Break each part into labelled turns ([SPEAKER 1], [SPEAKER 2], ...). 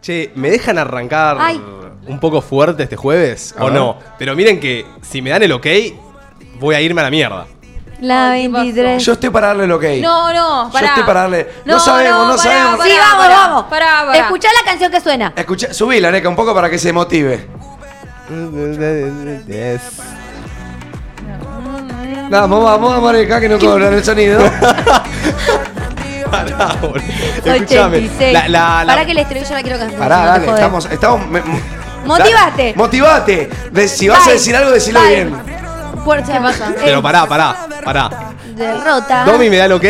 [SPEAKER 1] Che, ¿me dejan arrancar
[SPEAKER 2] Ay.
[SPEAKER 1] un poco fuerte este jueves?
[SPEAKER 3] A
[SPEAKER 1] ¿O
[SPEAKER 3] ver.
[SPEAKER 1] no? Pero miren que si me dan el ok, voy a irme a la mierda.
[SPEAKER 2] La
[SPEAKER 4] Ay, ¿qué pasó?
[SPEAKER 2] 23.
[SPEAKER 3] Yo estoy para darle el ok.
[SPEAKER 4] No, no,
[SPEAKER 3] Yo
[SPEAKER 4] pará.
[SPEAKER 3] estoy para darle- no sabemos, no sabemos.
[SPEAKER 2] sí, vamos,
[SPEAKER 4] pará,
[SPEAKER 2] vamos.
[SPEAKER 4] Pará, pará.
[SPEAKER 2] Escuchá la canción que suena.
[SPEAKER 3] Escucha, subí la neca un poco para que se motive. Vamos, vamos, vamos, acá que no puedo hablar el sonido.
[SPEAKER 1] Pará, boludo. Escuchame.
[SPEAKER 2] 86.
[SPEAKER 1] La- la- la-
[SPEAKER 2] Para que el estribillo la quiero cantar.
[SPEAKER 3] Pará,
[SPEAKER 2] no te
[SPEAKER 3] dale,
[SPEAKER 2] jodes.
[SPEAKER 3] estamos, estamos. me- m-
[SPEAKER 2] Motivate.
[SPEAKER 3] da- motivate. De- si vas a
[SPEAKER 2] Bye.
[SPEAKER 3] decir algo, decilo
[SPEAKER 2] Bye.
[SPEAKER 3] bien.
[SPEAKER 2] Puerta. ¿Qué pasa?
[SPEAKER 1] Pero pará, pará, pará.
[SPEAKER 2] Derrota.
[SPEAKER 1] Domi me da el ok,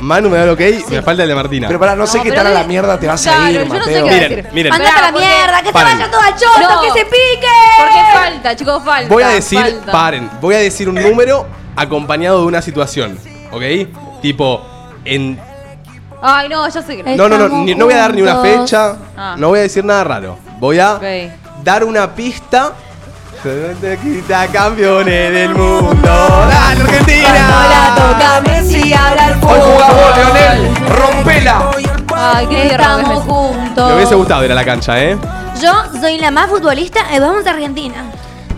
[SPEAKER 1] Manu me da el ok, me falta el de Martina.
[SPEAKER 3] Pero pará, no, sé
[SPEAKER 4] No,
[SPEAKER 3] qué
[SPEAKER 4] pero
[SPEAKER 3] tal a
[SPEAKER 4] no
[SPEAKER 3] la
[SPEAKER 4] le-
[SPEAKER 3] mierda te vas a
[SPEAKER 4] Claro,
[SPEAKER 3] ir,
[SPEAKER 4] yo no sé
[SPEAKER 3] Mateo.
[SPEAKER 4] qué
[SPEAKER 1] Miren,
[SPEAKER 4] decir.
[SPEAKER 1] miren.
[SPEAKER 2] Andate a la
[SPEAKER 4] Pará, porque-
[SPEAKER 2] mierda, que
[SPEAKER 1] Paren.
[SPEAKER 2] se vaya todo al choto,
[SPEAKER 4] No.
[SPEAKER 2] que se pique.
[SPEAKER 4] Porque falta, chicos, falta.
[SPEAKER 1] Voy a decir,
[SPEAKER 4] falta.
[SPEAKER 1] paren, voy a decir un número acompañado de una situación, ¿ok? Tipo, en...
[SPEAKER 4] Ay, no, ya sé que no.
[SPEAKER 2] Eh.
[SPEAKER 1] No, no, no,
[SPEAKER 2] Estamos
[SPEAKER 1] ni- no voy a dar ni una
[SPEAKER 2] juntos.
[SPEAKER 1] fecha,
[SPEAKER 4] Ah.
[SPEAKER 1] no voy a decir nada raro. Voy a
[SPEAKER 4] Ok.
[SPEAKER 1] dar una pista. Te quita campeones del mundo. ¡Dale, Argentina!
[SPEAKER 2] Messi hablar
[SPEAKER 3] Hoy jugamos, Leonel. Rompela.
[SPEAKER 4] Ay, qué
[SPEAKER 2] Estamos
[SPEAKER 4] Estamos
[SPEAKER 2] juntos.
[SPEAKER 1] Me hubiese gustado ir a la cancha, ¿eh?
[SPEAKER 2] Yo soy la más futbolista y vamos a Argentina.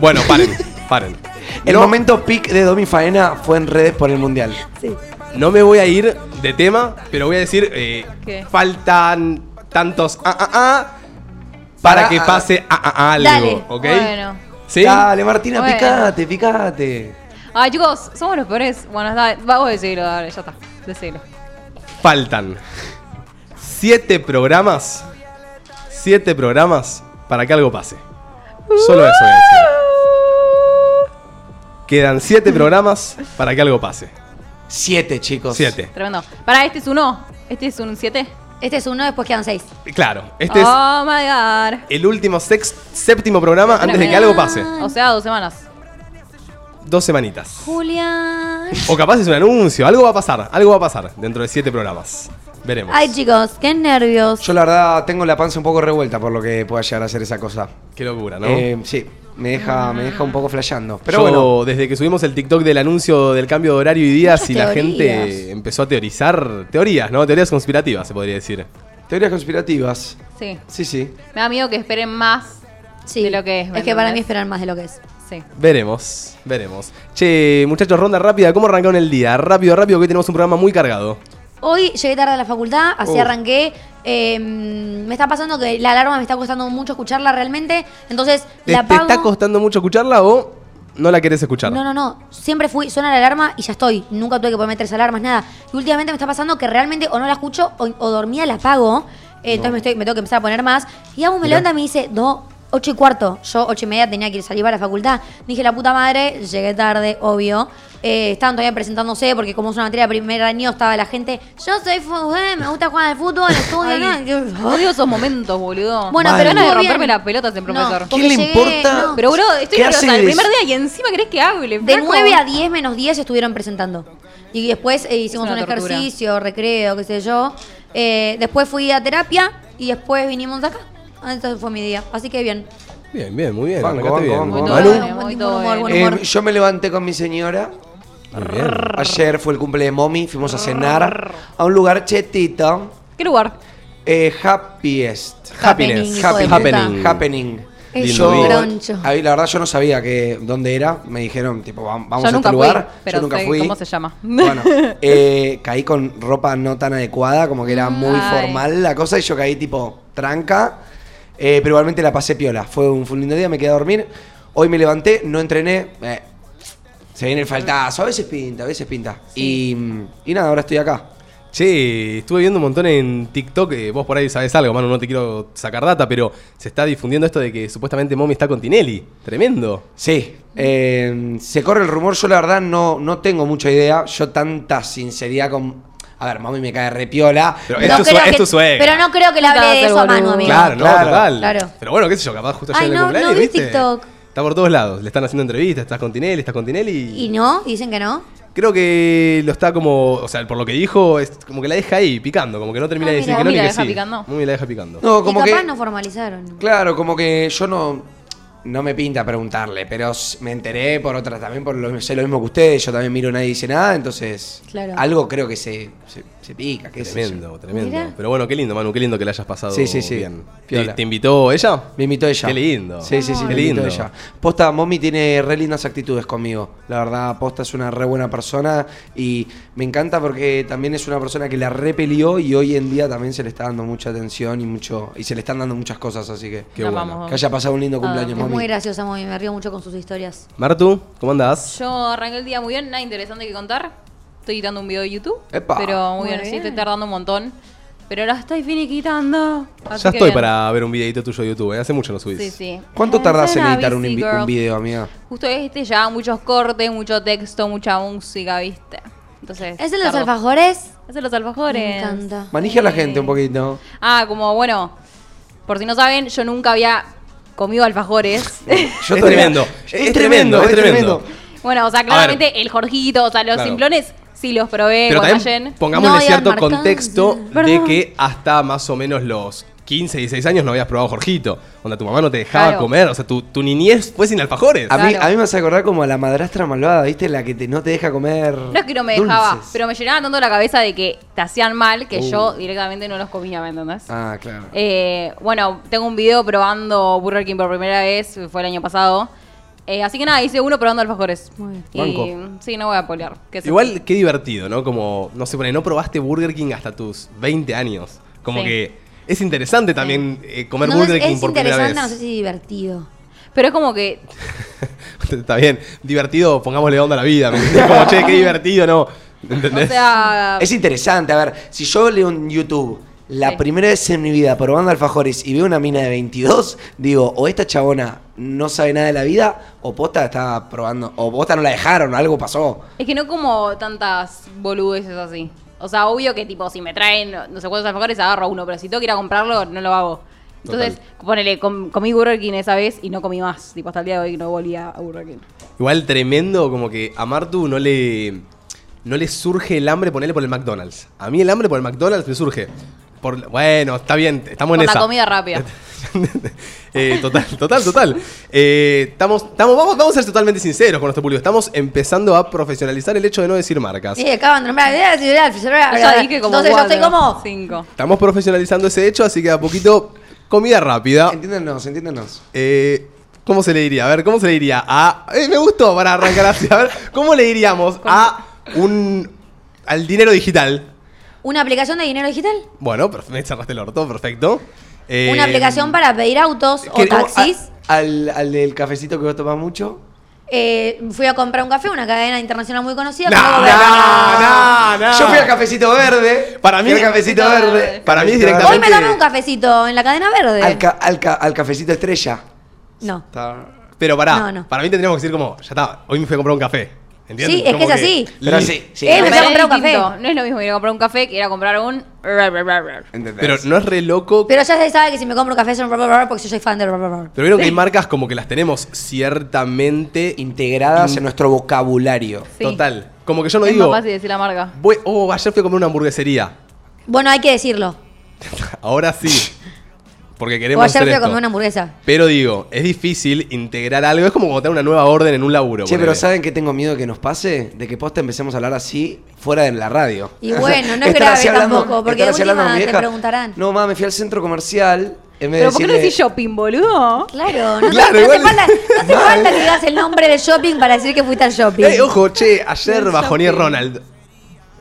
[SPEAKER 1] Bueno, paren, paren.
[SPEAKER 3] El
[SPEAKER 1] No-
[SPEAKER 3] momento peak de Domi Faena fue en redes por el mundial.
[SPEAKER 1] No me voy a ir de tema, pero voy a decir, eh,
[SPEAKER 4] ¿Qué?
[SPEAKER 1] faltan tantos ah, ah, ah, para
[SPEAKER 3] Pará,
[SPEAKER 1] que
[SPEAKER 3] ah.
[SPEAKER 1] pase a, a- algo,
[SPEAKER 2] Dale.
[SPEAKER 1] ¿ok?
[SPEAKER 4] Bueno.
[SPEAKER 1] ¿Sí?
[SPEAKER 3] Dale, Martina,
[SPEAKER 4] Bueno.
[SPEAKER 3] picate, picate.
[SPEAKER 4] Ay, chicos, somos los peores. Bueno, dale, va, vos decilo, dale, ya está. Decilo.
[SPEAKER 1] Faltan siete programas, siete programas para que algo pase. Solo eso voy a decir.
[SPEAKER 4] Uh.
[SPEAKER 1] Quedan siete programas para que algo pase.
[SPEAKER 3] Siete, chicos.
[SPEAKER 1] Siete.
[SPEAKER 4] Tremendo. Pará, este es uno. Este es un 7.
[SPEAKER 2] Este es uno, después quedan seis.
[SPEAKER 1] Claro, este es
[SPEAKER 4] Oh my god.
[SPEAKER 1] el último sex- séptimo programa antes de que algo pase.
[SPEAKER 4] O sea, dos semanas.
[SPEAKER 1] Dos semanitas.
[SPEAKER 2] Julián.
[SPEAKER 1] O capaz es un anuncio, algo va a pasar, algo va a pasar dentro de siete programas. Veremos.
[SPEAKER 2] Ay, chicos, qué nervios.
[SPEAKER 3] Yo la verdad tengo la panza un poco revuelta por lo que pueda llegar a hacer esa cosa.
[SPEAKER 1] Qué locura, ¿no?
[SPEAKER 3] Eh, sí, me
[SPEAKER 2] Ah.
[SPEAKER 3] deja, me deja un poco flasheando. Pero
[SPEAKER 1] Yo,
[SPEAKER 3] bueno,
[SPEAKER 1] desde que subimos el TikTok del anuncio del cambio de horario y días
[SPEAKER 2] Muchas
[SPEAKER 1] y la
[SPEAKER 2] teorías.
[SPEAKER 1] gente empezó a teorizar teorías, ¿no? Teorías conspirativas, se podría decir.
[SPEAKER 3] teorías conspirativas.
[SPEAKER 4] Sí.
[SPEAKER 3] Sí, sí.
[SPEAKER 4] Me da miedo que esperen más de lo que es. ¿me
[SPEAKER 2] Es que para mí
[SPEAKER 4] entendés?
[SPEAKER 2] esperan más de lo que es.
[SPEAKER 4] Sí.
[SPEAKER 1] Veremos, veremos. Che, muchachos, ronda rápida. ¿Cómo arrancaron el día? Rápido, rápido, que hoy tenemos un programa muy cargado.
[SPEAKER 2] Hoy llegué tarde a la facultad, así
[SPEAKER 3] Uh.
[SPEAKER 2] arranqué. Eh, me está pasando que la alarma me está costando mucho escucharla realmente. Entonces,
[SPEAKER 1] ¿Te,
[SPEAKER 2] la
[SPEAKER 1] te
[SPEAKER 2] apago.
[SPEAKER 1] está costando mucho escucharla o no la querés escuchar?
[SPEAKER 2] No, no, no. Siempre fui, suena la alarma y ya estoy. Nunca tuve que ponerme tres alarmas, nada. Y últimamente me está pasando que realmente o no la escucho o, o dormía la apago. Eh, Entonces me, estoy, me tengo que empezar a poner más. Y Agus me levanta y me dice, no, ocho y cuarto. Yo ocho y media tenía que ir salir para la facultad. Dije, la puta madre, llegué tarde, obvio. Eh, estaban todavía presentándose porque como es una materia de primer año estaba la gente, yo soy fútbol, eh, me gusta jugar al fútbol, estudio,
[SPEAKER 4] Ay,
[SPEAKER 2] ¿no? Que-
[SPEAKER 4] Odio esos momentos, boludo.
[SPEAKER 2] Bueno,
[SPEAKER 4] Me
[SPEAKER 3] pero
[SPEAKER 4] dan ganas de
[SPEAKER 2] estuvo
[SPEAKER 4] romperme
[SPEAKER 2] bien.
[SPEAKER 4] la pelota sin
[SPEAKER 2] No.
[SPEAKER 4] profesor.
[SPEAKER 2] Porque
[SPEAKER 3] ¿Quién le
[SPEAKER 2] llegué-
[SPEAKER 3] importa?
[SPEAKER 2] no.
[SPEAKER 4] Pero, boludo, estoy
[SPEAKER 3] ¿Qué hace
[SPEAKER 4] nerviosa. El
[SPEAKER 3] de-
[SPEAKER 4] primer día y encima querés que hable.
[SPEAKER 2] De
[SPEAKER 4] flaco.
[SPEAKER 2] 9 a 10 menos 10 estuvieron presentando. Y después eh, hicimos
[SPEAKER 4] una
[SPEAKER 2] un
[SPEAKER 4] tortura.
[SPEAKER 2] ejercicio, recreo, qué sé yo. Eh, después fui a terapia y después vinimos acá. Ah, Entonces fue mi día. Así que bien.
[SPEAKER 1] Bien, bien, muy bien.
[SPEAKER 3] Banco, banco,
[SPEAKER 1] arrancaste bien.
[SPEAKER 3] banco,
[SPEAKER 4] Manu.
[SPEAKER 2] Buen humor, buen humor, buen humor.
[SPEAKER 3] Eh, yo me levanté con mi señora.
[SPEAKER 1] Muy bien.
[SPEAKER 3] Ayer fue el cumple de mommy, fuimos a cenar a un lugar chetito.
[SPEAKER 4] ¿Qué lugar?
[SPEAKER 3] Eh, happiest.
[SPEAKER 1] Happiness.
[SPEAKER 2] hijo de
[SPEAKER 3] Happening.
[SPEAKER 2] puta.
[SPEAKER 1] Happening.
[SPEAKER 3] Happening.
[SPEAKER 2] Es
[SPEAKER 3] Yo,
[SPEAKER 1] Lindo día.
[SPEAKER 2] Troncho.
[SPEAKER 3] ahí, la verdad yo no sabía que dónde era, me dijeron tipo vam- vamos
[SPEAKER 4] Yo
[SPEAKER 3] a
[SPEAKER 4] nunca
[SPEAKER 3] este
[SPEAKER 4] fui,
[SPEAKER 3] lugar,
[SPEAKER 4] pero
[SPEAKER 3] yo nunca
[SPEAKER 4] sé
[SPEAKER 3] fui.
[SPEAKER 4] cómo se llama.
[SPEAKER 3] Bueno, eh, caí con ropa no tan adecuada, como que era muy
[SPEAKER 4] Ay.
[SPEAKER 3] formal la cosa y yo caí tipo tranca, eh, pero igualmente la pasé piola, fue un, fue un lindo día, me quedé a dormir, hoy me levanté, no entrené, eh, se viene el faltazo, a veces pinta, a veces pinta, y, y nada, ahora estoy acá.
[SPEAKER 1] Che, estuve viendo un montón en TikTok, eh, vos por ahí sabés algo, mano, no te quiero sacar data, pero se está difundiendo esto de que supuestamente Momi está con Tinelli. Tremendo.
[SPEAKER 3] Sí, eh, se corre el rumor, yo la verdad no, no tengo mucha idea, yo tanta sinceridad con... A ver, mami me cae repiola.
[SPEAKER 1] Pero
[SPEAKER 3] me
[SPEAKER 1] es
[SPEAKER 2] No
[SPEAKER 1] tu
[SPEAKER 2] creo
[SPEAKER 1] sue- es
[SPEAKER 2] que-
[SPEAKER 1] tu suegra.
[SPEAKER 2] Pero no creo que le hable
[SPEAKER 4] Estás
[SPEAKER 2] de eso a
[SPEAKER 4] el boludo.
[SPEAKER 2] Manu, amigo.
[SPEAKER 1] Claro, no,
[SPEAKER 3] Claro.
[SPEAKER 1] total.
[SPEAKER 2] Claro.
[SPEAKER 1] Pero bueno, qué sé yo, capaz justo ayer
[SPEAKER 2] Ay,
[SPEAKER 1] de
[SPEAKER 2] no,
[SPEAKER 1] cumpleaños,
[SPEAKER 2] no vi
[SPEAKER 1] ¿viste?
[SPEAKER 2] TikTok.
[SPEAKER 1] Está por todos lados. Le están haciendo entrevistas, estás con Tinelli, estás con Tinelli.
[SPEAKER 2] ¿Y no? ¿Dicen que no?
[SPEAKER 1] Creo que lo está como, o sea, por lo que dijo, es como que la deja ahí picando, como que no termina
[SPEAKER 2] Ah,
[SPEAKER 1] de decir
[SPEAKER 2] mira.
[SPEAKER 1] que no
[SPEAKER 4] Momi
[SPEAKER 1] ni
[SPEAKER 4] la
[SPEAKER 1] que
[SPEAKER 4] deja
[SPEAKER 1] sí.
[SPEAKER 4] picando.
[SPEAKER 1] Momi la deja picando.
[SPEAKER 3] No, como
[SPEAKER 2] y capaz
[SPEAKER 3] que.
[SPEAKER 2] no formalizaron.
[SPEAKER 3] Claro, como que yo no. no me pinta preguntarle, pero s- me enteré por otras también, por lo, sé lo mismo que ustedes, yo también miro nadie dice nada, entonces
[SPEAKER 2] Claro.
[SPEAKER 3] algo creo que se, se, se pica, qué sé yo.
[SPEAKER 1] Tremendo, tremendo.
[SPEAKER 2] Mirá.
[SPEAKER 1] Pero bueno, qué lindo, Manu, qué lindo que le hayas pasado
[SPEAKER 3] Sí, sí, sí.
[SPEAKER 1] bien. ¿Te,
[SPEAKER 3] Piola.
[SPEAKER 1] te invitó ella?
[SPEAKER 3] Me invitó ella.
[SPEAKER 1] Qué lindo.
[SPEAKER 3] Sí, sí, sí,
[SPEAKER 1] Qué
[SPEAKER 3] me invitó
[SPEAKER 1] lindo.
[SPEAKER 3] ella. Posta, Momi tiene re lindas actitudes conmigo. La verdad, Posta es una re buena persona y me encanta porque también es una persona que la repelió y hoy en día también se le está dando mucha atención y mucho y se le están dando muchas cosas, así que
[SPEAKER 1] Qué
[SPEAKER 4] La
[SPEAKER 1] bueno.
[SPEAKER 4] amamos.
[SPEAKER 3] que haya pasado un
[SPEAKER 4] Ah,
[SPEAKER 3] lindo cumpleaños, Momi.
[SPEAKER 2] Ah, Es muy graciosa, Momi. Me río mucho con sus historias.
[SPEAKER 1] Martu, ¿cómo andás?
[SPEAKER 4] Yo arranqué el día muy bien, nada interesante que contar. Estoy editando un video de YouTube.
[SPEAKER 3] Epa.
[SPEAKER 4] Pero muy,
[SPEAKER 2] Muy
[SPEAKER 4] bien, sí,
[SPEAKER 2] bien.
[SPEAKER 4] estoy tardando un montón. Pero la estoy finiquitando. así
[SPEAKER 1] ya
[SPEAKER 4] que
[SPEAKER 1] estoy
[SPEAKER 4] bien.
[SPEAKER 1] para ver un videito tuyo de YouTube, ¿eh? hace mucho no subís.
[SPEAKER 4] Sí, sí.
[SPEAKER 3] ¿Cuánto
[SPEAKER 4] I'm
[SPEAKER 3] tardás en
[SPEAKER 4] gonna
[SPEAKER 3] editar un,
[SPEAKER 4] be
[SPEAKER 3] invi-
[SPEAKER 4] girl.
[SPEAKER 3] un video, amiga?
[SPEAKER 4] Justo este ya, muchos cortes, mucho texto, mucha música, ¿viste? Entonces.
[SPEAKER 2] ¿Es el de los
[SPEAKER 4] tardo.
[SPEAKER 2] alfajores?
[SPEAKER 4] Es de los alfajores.
[SPEAKER 2] Me encanta.
[SPEAKER 3] Manija a la gente un poquito.
[SPEAKER 4] Ah, como bueno, por si no saben, yo nunca había comido alfajores.
[SPEAKER 3] Yo
[SPEAKER 1] es,
[SPEAKER 3] todavía-
[SPEAKER 1] tremendo, es tremendo, es tremendo.
[SPEAKER 4] bueno, o sea, claramente el Jorgito, o sea, los
[SPEAKER 1] Claro.
[SPEAKER 4] simplones sí los probé
[SPEAKER 1] Pero
[SPEAKER 4] cuando
[SPEAKER 1] también
[SPEAKER 4] ayer.
[SPEAKER 1] pongámosle
[SPEAKER 2] No, Ian
[SPEAKER 1] cierto
[SPEAKER 2] Marcán.
[SPEAKER 1] contexto de
[SPEAKER 4] Perdón.
[SPEAKER 1] que hasta más o menos los 15, 16 años no habías probado Jorgito. Onda, tu mamá no te dejaba
[SPEAKER 4] Claro.
[SPEAKER 1] comer, o sea, tu, tu niñez fue sin alfajores.
[SPEAKER 3] A mí,
[SPEAKER 4] Claro.
[SPEAKER 3] a mí me hace acordar como a la madrastra malvada, ¿viste? La que te- no te deja comer.
[SPEAKER 4] No es que no me dejaba,
[SPEAKER 3] dulces.
[SPEAKER 4] pero me llenaba tanto la cabeza de que te hacían mal que
[SPEAKER 3] Uh.
[SPEAKER 4] yo directamente no los comía, ¿me entendés?
[SPEAKER 3] Ah, claro.
[SPEAKER 4] Eh, bueno, tengo un video probando Burger King por primera vez, fue el año pasado. Eh, así que nada, hice uno probando alfajores.
[SPEAKER 2] Muy bien.
[SPEAKER 4] Y sí, no voy a polear. que se-
[SPEAKER 1] Igual, qué divertido, ¿no? Como, no sé, pone, no probaste Burger King hasta tus 20 años. Como
[SPEAKER 4] Sí.
[SPEAKER 1] que es interesante también eh, comer
[SPEAKER 2] No,
[SPEAKER 1] Burger
[SPEAKER 2] es-
[SPEAKER 1] King
[SPEAKER 2] es
[SPEAKER 1] por primera
[SPEAKER 2] interesante,
[SPEAKER 1] vez.
[SPEAKER 2] no sé si divertido.
[SPEAKER 4] Pero es como que
[SPEAKER 1] Está bien, divertido, pongámosle onda a la vida. ¿me entendés? Como, che, qué divertido, ¿no? ¿Entendés?
[SPEAKER 4] O
[SPEAKER 1] Ah.
[SPEAKER 4] sea,
[SPEAKER 3] Es interesante, a ver, si yo leo en YouTube la
[SPEAKER 4] Sí.
[SPEAKER 3] primera vez en mi vida probando alfajores y veo una mina de 22, digo, o esta chabona no sabe nada de la vida, o posta está probando, o posta no la dejaron, algo pasó.
[SPEAKER 4] es que no como tantas boludeces así. O sea, obvio que tipo, si me traen no sé cuántos alfajores, agarro uno, pero si tengo que ir a comprarlo, no lo hago. Entonces, ponele, com- comí Burger King esa vez y no comí más. Tipo, hasta el día de hoy no volví a Burger King.
[SPEAKER 1] Igual tremendo, como que a Martu no le, no le surge el hambre ponerle por el McDonald's. A mí el hambre por el McDonald's me surge. Por, bueno, está bien, estamos
[SPEAKER 4] Por
[SPEAKER 1] en
[SPEAKER 4] la
[SPEAKER 1] esa.
[SPEAKER 4] comida rápida.
[SPEAKER 1] Eh, total, total, total. Eh, estamos, estamos, vamos, vamos a ser totalmente sinceros con nuestro público. Estamos empezando a profesionalizar el hecho de no decir marcas.
[SPEAKER 2] Sí, acaban de nombrar. eh, sí, eh, sí, eh,
[SPEAKER 4] Yo ya dije como
[SPEAKER 2] Entonces yo
[SPEAKER 4] cuatro,
[SPEAKER 2] estoy como.
[SPEAKER 4] Cinco.
[SPEAKER 1] Estamos profesionalizando ese hecho, así que a poquito, comida rápida.
[SPEAKER 3] Entiéndanos, entiéndanos.
[SPEAKER 1] Eh, ¿Cómo se le diría? A ver, ¿cómo se le diría a. eh, me gustó para arrancar así. A ver, ¿cómo le diríamos a un. al dinero digital?
[SPEAKER 2] ¿Una aplicación de dinero digital?
[SPEAKER 1] Bueno, perf- me cerraste el orto, perfecto. Eh,
[SPEAKER 2] ¿Una aplicación para pedir autos o
[SPEAKER 1] que- ah, ¿cómo?
[SPEAKER 2] taxis?
[SPEAKER 3] A- al, al del cafecito que vos tomás mucho.
[SPEAKER 2] Eh, fui a comprar un café, una cadena internacional muy conocida.
[SPEAKER 1] No,
[SPEAKER 2] que luego-
[SPEAKER 1] no, no, no.
[SPEAKER 3] Yo fui al cafecito verde.
[SPEAKER 1] Para mí-
[SPEAKER 3] Fui al cafecito
[SPEAKER 4] Para mí
[SPEAKER 3] verde.
[SPEAKER 1] es directamente-
[SPEAKER 2] Hoy me tomé un cafecito en la cadena verde.
[SPEAKER 3] Al, ca- al ca- al cafecito estrella.
[SPEAKER 2] no.
[SPEAKER 1] Pero pará,
[SPEAKER 2] No, no.
[SPEAKER 1] para mí tendríamos que decir como. Ya está, hoy me fui a comprar un café. ¿Entiendes?
[SPEAKER 2] Sí, es que
[SPEAKER 1] Como
[SPEAKER 2] es así.
[SPEAKER 3] Pero
[SPEAKER 1] Li-
[SPEAKER 3] sí, sí.
[SPEAKER 2] Eh, me
[SPEAKER 4] Pero
[SPEAKER 2] fui a
[SPEAKER 4] es
[SPEAKER 2] comprar un
[SPEAKER 4] distinto.
[SPEAKER 2] café.
[SPEAKER 4] No es lo mismo ir a comprar un café que ir a comprar un.
[SPEAKER 3] ¿Entendés?
[SPEAKER 1] Pero no es re loco. Pero,
[SPEAKER 2] Pero ya se sabe que si me compro un café son porque yo soy fan de.
[SPEAKER 1] vieron que hay marcas como que las tenemos ciertamente.
[SPEAKER 3] Integradas en nuestro vocabulario.
[SPEAKER 4] Sí.
[SPEAKER 1] Total. Como que yo no
[SPEAKER 4] es
[SPEAKER 1] digo.
[SPEAKER 4] más fácil decir la marca.
[SPEAKER 1] Voy, oh, ayer fui a comer una hamburguesería.
[SPEAKER 2] Bueno, hay que decirlo.
[SPEAKER 1] Ahora sí. Porque
[SPEAKER 2] O
[SPEAKER 1] queremos
[SPEAKER 2] ayer
[SPEAKER 1] hacer
[SPEAKER 2] fui a
[SPEAKER 1] esto.
[SPEAKER 2] comer una hamburguesa.
[SPEAKER 1] Pero digo, es difícil integrar algo. Es como botar una nueva orden en un laburo.
[SPEAKER 3] Che,
[SPEAKER 1] ponele.
[SPEAKER 3] pero ¿saben qué tengo miedo que nos pase? De que posta empecemos a hablar así fuera de la radio.
[SPEAKER 2] Y bueno, no es
[SPEAKER 3] Estar
[SPEAKER 2] grave
[SPEAKER 3] así hablando-
[SPEAKER 2] tampoco, porque
[SPEAKER 3] estar
[SPEAKER 2] de
[SPEAKER 3] así hablando
[SPEAKER 2] última
[SPEAKER 3] con mi
[SPEAKER 2] te
[SPEAKER 3] vieja,
[SPEAKER 2] preguntarán.
[SPEAKER 3] No, ma, me fui al centro comercial. En vez
[SPEAKER 4] Pero
[SPEAKER 3] de
[SPEAKER 4] ¿por qué no
[SPEAKER 3] decirle-
[SPEAKER 4] decís shopping, boludo?
[SPEAKER 2] Claro, no, te-
[SPEAKER 1] Claro,
[SPEAKER 2] no hace
[SPEAKER 1] igual-
[SPEAKER 2] falta, no hace falta que digas el nombre de shopping para decir que fuiste al shopping.
[SPEAKER 1] Ey, Eh, ojo, che, ayer bajoné
[SPEAKER 4] shopping.
[SPEAKER 1] Ronald.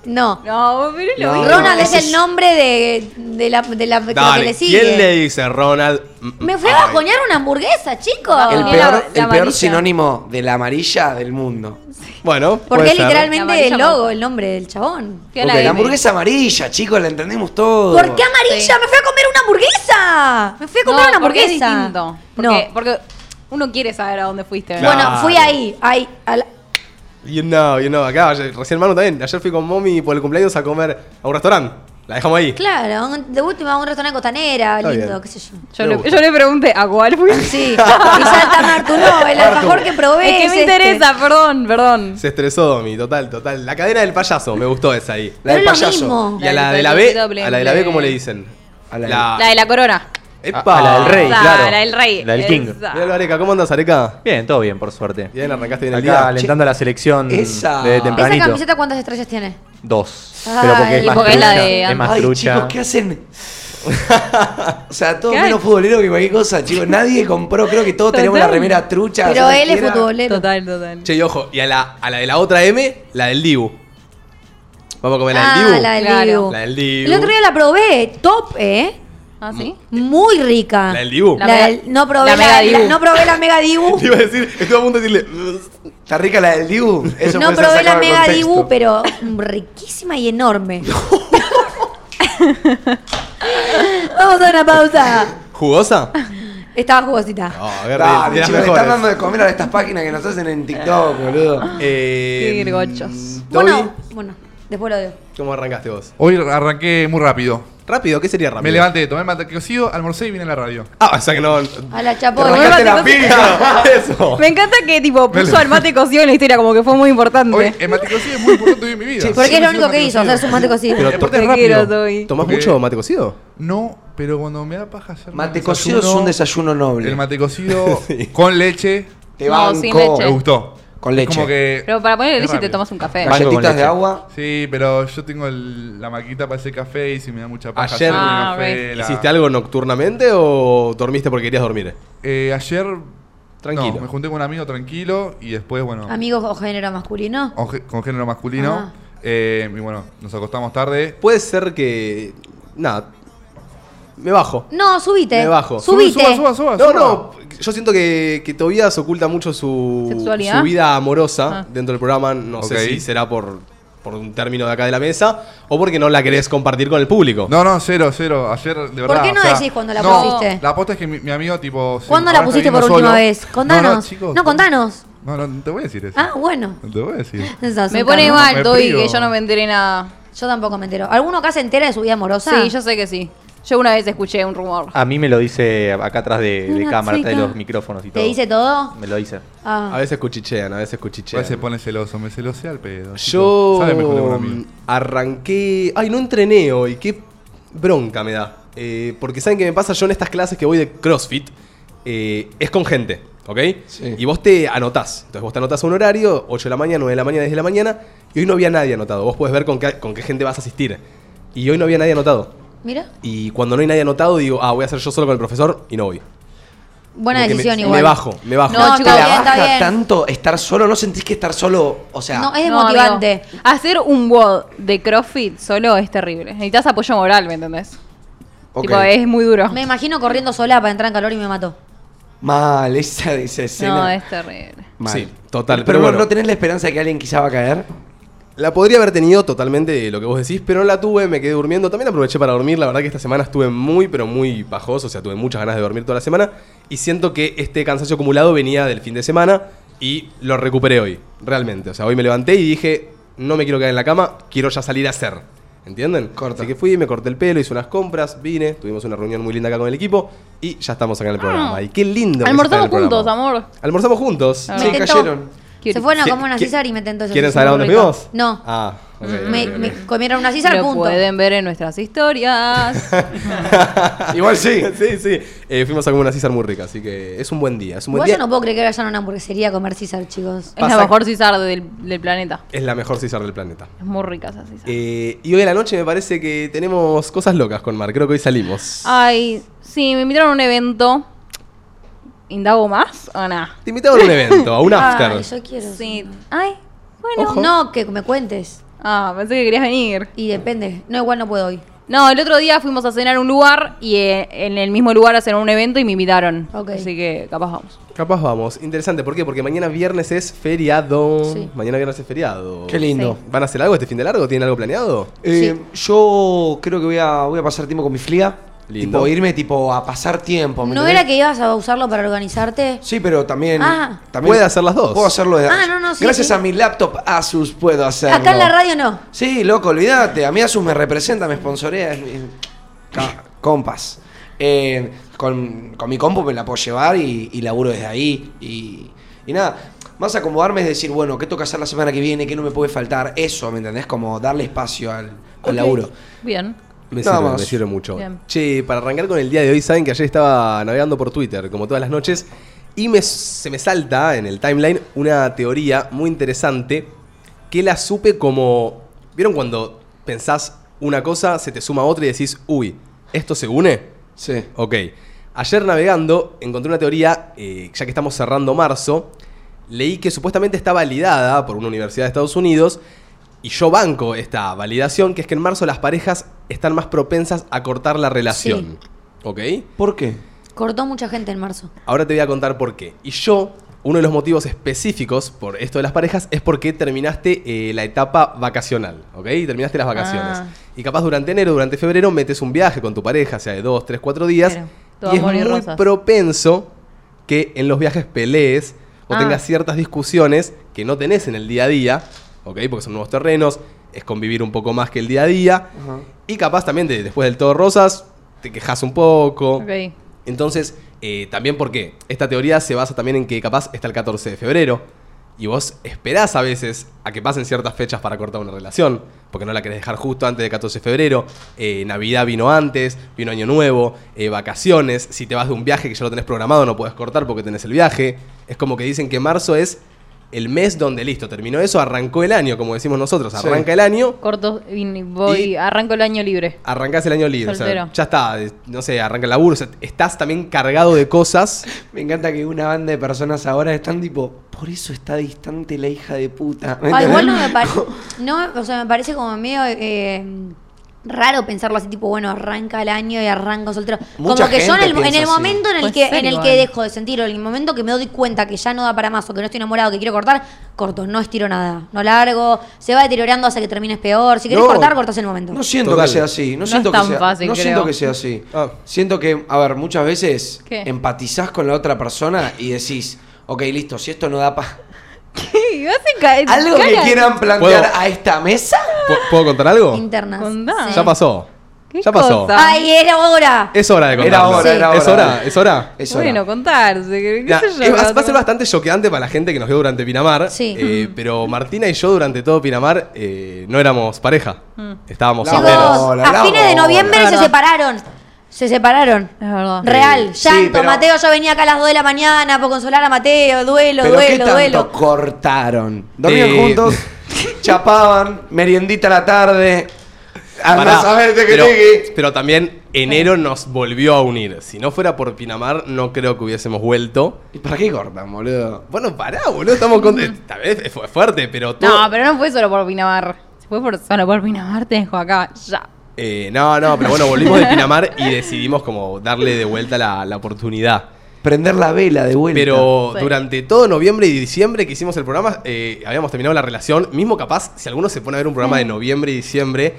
[SPEAKER 2] No.
[SPEAKER 4] No, pero es lo
[SPEAKER 3] No.
[SPEAKER 4] mismo.
[SPEAKER 2] Ronald
[SPEAKER 3] no,
[SPEAKER 2] es
[SPEAKER 3] ese
[SPEAKER 2] el
[SPEAKER 3] es-
[SPEAKER 2] nombre de, de la, de la de la que
[SPEAKER 1] Dale,
[SPEAKER 2] le
[SPEAKER 1] ¿quién le
[SPEAKER 2] sigue.
[SPEAKER 1] dice Ronald? Mm, mm,
[SPEAKER 2] Me fui a
[SPEAKER 1] ay.
[SPEAKER 2] bajonear una hamburguesa, chicos.
[SPEAKER 4] El
[SPEAKER 3] El
[SPEAKER 4] Ah,
[SPEAKER 3] peor,
[SPEAKER 4] la- la
[SPEAKER 3] el peor
[SPEAKER 4] amarilla.
[SPEAKER 3] sinónimo de la amarilla del mundo.
[SPEAKER 1] Bueno,
[SPEAKER 2] Porque es
[SPEAKER 1] puede ser.
[SPEAKER 4] La
[SPEAKER 2] literalmente
[SPEAKER 4] amarilla
[SPEAKER 2] el logo, el nombre del chabón.
[SPEAKER 4] ¿Qué
[SPEAKER 3] Ok,
[SPEAKER 4] la
[SPEAKER 3] la
[SPEAKER 4] M?
[SPEAKER 3] hamburguesa amarilla, chicos, la entendemos todo.
[SPEAKER 2] ¿Por qué amarilla?
[SPEAKER 4] Sí.
[SPEAKER 2] Me fui a comer una hamburguesa. Me fui a
[SPEAKER 4] No,
[SPEAKER 2] comprar una
[SPEAKER 4] porque es
[SPEAKER 2] hamburguesa.
[SPEAKER 4] distinto. Porque,
[SPEAKER 2] no.
[SPEAKER 4] porque uno quiere saber a dónde fuiste. ¿verdad?
[SPEAKER 1] Claro.
[SPEAKER 2] Bueno, fui ahí. ahí a la-
[SPEAKER 1] You know, you know, acá, ayer- recién hermano también. Ayer fui con mommy por el cumpleaños a comer a un restaurante. La dejamos ahí.
[SPEAKER 2] Claro, un- de última un restaurante costanera,
[SPEAKER 1] Está
[SPEAKER 2] lindo,
[SPEAKER 1] bien.
[SPEAKER 2] qué sé yo.
[SPEAKER 4] Yo,
[SPEAKER 1] Me
[SPEAKER 4] le,
[SPEAKER 1] gusta.
[SPEAKER 4] yo le pregunté a cuál fui.
[SPEAKER 2] Sí, y salta Martu, no, el
[SPEAKER 1] Martu.
[SPEAKER 2] alfajor que probé.
[SPEAKER 4] es que me
[SPEAKER 2] este.
[SPEAKER 4] interesa, perdón, perdón.
[SPEAKER 1] Se estresó Domi, total, total. La cadena del payaso, me gustó esa ahí.
[SPEAKER 3] La
[SPEAKER 2] Pero
[SPEAKER 3] del
[SPEAKER 2] es lo
[SPEAKER 3] payaso.
[SPEAKER 2] mismo.
[SPEAKER 1] Y a la de la B, a la de la B, ¿cómo le dicen?
[SPEAKER 5] Ah.
[SPEAKER 3] A la-
[SPEAKER 4] La de la corona.
[SPEAKER 1] ¡Epa!
[SPEAKER 6] A, a Ah, la del rey,
[SPEAKER 4] O sea,
[SPEAKER 6] claro.
[SPEAKER 4] la del rey.
[SPEAKER 6] La del king.
[SPEAKER 4] Esa.
[SPEAKER 1] Mirá, Areca, ¿cómo andas, Areca?
[SPEAKER 6] Bien, todo bien, por suerte.
[SPEAKER 1] Bien, arrancaste bien el
[SPEAKER 6] Acá
[SPEAKER 1] día.
[SPEAKER 6] alentando a la selección
[SPEAKER 3] esa-
[SPEAKER 6] de
[SPEAKER 2] ¿Esa
[SPEAKER 6] tempranito.
[SPEAKER 2] camiseta cuántas estrellas tiene?
[SPEAKER 6] Dos.
[SPEAKER 2] Ay,
[SPEAKER 6] pero porque es
[SPEAKER 2] y
[SPEAKER 6] más
[SPEAKER 4] porque es la
[SPEAKER 6] trucha,
[SPEAKER 4] de
[SPEAKER 6] es más
[SPEAKER 3] Ay,
[SPEAKER 6] trucha.
[SPEAKER 3] chicos, ¿qué hacen? o sea, todo
[SPEAKER 4] ¿Qué
[SPEAKER 3] menos
[SPEAKER 4] hay?
[SPEAKER 3] futbolero que cualquier cosa, chicos. Nadie compró, creo que todos tenemos la
[SPEAKER 4] Total.
[SPEAKER 3] remera trucha.
[SPEAKER 2] Pero
[SPEAKER 3] ¿sabes
[SPEAKER 2] él es
[SPEAKER 3] qué era?
[SPEAKER 2] futbolero.
[SPEAKER 4] Total, total.
[SPEAKER 1] Che, y ojo, y a la, a la de la otra M, la del Dibu. Vamos a comer la del
[SPEAKER 2] Ah,
[SPEAKER 1] Dibu.
[SPEAKER 2] la del
[SPEAKER 4] Claro.
[SPEAKER 2] Dibu.
[SPEAKER 1] La del Dibu.
[SPEAKER 2] El otro día la probé, top, ¿eh?
[SPEAKER 4] ¿Ah, sí?
[SPEAKER 2] Muy rica.
[SPEAKER 1] ¿La del Dibu?
[SPEAKER 2] La
[SPEAKER 4] La
[SPEAKER 2] del-
[SPEAKER 4] mega-
[SPEAKER 2] no, probé
[SPEAKER 4] la
[SPEAKER 2] la,
[SPEAKER 4] mega Dibu.
[SPEAKER 2] la- no probé la mega Dibu.
[SPEAKER 1] Te iba a decir, estuve a punto de decirle.
[SPEAKER 3] ¿Está rica la del Dibu? Eso
[SPEAKER 2] no
[SPEAKER 3] puede ser
[SPEAKER 2] probé la
[SPEAKER 3] sacado de
[SPEAKER 2] mega
[SPEAKER 3] contexto.
[SPEAKER 2] Dibu, pero riquísima y enorme. Vamos a una pausa.
[SPEAKER 1] ¿Jugosa?
[SPEAKER 2] Estaba jugosita.
[SPEAKER 1] No, a ver, de- de
[SPEAKER 3] Dale,
[SPEAKER 1] las
[SPEAKER 3] chicos, le están
[SPEAKER 1] mejores.
[SPEAKER 3] dando de comer a estas páginas que nos hacen en TikTok, boludo.
[SPEAKER 1] Eh,
[SPEAKER 4] Qué grilgochos.
[SPEAKER 1] Dobby,
[SPEAKER 2] Bueno, bueno, después lo digo.
[SPEAKER 1] ¿Cómo arrancaste vos?
[SPEAKER 5] Hoy arranqué muy rápido.
[SPEAKER 1] Rápido, ¿qué sería rápido?
[SPEAKER 5] Me levanté, tomé mate cocido, almorcé y vine a la radio.
[SPEAKER 1] Ah, o sea que no.
[SPEAKER 2] A la
[SPEAKER 3] Te
[SPEAKER 2] chapoy.
[SPEAKER 3] arrancaste la
[SPEAKER 4] Vuelva,
[SPEAKER 3] pija.
[SPEAKER 1] Eso.
[SPEAKER 4] Me encanta que tipo puso
[SPEAKER 5] Dale.
[SPEAKER 4] al mate cocido en la historia, como que fue muy importante.
[SPEAKER 5] Hoy el mate cocido es muy importante hoy en mi vida.
[SPEAKER 2] Porque
[SPEAKER 5] Siempre
[SPEAKER 2] es
[SPEAKER 5] he
[SPEAKER 2] lo
[SPEAKER 5] sido
[SPEAKER 2] único que
[SPEAKER 5] mate
[SPEAKER 2] hizo,
[SPEAKER 5] cocido.
[SPEAKER 2] hacerse un mate cocido.
[SPEAKER 1] Pero
[SPEAKER 5] Y
[SPEAKER 1] to-
[SPEAKER 5] aparte es
[SPEAKER 4] Te quiero,
[SPEAKER 5] rápido.
[SPEAKER 4] Toby.
[SPEAKER 1] ¿Tomás
[SPEAKER 5] Porque-
[SPEAKER 1] mucho mate cocido?
[SPEAKER 5] No, pero cuando me da paja hacer
[SPEAKER 3] Mate cocido es un desayuno noble.
[SPEAKER 5] El mate cocido con leche
[SPEAKER 3] Te
[SPEAKER 4] No,
[SPEAKER 3] banco.
[SPEAKER 4] sin leche.
[SPEAKER 5] me gustó.
[SPEAKER 3] Con
[SPEAKER 5] Es
[SPEAKER 3] leche.
[SPEAKER 5] Como que
[SPEAKER 4] Pero para poner
[SPEAKER 5] es
[SPEAKER 4] leche te
[SPEAKER 5] rápido.
[SPEAKER 4] tomas un café.
[SPEAKER 6] Banco con
[SPEAKER 3] Galletitas de
[SPEAKER 6] leche.
[SPEAKER 3] agua.
[SPEAKER 5] Sí, pero yo tengo el- la maquita para hacer café y si me da mucha paja
[SPEAKER 1] Ayer-
[SPEAKER 5] hacer un
[SPEAKER 4] Ah,
[SPEAKER 5] café, la-
[SPEAKER 1] ¿Hiciste algo nocturnamente o dormiste porque querías dormir?
[SPEAKER 5] Eh, ayer
[SPEAKER 1] Tranquilo.
[SPEAKER 5] no, me junté con un amigo tranquilo y después bueno,
[SPEAKER 2] Amigos o género masculino.
[SPEAKER 1] Oh.
[SPEAKER 5] con gé- con género masculino eh, y bueno, nos acostamos tarde.
[SPEAKER 1] Puede ser que. Nada. Me bajo.
[SPEAKER 2] No, subite.
[SPEAKER 1] Me bajo.
[SPEAKER 5] Sube,
[SPEAKER 2] Subite.
[SPEAKER 5] suba, suba, suba,
[SPEAKER 1] No,
[SPEAKER 5] suba.
[SPEAKER 1] no, yo siento que, que Tobías oculta mucho su,
[SPEAKER 4] ¿Sexualidad?
[SPEAKER 1] su vida amorosa
[SPEAKER 4] Ah.
[SPEAKER 1] dentro del programa. No sé
[SPEAKER 5] Ok.
[SPEAKER 1] si será por, por un término de acá de la mesa o porque no la querés compartir con el público.
[SPEAKER 5] No, no, cero, cero. Ayer, de verdad.
[SPEAKER 2] qué no
[SPEAKER 5] o sea,
[SPEAKER 2] decís cuando la
[SPEAKER 5] no,
[SPEAKER 2] pusiste?
[SPEAKER 5] La aposta es que mi, mi amigo, tipo. se-
[SPEAKER 2] ¿Cuándo la
[SPEAKER 5] ahora está
[SPEAKER 2] pusiste por
[SPEAKER 5] viendo
[SPEAKER 2] última
[SPEAKER 5] solo.
[SPEAKER 2] vez? Contanos.
[SPEAKER 5] No,
[SPEAKER 2] No,
[SPEAKER 5] no, chicos,
[SPEAKER 2] contanos.
[SPEAKER 5] No, no, no te voy a decir eso.
[SPEAKER 2] Ah, bueno.
[SPEAKER 5] No te voy a decir.
[SPEAKER 2] Sos
[SPEAKER 4] Me
[SPEAKER 2] un
[SPEAKER 4] pone
[SPEAKER 2] cabrón.
[SPEAKER 4] mal,
[SPEAKER 5] me
[SPEAKER 4] Toby,
[SPEAKER 5] privo.
[SPEAKER 4] que yo no me enteré nada.
[SPEAKER 2] Yo tampoco me entero. ¿Alguno acá se entera de su vida amorosa?
[SPEAKER 4] Sí, yo sé que sí. Yo una vez escuché un rumor.
[SPEAKER 6] A mí me lo dice acá atrás de, de
[SPEAKER 2] Una
[SPEAKER 6] cámara, atrás de
[SPEAKER 2] chica.
[SPEAKER 6] los micrófonos y
[SPEAKER 2] ¿Te
[SPEAKER 6] todo.
[SPEAKER 2] dice todo?
[SPEAKER 6] Me lo dice.
[SPEAKER 1] A
[SPEAKER 2] Ah.
[SPEAKER 1] veces cuchichean, a veces
[SPEAKER 5] A veces se
[SPEAKER 1] cuchichean.
[SPEAKER 5] pone celoso, me celosea al pedo.
[SPEAKER 1] Yo mm,
[SPEAKER 5] Sabe mejor de un amigo.
[SPEAKER 1] arranqué. Ay, no entrené hoy. Qué bronca me da. Eh, porque saben que me pasa yo en estas clases que voy de CrossFit. eh, es con gente, ¿ok?
[SPEAKER 3] Sí.
[SPEAKER 1] Y vos te anotás. Entonces vos te anotás a un horario, 8 de la mañana, 9 de la mañana, 10 de la mañana. Y hoy no había nadie anotado. Vos podés ver con qué, con qué gente vas a asistir. Y hoy no había nadie anotado.
[SPEAKER 2] Mira.
[SPEAKER 1] Y cuando no hay nadie anotado, digo, ah, voy a hacer yo solo con el profesor y no voy.
[SPEAKER 2] Buena
[SPEAKER 1] Como que me-
[SPEAKER 2] decisión
[SPEAKER 1] me
[SPEAKER 2] igual.
[SPEAKER 1] bajo, me bajo.
[SPEAKER 2] No,
[SPEAKER 4] No,
[SPEAKER 2] chicos,
[SPEAKER 4] está
[SPEAKER 3] ¿Te
[SPEAKER 2] bien,
[SPEAKER 3] baja
[SPEAKER 2] está bien.
[SPEAKER 3] tanto estar solo? ¿No sentís que estar solo, o sea...
[SPEAKER 2] No, es
[SPEAKER 4] No,
[SPEAKER 2] desmotivante.
[SPEAKER 4] amigo. Hacer un WOD de CrossFit solo es terrible. Necesitas apoyo moral, ¿me entendés?
[SPEAKER 3] ok.
[SPEAKER 4] Tipo, es muy duro.
[SPEAKER 2] Me imagino corriendo sola para entrar en calor y me mató.
[SPEAKER 3] Mal, esa, esa escena.
[SPEAKER 4] No, es terrible.
[SPEAKER 3] Mal.
[SPEAKER 1] Sí, total,
[SPEAKER 3] Pero,
[SPEAKER 1] pero
[SPEAKER 3] no-
[SPEAKER 1] bueno.
[SPEAKER 3] ¿no tenés la esperanza de que alguien quizá va a caer?
[SPEAKER 1] La podría haber tenido totalmente lo que vos decís, pero no la tuve, me quedé durmiendo. También aproveché para dormir, la verdad que esta semana estuve muy, pero muy bajoso, o sea, tuve muchas ganas de dormir toda la semana. Y siento que este cansancio acumulado venía del fin de semana y lo recuperé hoy, realmente. O sea, hoy me levanté y dije, no me quiero quedar en la cama, quiero ya salir a hacer. ¿Entienden?
[SPEAKER 3] Corta.
[SPEAKER 1] Así que fui, me corté el pelo, hice unas compras, vine, tuvimos una reunión muy linda acá con el equipo y ya estamos acá en el programa. Y qué lindo. que se está
[SPEAKER 4] Ah. Almorzamos
[SPEAKER 1] en el
[SPEAKER 4] juntos,
[SPEAKER 1] programa.
[SPEAKER 4] amor.
[SPEAKER 1] Almorzamos juntos.
[SPEAKER 4] Ah.
[SPEAKER 2] Me
[SPEAKER 3] Sí,
[SPEAKER 2] tentó.
[SPEAKER 3] cayeron.
[SPEAKER 2] Se fueron a comer una César y me tentó eso.
[SPEAKER 1] ¿Quieren
[SPEAKER 2] Sí,
[SPEAKER 1] saber a
[SPEAKER 2] muy
[SPEAKER 1] dónde
[SPEAKER 2] rico.
[SPEAKER 1] fuimos?
[SPEAKER 2] No. Mm,
[SPEAKER 1] Ah, ok, ok,
[SPEAKER 2] me,
[SPEAKER 1] ok.
[SPEAKER 2] me comieron una César,
[SPEAKER 4] Lo
[SPEAKER 2] punto.
[SPEAKER 4] pueden ver en nuestras historias.
[SPEAKER 3] Igual sí.
[SPEAKER 1] sí, sí. Eh, fuimos a comer una César muy rica, así que es un buen día. Es un buen
[SPEAKER 2] Igual
[SPEAKER 1] día.
[SPEAKER 2] yo no puedo creer que vayan a una hamburguesería a comer César, chicos.
[SPEAKER 4] es la
[SPEAKER 1] Pasa-
[SPEAKER 4] mejor César del, del planeta.
[SPEAKER 1] Es la mejor César del planeta.
[SPEAKER 4] Es muy rica esa César.
[SPEAKER 1] Eh, y hoy a la noche me parece que tenemos cosas locas con Mar. Creo que hoy salimos.
[SPEAKER 2] Ah.
[SPEAKER 4] Ay, sí, me invitaron a un evento. ¿Indago más o nada?
[SPEAKER 1] Te invitamos a un evento, a un after.
[SPEAKER 2] Ay, yo quiero.
[SPEAKER 4] Sí.
[SPEAKER 2] eso.
[SPEAKER 4] Ay, bueno.
[SPEAKER 1] Ojo.
[SPEAKER 2] No, que me cuentes.
[SPEAKER 4] Ah, pensé que querías venir.
[SPEAKER 2] Y depende. No, igual no puedo hoy.
[SPEAKER 4] No, el otro día fuimos a cenar a un lugar y eh, en el mismo lugar hacen un evento y me invitaron.
[SPEAKER 2] Ok.
[SPEAKER 4] Así que capaz vamos.
[SPEAKER 1] Capaz vamos. Interesante, ¿por qué? Porque mañana viernes es feriado.
[SPEAKER 2] Sí.
[SPEAKER 1] Mañana viernes es feriado.
[SPEAKER 3] Qué lindo.
[SPEAKER 1] ¿Van a hacer algo este fin de largo? ¿Tienen algo planeado?
[SPEAKER 3] Eh, Yo creo que voy a, voy a pasar tiempo con mi fliga.
[SPEAKER 1] Lindo.
[SPEAKER 3] Tipo, irme tipo a pasar tiempo. ¿me
[SPEAKER 2] ¿No
[SPEAKER 3] entendés?
[SPEAKER 2] era que ibas a usarlo para organizarte?
[SPEAKER 3] Sí, pero también...
[SPEAKER 2] Ah.
[SPEAKER 3] también
[SPEAKER 1] Puede hacer las dos.
[SPEAKER 3] Puedo hacerlo de
[SPEAKER 2] Ah, no, no, sí,
[SPEAKER 3] Gracias
[SPEAKER 2] sí.
[SPEAKER 3] a mi laptop Asus puedo hacerlo.
[SPEAKER 2] Acá en la radio no.
[SPEAKER 3] Sí, loco, olvídate. A mí Asus me representa, me sponsorea. es mi- ca- Compas. Eh, con, con mi compu me la puedo llevar y, y laburo desde ahí. Y, y nada, más acomodarme es decir, bueno, ¿qué toca hacer la semana que viene? ¿Qué no me puede faltar? Eso, ¿me entendés? Como darle espacio al, al laburo.
[SPEAKER 4] Bien.
[SPEAKER 1] Me
[SPEAKER 3] Nada
[SPEAKER 1] sirve,
[SPEAKER 3] más.
[SPEAKER 1] me sirve mucho.
[SPEAKER 4] Bien.
[SPEAKER 1] Che, para arrancar con el día de hoy, saben que ayer estaba navegando por Twitter, como todas las noches, y me, se me salta en el timeline una teoría muy interesante que la supe como. ¿Vieron cuando pensás una cosa, se te suma otra y decís, uy, ¿esto se une?
[SPEAKER 3] Sí.
[SPEAKER 1] Ok. Ayer navegando encontré una teoría, eh, ya que estamos cerrando marzo, leí que supuestamente está validada por una universidad de Estados Unidos y yo banco esta validación, que es que en marzo las parejas están más propensas a cortar la relación. ¿Ok?
[SPEAKER 3] ¿Por qué?
[SPEAKER 2] Cortó mucha gente en marzo.
[SPEAKER 1] Ahora te voy a contar por qué. Y yo, uno de los motivos específicos por esto de las parejas es porque terminaste eh, la etapa vacacional, ¿ok? Terminaste las vacaciones.
[SPEAKER 4] Ah.
[SPEAKER 1] Y capaz durante enero, durante febrero, metes un viaje con tu pareja, sea de dos, tres, cuatro días.
[SPEAKER 4] Claro, todo
[SPEAKER 1] y es
[SPEAKER 4] amor y
[SPEAKER 1] muy
[SPEAKER 4] rosas.
[SPEAKER 1] propenso que en los viajes pelees o
[SPEAKER 4] Ah.
[SPEAKER 1] tengas ciertas discusiones que no tenés en el día a día, ¿ok? Porque son nuevos terrenos, es convivir un poco más que el día a día.
[SPEAKER 3] Ajá.
[SPEAKER 1] Y capaz también de- después del todo rosas, te quejas un poco.
[SPEAKER 4] Ok.
[SPEAKER 1] Entonces, eh, también porque esta teoría se basa también en que capaz está el 14 de febrero y vos esperás a veces a que pasen ciertas fechas para cortar una relación, porque no la querés dejar justo antes del 14 de febrero. Eh, Navidad vino antes, vino Año Nuevo, eh, vacaciones. Si te vas de un viaje que ya lo tenés programado, no puedes cortar porque tenés el viaje. Es como que dicen que marzo es el mes donde listo, terminó eso, arrancó el año, como decimos nosotros,
[SPEAKER 3] Sí.
[SPEAKER 1] arranca el año.
[SPEAKER 4] Corto y voy,
[SPEAKER 1] Y-
[SPEAKER 4] arranco el año libre.
[SPEAKER 1] Arrancás el año libre, o sea,
[SPEAKER 4] Soltero.
[SPEAKER 1] ya está, eh, no sé, arranca el laburo, o sea, estás también cargado de cosas
[SPEAKER 3] Me encanta que una banda de personas ahora están tipo, por eso está distante la hija de puta. ¿Me
[SPEAKER 2] Ah,
[SPEAKER 3] entendés?
[SPEAKER 2] igual no me parece. No, o sea, me parece como medio. eh, raro pensarlo así, tipo, bueno, arranca el año y arranca soltero.
[SPEAKER 3] Mucha
[SPEAKER 2] como que yo en
[SPEAKER 3] gente
[SPEAKER 2] el, en
[SPEAKER 3] piensa
[SPEAKER 2] el
[SPEAKER 3] así.
[SPEAKER 2] momento en el,
[SPEAKER 4] Puede
[SPEAKER 2] que,
[SPEAKER 4] ser
[SPEAKER 2] en el
[SPEAKER 4] igual.
[SPEAKER 2] que dejo de sentirlo, en el momento que me doy cuenta que ya no da para más o que no estoy enamorado, que quiero cortar, corto, no estiro nada. No largo, se va deteriorando hasta que termines peor. Si querés
[SPEAKER 3] No.
[SPEAKER 2] cortar, cortas en el momento.
[SPEAKER 3] No siento
[SPEAKER 1] Total.
[SPEAKER 3] que sea así. No,
[SPEAKER 4] No
[SPEAKER 3] siento
[SPEAKER 4] es
[SPEAKER 3] que
[SPEAKER 4] tan
[SPEAKER 3] sea,
[SPEAKER 4] fácil,
[SPEAKER 3] No
[SPEAKER 4] creo.
[SPEAKER 3] siento que sea así.
[SPEAKER 1] Ah.
[SPEAKER 3] Siento que, a ver, muchas veces
[SPEAKER 4] ¿Qué?
[SPEAKER 3] empatizás con la otra persona y decís, ok, listo, si esto no da para... ¿Algo que quieran plantear
[SPEAKER 1] ¿Puedo?
[SPEAKER 3] a esta mesa?
[SPEAKER 1] ¿Pu- ¿Puedo contar algo?
[SPEAKER 2] Internas.
[SPEAKER 4] Contá.
[SPEAKER 2] Sí.
[SPEAKER 1] Ya pasó.
[SPEAKER 4] ¿Qué
[SPEAKER 1] Ya pasó.
[SPEAKER 4] cosa?
[SPEAKER 2] ¡Ay, era hora!
[SPEAKER 1] Es hora de
[SPEAKER 3] Era
[SPEAKER 1] contarlo.
[SPEAKER 3] hora,
[SPEAKER 2] Sí.
[SPEAKER 3] era
[SPEAKER 1] Es
[SPEAKER 3] hora.
[SPEAKER 1] hora, es hora.
[SPEAKER 3] Es hora.
[SPEAKER 4] bueno, contarse. ¿qué
[SPEAKER 1] Ya,
[SPEAKER 4] sé
[SPEAKER 1] es-
[SPEAKER 4] yo,
[SPEAKER 1] va, va a ser
[SPEAKER 4] ¿no?
[SPEAKER 1] bastante choqueante para la gente que nos vio durante Pinamar.
[SPEAKER 2] Sí.
[SPEAKER 1] eh,
[SPEAKER 4] Mm.
[SPEAKER 1] pero Martina y yo durante todo Pinamar eh, no éramos pareja.
[SPEAKER 4] Mm.
[SPEAKER 1] Estábamos
[SPEAKER 3] La
[SPEAKER 2] Chicos,
[SPEAKER 1] solteros.
[SPEAKER 3] bola, la
[SPEAKER 2] a fines de
[SPEAKER 3] bola.
[SPEAKER 2] noviembre
[SPEAKER 4] La
[SPEAKER 2] se
[SPEAKER 4] verdad.
[SPEAKER 2] separaron. Se separaron.
[SPEAKER 4] Es verdad.
[SPEAKER 2] Real,
[SPEAKER 3] Sí,
[SPEAKER 2] llanto,
[SPEAKER 3] pero-
[SPEAKER 2] Mateo, yo venía acá a las 2 de la mañana por consolar a Mateo, duelo,
[SPEAKER 3] Pero ¿qué
[SPEAKER 2] duelo,
[SPEAKER 3] tanto
[SPEAKER 2] duelo.
[SPEAKER 3] cortaron? Dormían
[SPEAKER 1] Eh.
[SPEAKER 3] juntos, chapaban, meriendita a la tarde.
[SPEAKER 1] Pará,
[SPEAKER 3] Andás a ver, teque,
[SPEAKER 1] pero,
[SPEAKER 3] teque.
[SPEAKER 1] pero también enero nos volvió a unir. Si no fuera por Pinamar, no creo que hubiésemos vuelto.
[SPEAKER 3] ¿Y para qué cortan, boludo?
[SPEAKER 1] Bueno, pará, boludo. Estamos con. eh, Tal vez fue fuerte, pero todo.
[SPEAKER 4] Mm. No, pero no fue solo por Pinamar. Si fue por, solo por Pinamar, te dejo acá. Ya.
[SPEAKER 1] Eh, no, no, pero bueno, volvimos de Pinamar y decidimos como darle de vuelta la- la oportunidad.
[SPEAKER 3] Prender la vela de vuelta.
[SPEAKER 1] Pero
[SPEAKER 4] Sí.
[SPEAKER 1] durante todo noviembre y diciembre que hicimos el programa, eh, habíamos terminado la relación. Mismo capaz, si alguno se pone a ver un programa de noviembre y diciembre,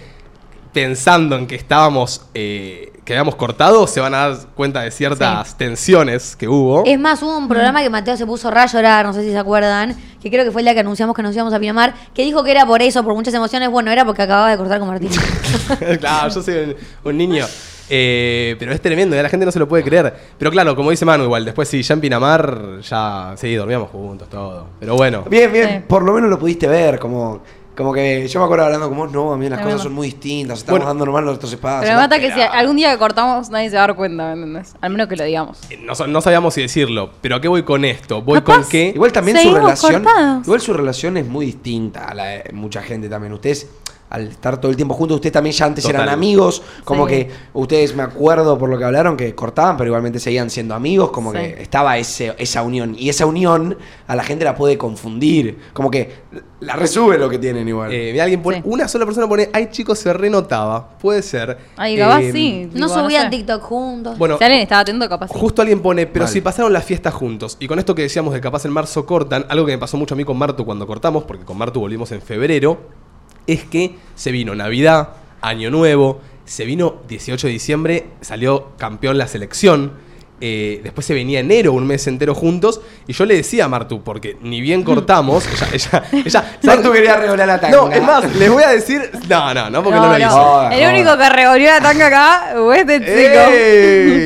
[SPEAKER 1] pensando en que estábamos, eh, que habíamos cortado, se van a dar cuenta de ciertas tensiones que hubo.
[SPEAKER 2] Es más, hubo
[SPEAKER 3] Mm.
[SPEAKER 2] un programa que Mateo se puso re a llorar, no sé si se acuerdan, que creo que fue el día que anunciamos que nos íbamos a Pinamar, que dijo que era por eso, por muchas emociones. Bueno, era porque acababa de cortar con Martín.
[SPEAKER 1] claro, yo soy un, un niño. Eh, pero es tremendo, ya la gente no se lo puede creer. Pero claro, como dice Manu, igual, después sí, ya en Pinamar, ya, sí, dormíamos juntos, todo. Pero bueno.
[SPEAKER 3] Bien, bien,
[SPEAKER 4] Sí.
[SPEAKER 3] por lo menos lo pudiste ver, como, como que yo me acuerdo hablando con vos, no, a mí las
[SPEAKER 4] Es
[SPEAKER 3] cosas
[SPEAKER 4] verdad.
[SPEAKER 3] son muy distintas, estamos
[SPEAKER 1] Bueno.
[SPEAKER 3] dando normal los otros espacios.
[SPEAKER 4] Pero me
[SPEAKER 3] ¿no?
[SPEAKER 4] mata que si algún día que cortamos nadie se va a dar cuenta, ¿me entendés? Al menos que lo digamos.
[SPEAKER 1] No, sa- no sabíamos si decirlo, pero ¿a qué voy con esto? Voy con
[SPEAKER 4] Capaz.
[SPEAKER 1] que...
[SPEAKER 3] Igual también su
[SPEAKER 4] Seguimos
[SPEAKER 3] relación,
[SPEAKER 4] cortados.
[SPEAKER 3] igual su relación es muy distinta a la de mucha gente también. Ustedes, al estar todo el tiempo juntos, ustedes también ya antes
[SPEAKER 1] Total.
[SPEAKER 3] eran amigos, como
[SPEAKER 4] Sí.
[SPEAKER 3] que ustedes me acuerdo por lo que hablaron que cortaban, pero igualmente seguían siendo amigos, como
[SPEAKER 4] Sí.
[SPEAKER 3] que estaba ese, esa unión y esa unión a la gente la puede confundir, como que la resube lo que tienen igual.
[SPEAKER 1] Eh, mirá, alguien pone,
[SPEAKER 4] Sí.
[SPEAKER 1] una sola persona pone, ay chicos, se renotaba. Puede ser.
[SPEAKER 4] Ay, capaz
[SPEAKER 1] Eh,
[SPEAKER 4] sí.
[SPEAKER 2] No
[SPEAKER 4] digo, sé.
[SPEAKER 2] subían TikTok juntos.
[SPEAKER 1] Bueno,
[SPEAKER 4] Si alguien estaba atento, capaz sí.
[SPEAKER 1] justo alguien pone, pero
[SPEAKER 3] Mal.
[SPEAKER 1] si pasaron las fiestas juntos. Y con esto que decíamos de capaz en marzo cortan, algo que me pasó mucho a mí con Martu cuando cortamos, porque con Martu volvimos en febrero, es que se vino Navidad, Año Nuevo, se vino 18 de diciembre, salió campeón la selección. eh, después se venía enero, un mes entero juntos, y yo le decía a Martu, porque ni bien cortamos, ella, ella, ella
[SPEAKER 3] Martu quería revelar la tanga.
[SPEAKER 1] No, es más, les voy a decir. No, no, no, porque no, Eh. lo hizo.
[SPEAKER 3] Joda,
[SPEAKER 4] El
[SPEAKER 3] joda.
[SPEAKER 4] único que revolvió la tanga acá fue este chico.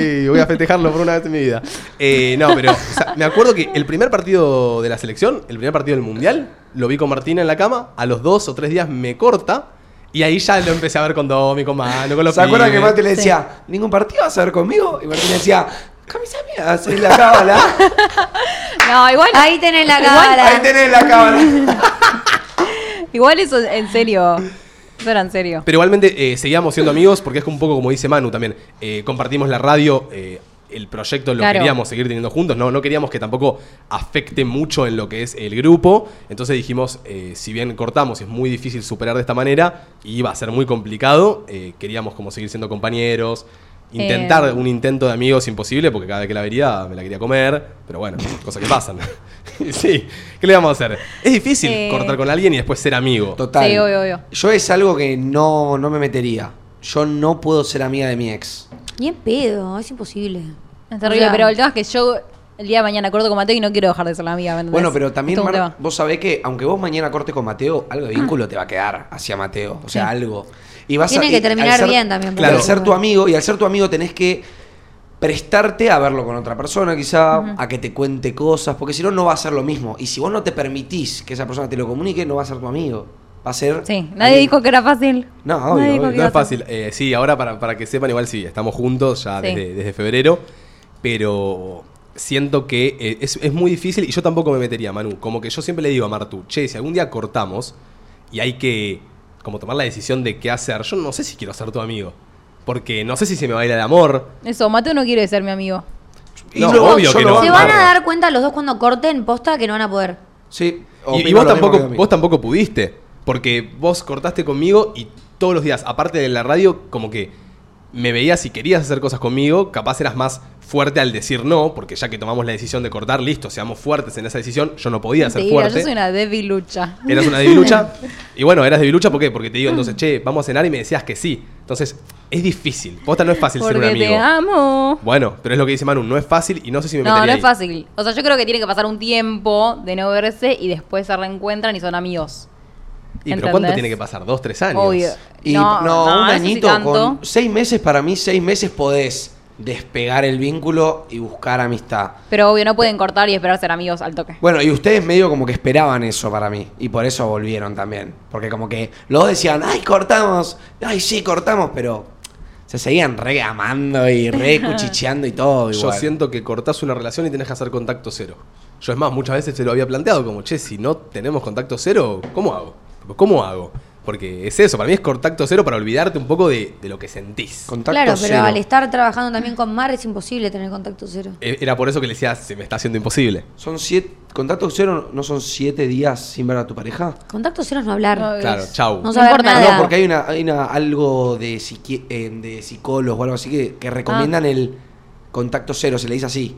[SPEAKER 1] ¡Ey! Voy a festejarlo por una vez en mi vida. Eh, no, pero o sea, me acuerdo que el primer partido de la selección, el primer partido del Mundial, lo vi con Martina en la cama, a los dos o tres días me corta. Y ahí ya lo empecé a ver con Domi, con Mano, con los
[SPEAKER 3] ¿Se acuerdan que
[SPEAKER 1] pibes.
[SPEAKER 3] Mate le decía, ningún partido vas a ver conmigo? Y Martín le decía, camisa mía, soy la cábala.
[SPEAKER 4] No, igual,
[SPEAKER 2] Ahí tenés la
[SPEAKER 3] Ahí
[SPEAKER 2] cábala.
[SPEAKER 3] tenés la cábala.
[SPEAKER 4] igual eso en serio. Eso era en serio.
[SPEAKER 1] Pero igualmente eh, seguíamos siendo amigos porque es un poco como dice Manu también. eh, compartimos la radio, eh, el proyecto lo
[SPEAKER 4] Claro.
[SPEAKER 1] queríamos seguir teniendo juntos, no, no queríamos que tampoco afecte mucho en lo que es el grupo. Entonces dijimos, eh, si bien cortamos, es muy difícil superar de esta manera y iba a ser muy complicado, eh, queríamos como seguir siendo compañeros. Intentar
[SPEAKER 4] Eh.
[SPEAKER 1] un intento de amigos imposible, porque cada vez que la vería me la quería comer, pero bueno, cosas que pasan. sí, ¿qué le vamos a hacer? Es difícil
[SPEAKER 4] Eh.
[SPEAKER 1] cortar con alguien y después ser amigo.
[SPEAKER 3] Total.
[SPEAKER 4] Sí, obvio, obvio.
[SPEAKER 3] Yo es algo que no, no me metería. Yo no puedo ser amiga de mi ex.
[SPEAKER 2] Ni en pedo, es imposible.
[SPEAKER 4] Es terrible,
[SPEAKER 2] O sea,
[SPEAKER 4] pero el tema es que yo el día de mañana corto con Mateo y no quiero dejar de ser la amiga, ¿me entendés?
[SPEAKER 3] Bueno, pero también
[SPEAKER 4] Esto es un
[SPEAKER 3] Mar,
[SPEAKER 4] tema.
[SPEAKER 3] vos sabés que aunque vos mañana cortes con Mateo, algo de vínculo te va a quedar hacia Mateo. O sea,
[SPEAKER 4] Sí.
[SPEAKER 3] algo. Y vas
[SPEAKER 2] Tiene
[SPEAKER 3] y-
[SPEAKER 2] que
[SPEAKER 3] al
[SPEAKER 2] terminar bien también,
[SPEAKER 3] Claro, al
[SPEAKER 2] porque-
[SPEAKER 3] ser tu amigo, y al ser tu amigo tenés que prestarte a verlo con otra persona, quizá, a que te cuente cosas, porque si no, no va a ser lo mismo. Y si vos no te permitís que esa persona te lo comunique, no va a ser tu amigo. Va a ser.
[SPEAKER 4] Sí, nadie dijo que era fácil.
[SPEAKER 3] No, obvio,
[SPEAKER 4] Nadie
[SPEAKER 3] obvio.
[SPEAKER 4] dijo que
[SPEAKER 1] No
[SPEAKER 4] era
[SPEAKER 1] es fácil. Eh, sí, ahora para, para que sepan, igual sí, estamos juntos ya
[SPEAKER 4] Sí.
[SPEAKER 1] desde, desde febrero, pero siento que eh, es, es muy difícil y yo tampoco me metería, Manu. Como que yo siempre le digo a Martu, che, si algún día cortamos y hay que como tomar la decisión de qué hacer, yo no sé si quiero ser tu amigo, porque no sé si se me va a ir el amor.
[SPEAKER 4] Eso, Mateo no quiere ser mi amigo.
[SPEAKER 3] Y
[SPEAKER 1] No,
[SPEAKER 3] lo-
[SPEAKER 1] obvio
[SPEAKER 3] yo
[SPEAKER 1] que
[SPEAKER 3] lo
[SPEAKER 1] no.
[SPEAKER 2] Se
[SPEAKER 3] banco.
[SPEAKER 2] van a dar cuenta los dos cuando corten posta que no van a poder.
[SPEAKER 3] Sí.
[SPEAKER 1] Y-
[SPEAKER 3] opino
[SPEAKER 1] Y, vos,
[SPEAKER 3] lo mismo
[SPEAKER 1] tampoco,
[SPEAKER 3] que a mí.
[SPEAKER 1] vos tampoco pudiste. Porque vos cortaste conmigo y todos los días, aparte de la radio, como que me veías y querías hacer cosas conmigo, capaz eras más fuerte al decir no, porque ya que tomamos la decisión de cortar, listo, seamos fuertes en esa decisión, yo no podía ser
[SPEAKER 4] Mentira,
[SPEAKER 1] fuerte.
[SPEAKER 4] yo soy una debilucha.
[SPEAKER 1] Eras una debilucha. y bueno, eras debilucha, ¿por qué? Porque te digo, entonces, che, vamos a cenar y me decías que sí. Entonces, es difícil. Posta no es fácil ser un
[SPEAKER 4] Porque
[SPEAKER 1] amigo.
[SPEAKER 4] te amo.
[SPEAKER 1] Bueno, pero es lo que dice Manu, no es fácil y no sé si me
[SPEAKER 4] No,
[SPEAKER 1] metería
[SPEAKER 4] no
[SPEAKER 1] ahí.
[SPEAKER 4] es fácil. O sea, yo creo que tiene que pasar un tiempo de no verse y después se reencuentran y son amigos.
[SPEAKER 1] Y, pero ¿cuánto
[SPEAKER 4] ¿entendés?
[SPEAKER 1] tiene que pasar? ¿Dos, tres años?
[SPEAKER 4] Obvio.
[SPEAKER 3] Y no,
[SPEAKER 4] eso
[SPEAKER 3] un
[SPEAKER 4] sí
[SPEAKER 3] añito
[SPEAKER 4] tanto.
[SPEAKER 3] con seis meses para mí, seis meses podés despegar el vínculo y buscar amistad.
[SPEAKER 4] Pero obvio, no pueden cortar y esperar ser amigos al toque.
[SPEAKER 3] Bueno, y ustedes medio como que esperaban eso para mí. Y por eso volvieron también. Porque como que los dos decían, ay, cortamos, ay, sí, cortamos, pero se seguían re amando y re cuchicheando y todo.
[SPEAKER 1] Yo
[SPEAKER 3] Igual.
[SPEAKER 1] siento que cortás una relación y tenés que hacer contacto cero. Yo es más, muchas veces se lo había planteado como, che, si no tenemos contacto cero, ¿cómo hago? ¿Cómo hago? Porque es eso, para mí es contacto cero para olvidarte un poco de, de lo que sentís.
[SPEAKER 3] Contacto
[SPEAKER 2] claro, pero
[SPEAKER 3] cero.
[SPEAKER 2] al estar trabajando también con Mar es imposible tener contacto cero.
[SPEAKER 1] E- Era por eso que le decía, se me está haciendo imposible.
[SPEAKER 3] Son siete, contacto cero no son siete días sin ver a tu pareja.
[SPEAKER 2] Contacto cero es no hablar.
[SPEAKER 4] No,
[SPEAKER 2] Pues, No,
[SPEAKER 4] Es-
[SPEAKER 1] Claro, chau.
[SPEAKER 4] No
[SPEAKER 2] saber
[SPEAKER 4] importa,
[SPEAKER 2] nada.
[SPEAKER 3] Ah, No, porque hay, una, hay una- algo de, psiqui- eh, de psicólogos o algo así que, que recomiendan el contacto cero, se le dice así.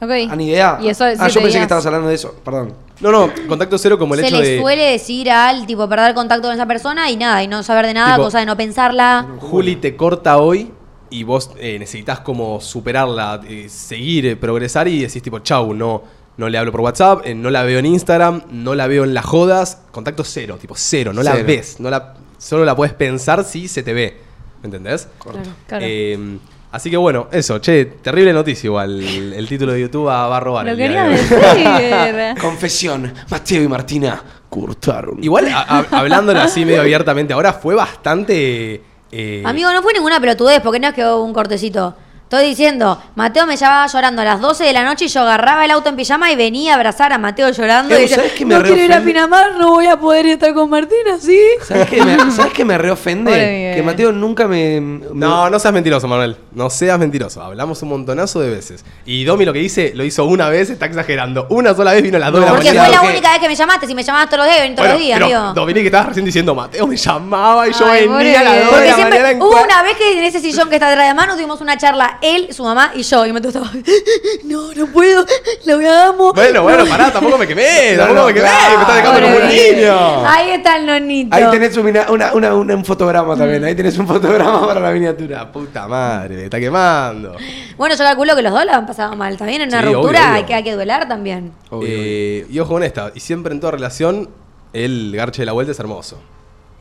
[SPEAKER 4] Ok.
[SPEAKER 3] Ah, ni idea.
[SPEAKER 4] Y eso
[SPEAKER 3] ah,
[SPEAKER 4] es
[SPEAKER 3] yo
[SPEAKER 4] siete
[SPEAKER 3] pensé que
[SPEAKER 4] días.
[SPEAKER 3] estabas hablando de eso, perdón.
[SPEAKER 1] No, no, contacto cero como el
[SPEAKER 2] Se
[SPEAKER 1] hecho
[SPEAKER 2] le
[SPEAKER 1] de...
[SPEAKER 2] suele decir al tipo perder contacto con esa persona y nada, y no saber de nada,
[SPEAKER 1] Tipo,
[SPEAKER 2] cosa de no pensarla.
[SPEAKER 1] Juli te corta hoy y vos eh, necesitas como superarla, eh, seguir, eh, progresar y decís tipo, chau, no, no le hablo por WhatsApp, eh, no la veo en Instagram, no la veo en las jodas, contacto cero, tipo cero, no la
[SPEAKER 3] Cero.
[SPEAKER 1] ves, no la, solo la puedes pensar si se te ve, ¿me entendés?
[SPEAKER 4] Claro.
[SPEAKER 1] Eh, así que bueno, eso, che, terrible noticia igual, el, el título de YouTube va, va a robar.
[SPEAKER 4] Lo
[SPEAKER 1] el día
[SPEAKER 4] quería
[SPEAKER 1] de hoy.
[SPEAKER 4] decir.
[SPEAKER 3] Confesión, Mateo y Martina cortaron.
[SPEAKER 1] Igual, a- a- hablándolo así medio abiertamente ahora, fue bastante... eh,
[SPEAKER 2] Amigo, no fue ninguna pelotudez, porque no es que hubo un cortecito. Estoy diciendo, Mateo me llevaba llorando a las 12 de la noche y yo agarraba el auto en pijama y venía a abrazar a Mateo llorando.
[SPEAKER 3] Eh,
[SPEAKER 2] y decía,
[SPEAKER 3] ¿sabes qué me
[SPEAKER 2] no quiero ir a
[SPEAKER 3] reofende?
[SPEAKER 2] Pinamar, no voy a poder estar con Martina, ¿sí?
[SPEAKER 3] ¿Sabes qué me, ¿sabes qué me reofende?
[SPEAKER 4] Pobre Miguel.
[SPEAKER 3] Que Mateo nunca me. me-
[SPEAKER 1] No, no seas mentiroso, Manuel. No seas mentiroso. Hablamos un montonazo de veces. Y Domi lo que dice, lo hizo una vez, está exagerando. Una sola vez vino a las 2 de la
[SPEAKER 2] Porque
[SPEAKER 1] mañana.
[SPEAKER 2] fue la
[SPEAKER 3] porque-
[SPEAKER 2] única vez que me llamaste. Si me llamabas todos los días, venía todos
[SPEAKER 1] Bueno,
[SPEAKER 2] los días,
[SPEAKER 1] pero
[SPEAKER 2] amigo.
[SPEAKER 1] Dominique, estabas recién diciendo, Mateo me llamaba y yo
[SPEAKER 4] Ay,
[SPEAKER 1] venía a las 2 de
[SPEAKER 4] pobre
[SPEAKER 2] Porque
[SPEAKER 1] la
[SPEAKER 2] siempre
[SPEAKER 1] mañana en
[SPEAKER 2] hubo
[SPEAKER 1] cuer-
[SPEAKER 2] una vez que en ese sillón que está atrás de mano tuvimos una charla él, su mamá y yo. Y me estaba, no, no puedo, la amo.
[SPEAKER 1] Bueno, bueno,
[SPEAKER 2] no".
[SPEAKER 1] pará, tampoco me quemé,
[SPEAKER 3] No,
[SPEAKER 1] tampoco
[SPEAKER 3] no,
[SPEAKER 1] me quemé,
[SPEAKER 3] claro.
[SPEAKER 1] me estás dejando
[SPEAKER 2] Pobre
[SPEAKER 1] como un
[SPEAKER 2] Miguel.
[SPEAKER 1] niño.
[SPEAKER 2] Ahí está el nonito.
[SPEAKER 3] Ahí tenés una- una- una- una- un fotograma también. Ahí tenés un fotograma para la miniatura.
[SPEAKER 1] La puta madre, me está quemando.
[SPEAKER 2] Bueno, yo calculo que los dos lo han pasado mal. También en una
[SPEAKER 1] Sí, obvio,
[SPEAKER 2] ruptura
[SPEAKER 1] obvio.
[SPEAKER 2] Hay, que, hay que duelar también.
[SPEAKER 1] Eh, Y ojo con esta, y siempre en toda relación, el garche de la vuelta es hermoso.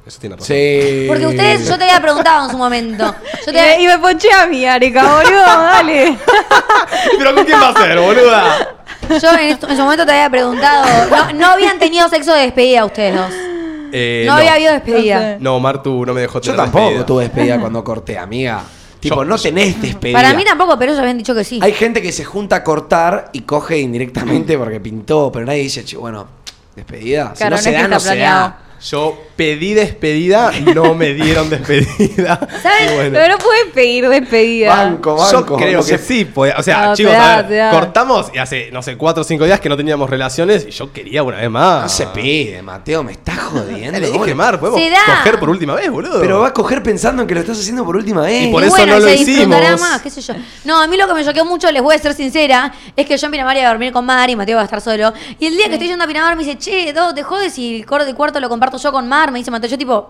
[SPEAKER 1] Eso tiene razón.
[SPEAKER 3] Sí.
[SPEAKER 2] Porque ustedes, yo te había preguntado en su momento. Yo te
[SPEAKER 4] Y me-
[SPEAKER 2] había-
[SPEAKER 4] y me ponché a mi Areca, boludo, dale.
[SPEAKER 1] ¿Pero con quién va a ser, boluda?
[SPEAKER 2] yo en, esto- en su momento te había preguntado. No, no habían tenido sexo de despedida ustedes dos.
[SPEAKER 1] Eh,
[SPEAKER 2] no, había habido despedida.
[SPEAKER 4] No sé.
[SPEAKER 1] No, Martu no me dejó
[SPEAKER 3] Yo
[SPEAKER 1] tener
[SPEAKER 3] tampoco
[SPEAKER 1] despedida.
[SPEAKER 3] tuve despedida cuando corté, amiga. Tipo,
[SPEAKER 1] Yo-
[SPEAKER 3] no tenés despedida.
[SPEAKER 2] Para mí tampoco, pero ellos habían dicho que sí.
[SPEAKER 3] Hay gente que se junta a cortar y coge indirectamente porque pintó, pero nadie dice, "Che, bueno, despedida. Si
[SPEAKER 4] Claro,
[SPEAKER 3] no
[SPEAKER 4] no
[SPEAKER 3] se
[SPEAKER 4] es que
[SPEAKER 3] da,
[SPEAKER 4] está
[SPEAKER 3] no se
[SPEAKER 4] planeado.
[SPEAKER 3] da.
[SPEAKER 1] Yo pedí despedida, no me dieron despedida.
[SPEAKER 4] ¿Sabes?
[SPEAKER 1] Y bueno.
[SPEAKER 4] Pero no pueden pedir despedida.
[SPEAKER 3] Banco,
[SPEAKER 1] Yo
[SPEAKER 3] banco.
[SPEAKER 1] creo
[SPEAKER 3] no sé.
[SPEAKER 1] que sí. podía- O sea,
[SPEAKER 4] No,
[SPEAKER 1] chicos,
[SPEAKER 4] te da,
[SPEAKER 1] a ver,
[SPEAKER 4] te da.
[SPEAKER 1] cortamos y hace, no sé, cuatro o cinco días que no teníamos relaciones y yo quería una vez más.
[SPEAKER 3] No se pide, Mateo, me estás jodiendo.
[SPEAKER 1] Le
[SPEAKER 3] ¿Cómo
[SPEAKER 1] dije,
[SPEAKER 3] le-
[SPEAKER 1] Mar, podemos
[SPEAKER 2] Se da.
[SPEAKER 1] coger por última vez, boludo.
[SPEAKER 3] Pero va a coger pensando en que lo estás haciendo por última vez.
[SPEAKER 1] Y por
[SPEAKER 2] Y
[SPEAKER 1] eso no
[SPEAKER 2] y
[SPEAKER 1] lo
[SPEAKER 2] se disfrutará
[SPEAKER 1] hicimos.
[SPEAKER 2] más, qué sé yo. No, a mí lo que me choqueó mucho, les voy a ser sincera, es que yo en Pinamar iba a dormir con Mar y Mateo va a estar solo. Y el día que estoy yendo a Pinamar me dice, che, Do, te jodes y el coro de cuarto lo comparto yo con Mar. Me dice Mateo, yo tipo,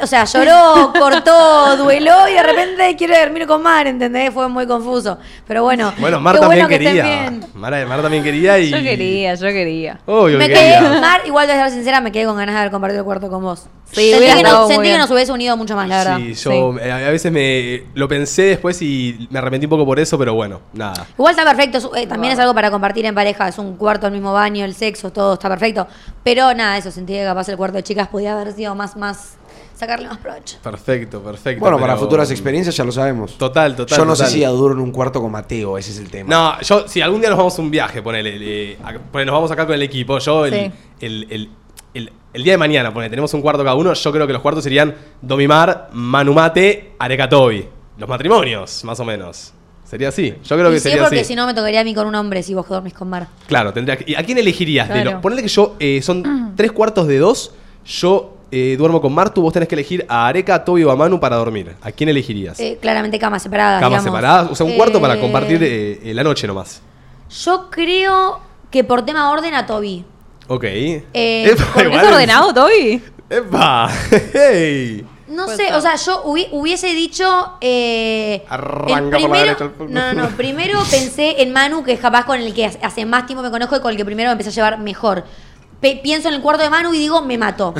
[SPEAKER 2] o sea, lloró, cortó, dueló y de repente quiere dormir con Mar, ¿entendés? Fue muy confuso. Pero bueno,
[SPEAKER 1] Bueno, Mar
[SPEAKER 2] qué
[SPEAKER 1] también
[SPEAKER 2] bueno que estén
[SPEAKER 1] quería.
[SPEAKER 2] bien.
[SPEAKER 1] Mar, Mar también quería y.
[SPEAKER 4] Yo quería, yo quería.
[SPEAKER 1] Obvio
[SPEAKER 2] Me
[SPEAKER 1] que
[SPEAKER 2] quedé,
[SPEAKER 1] quería.
[SPEAKER 2] Mar, igual voy a ser sincera, me quedé con ganas de haber compartido el cuarto con vos.
[SPEAKER 4] Sí,
[SPEAKER 2] sentí
[SPEAKER 4] hubiera
[SPEAKER 2] que,
[SPEAKER 4] estado
[SPEAKER 2] no,
[SPEAKER 4] muy
[SPEAKER 2] sentí que
[SPEAKER 4] bien.
[SPEAKER 2] nos hubiese unido mucho más, la verdad.
[SPEAKER 1] Sí, yo eh, a a veces me lo pensé después y me arrepentí un poco por eso, pero bueno, nada.
[SPEAKER 2] Igual está perfecto, es- eh, también es algo para compartir en pareja, es un cuarto, el mismo baño, el sexo, todo está perfecto. Pero nada, eso, sentí que capaz el cuarto de chicas podía haber sido más, más, sacarle más provecho.
[SPEAKER 1] Perfecto, perfecto.
[SPEAKER 3] Bueno, para
[SPEAKER 1] pero- mm,
[SPEAKER 3] futuras experiencias ya lo sabemos.
[SPEAKER 1] Total, total.
[SPEAKER 3] Yo no
[SPEAKER 1] total.
[SPEAKER 3] sé si aduro en un cuarto con Mateo, ese es el tema.
[SPEAKER 1] No, yo, si algún día nos vamos a un viaje, ponele, eh, a- ponele, nos vamos acá con el equipo, yo el,
[SPEAKER 4] Sí.
[SPEAKER 1] el, el- el- el día de mañana, ponele, tenemos un cuarto cada uno, yo creo que los cuartos serían Domimar, Manumate, Arecatobi. Los matrimonios, más o menos. Sería así. Yo creo
[SPEAKER 2] Y
[SPEAKER 1] que
[SPEAKER 2] sí,
[SPEAKER 1] sería
[SPEAKER 2] porque
[SPEAKER 1] así.
[SPEAKER 2] si no me tocaría a mí con un hombre si vos dormís con Mar.
[SPEAKER 1] Claro, tendría que. ¿y ¿A quién elegirías? de
[SPEAKER 4] Claro.
[SPEAKER 1] los- ponele que yo eh, son tres cuartos de dos, yo eh, duermo con Martu, vos tenés que elegir a Areca, a Toby o a Manu para dormir. ¿A quién elegirías?
[SPEAKER 2] Eh, claramente camas separadas.
[SPEAKER 1] Camas
[SPEAKER 2] digamos.
[SPEAKER 1] separadas, o sea, un cuarto para
[SPEAKER 2] Eh,
[SPEAKER 1] compartir eh, eh, la noche nomás.
[SPEAKER 2] Yo creo que por tema orden a Toby.
[SPEAKER 1] Ok.
[SPEAKER 2] Eh,
[SPEAKER 1] Epa,
[SPEAKER 4] ¿Por qué
[SPEAKER 1] igual-
[SPEAKER 4] es ordenado, Toby?
[SPEAKER 1] ¡Epa! ¡Hey!
[SPEAKER 2] No
[SPEAKER 4] Puede
[SPEAKER 2] sé,
[SPEAKER 4] ser.
[SPEAKER 2] o sea, yo hubi- hubiese dicho. Eh, el
[SPEAKER 1] Arranca por la derecha el pulpo.
[SPEAKER 2] No, no, no. Primero pensé en Manu, que es capaz con el que hace- hace más tiempo me conozco y con el que primero me empecé a llevar mejor. Pe- pienso en el cuarto de Manu y digo, me mató.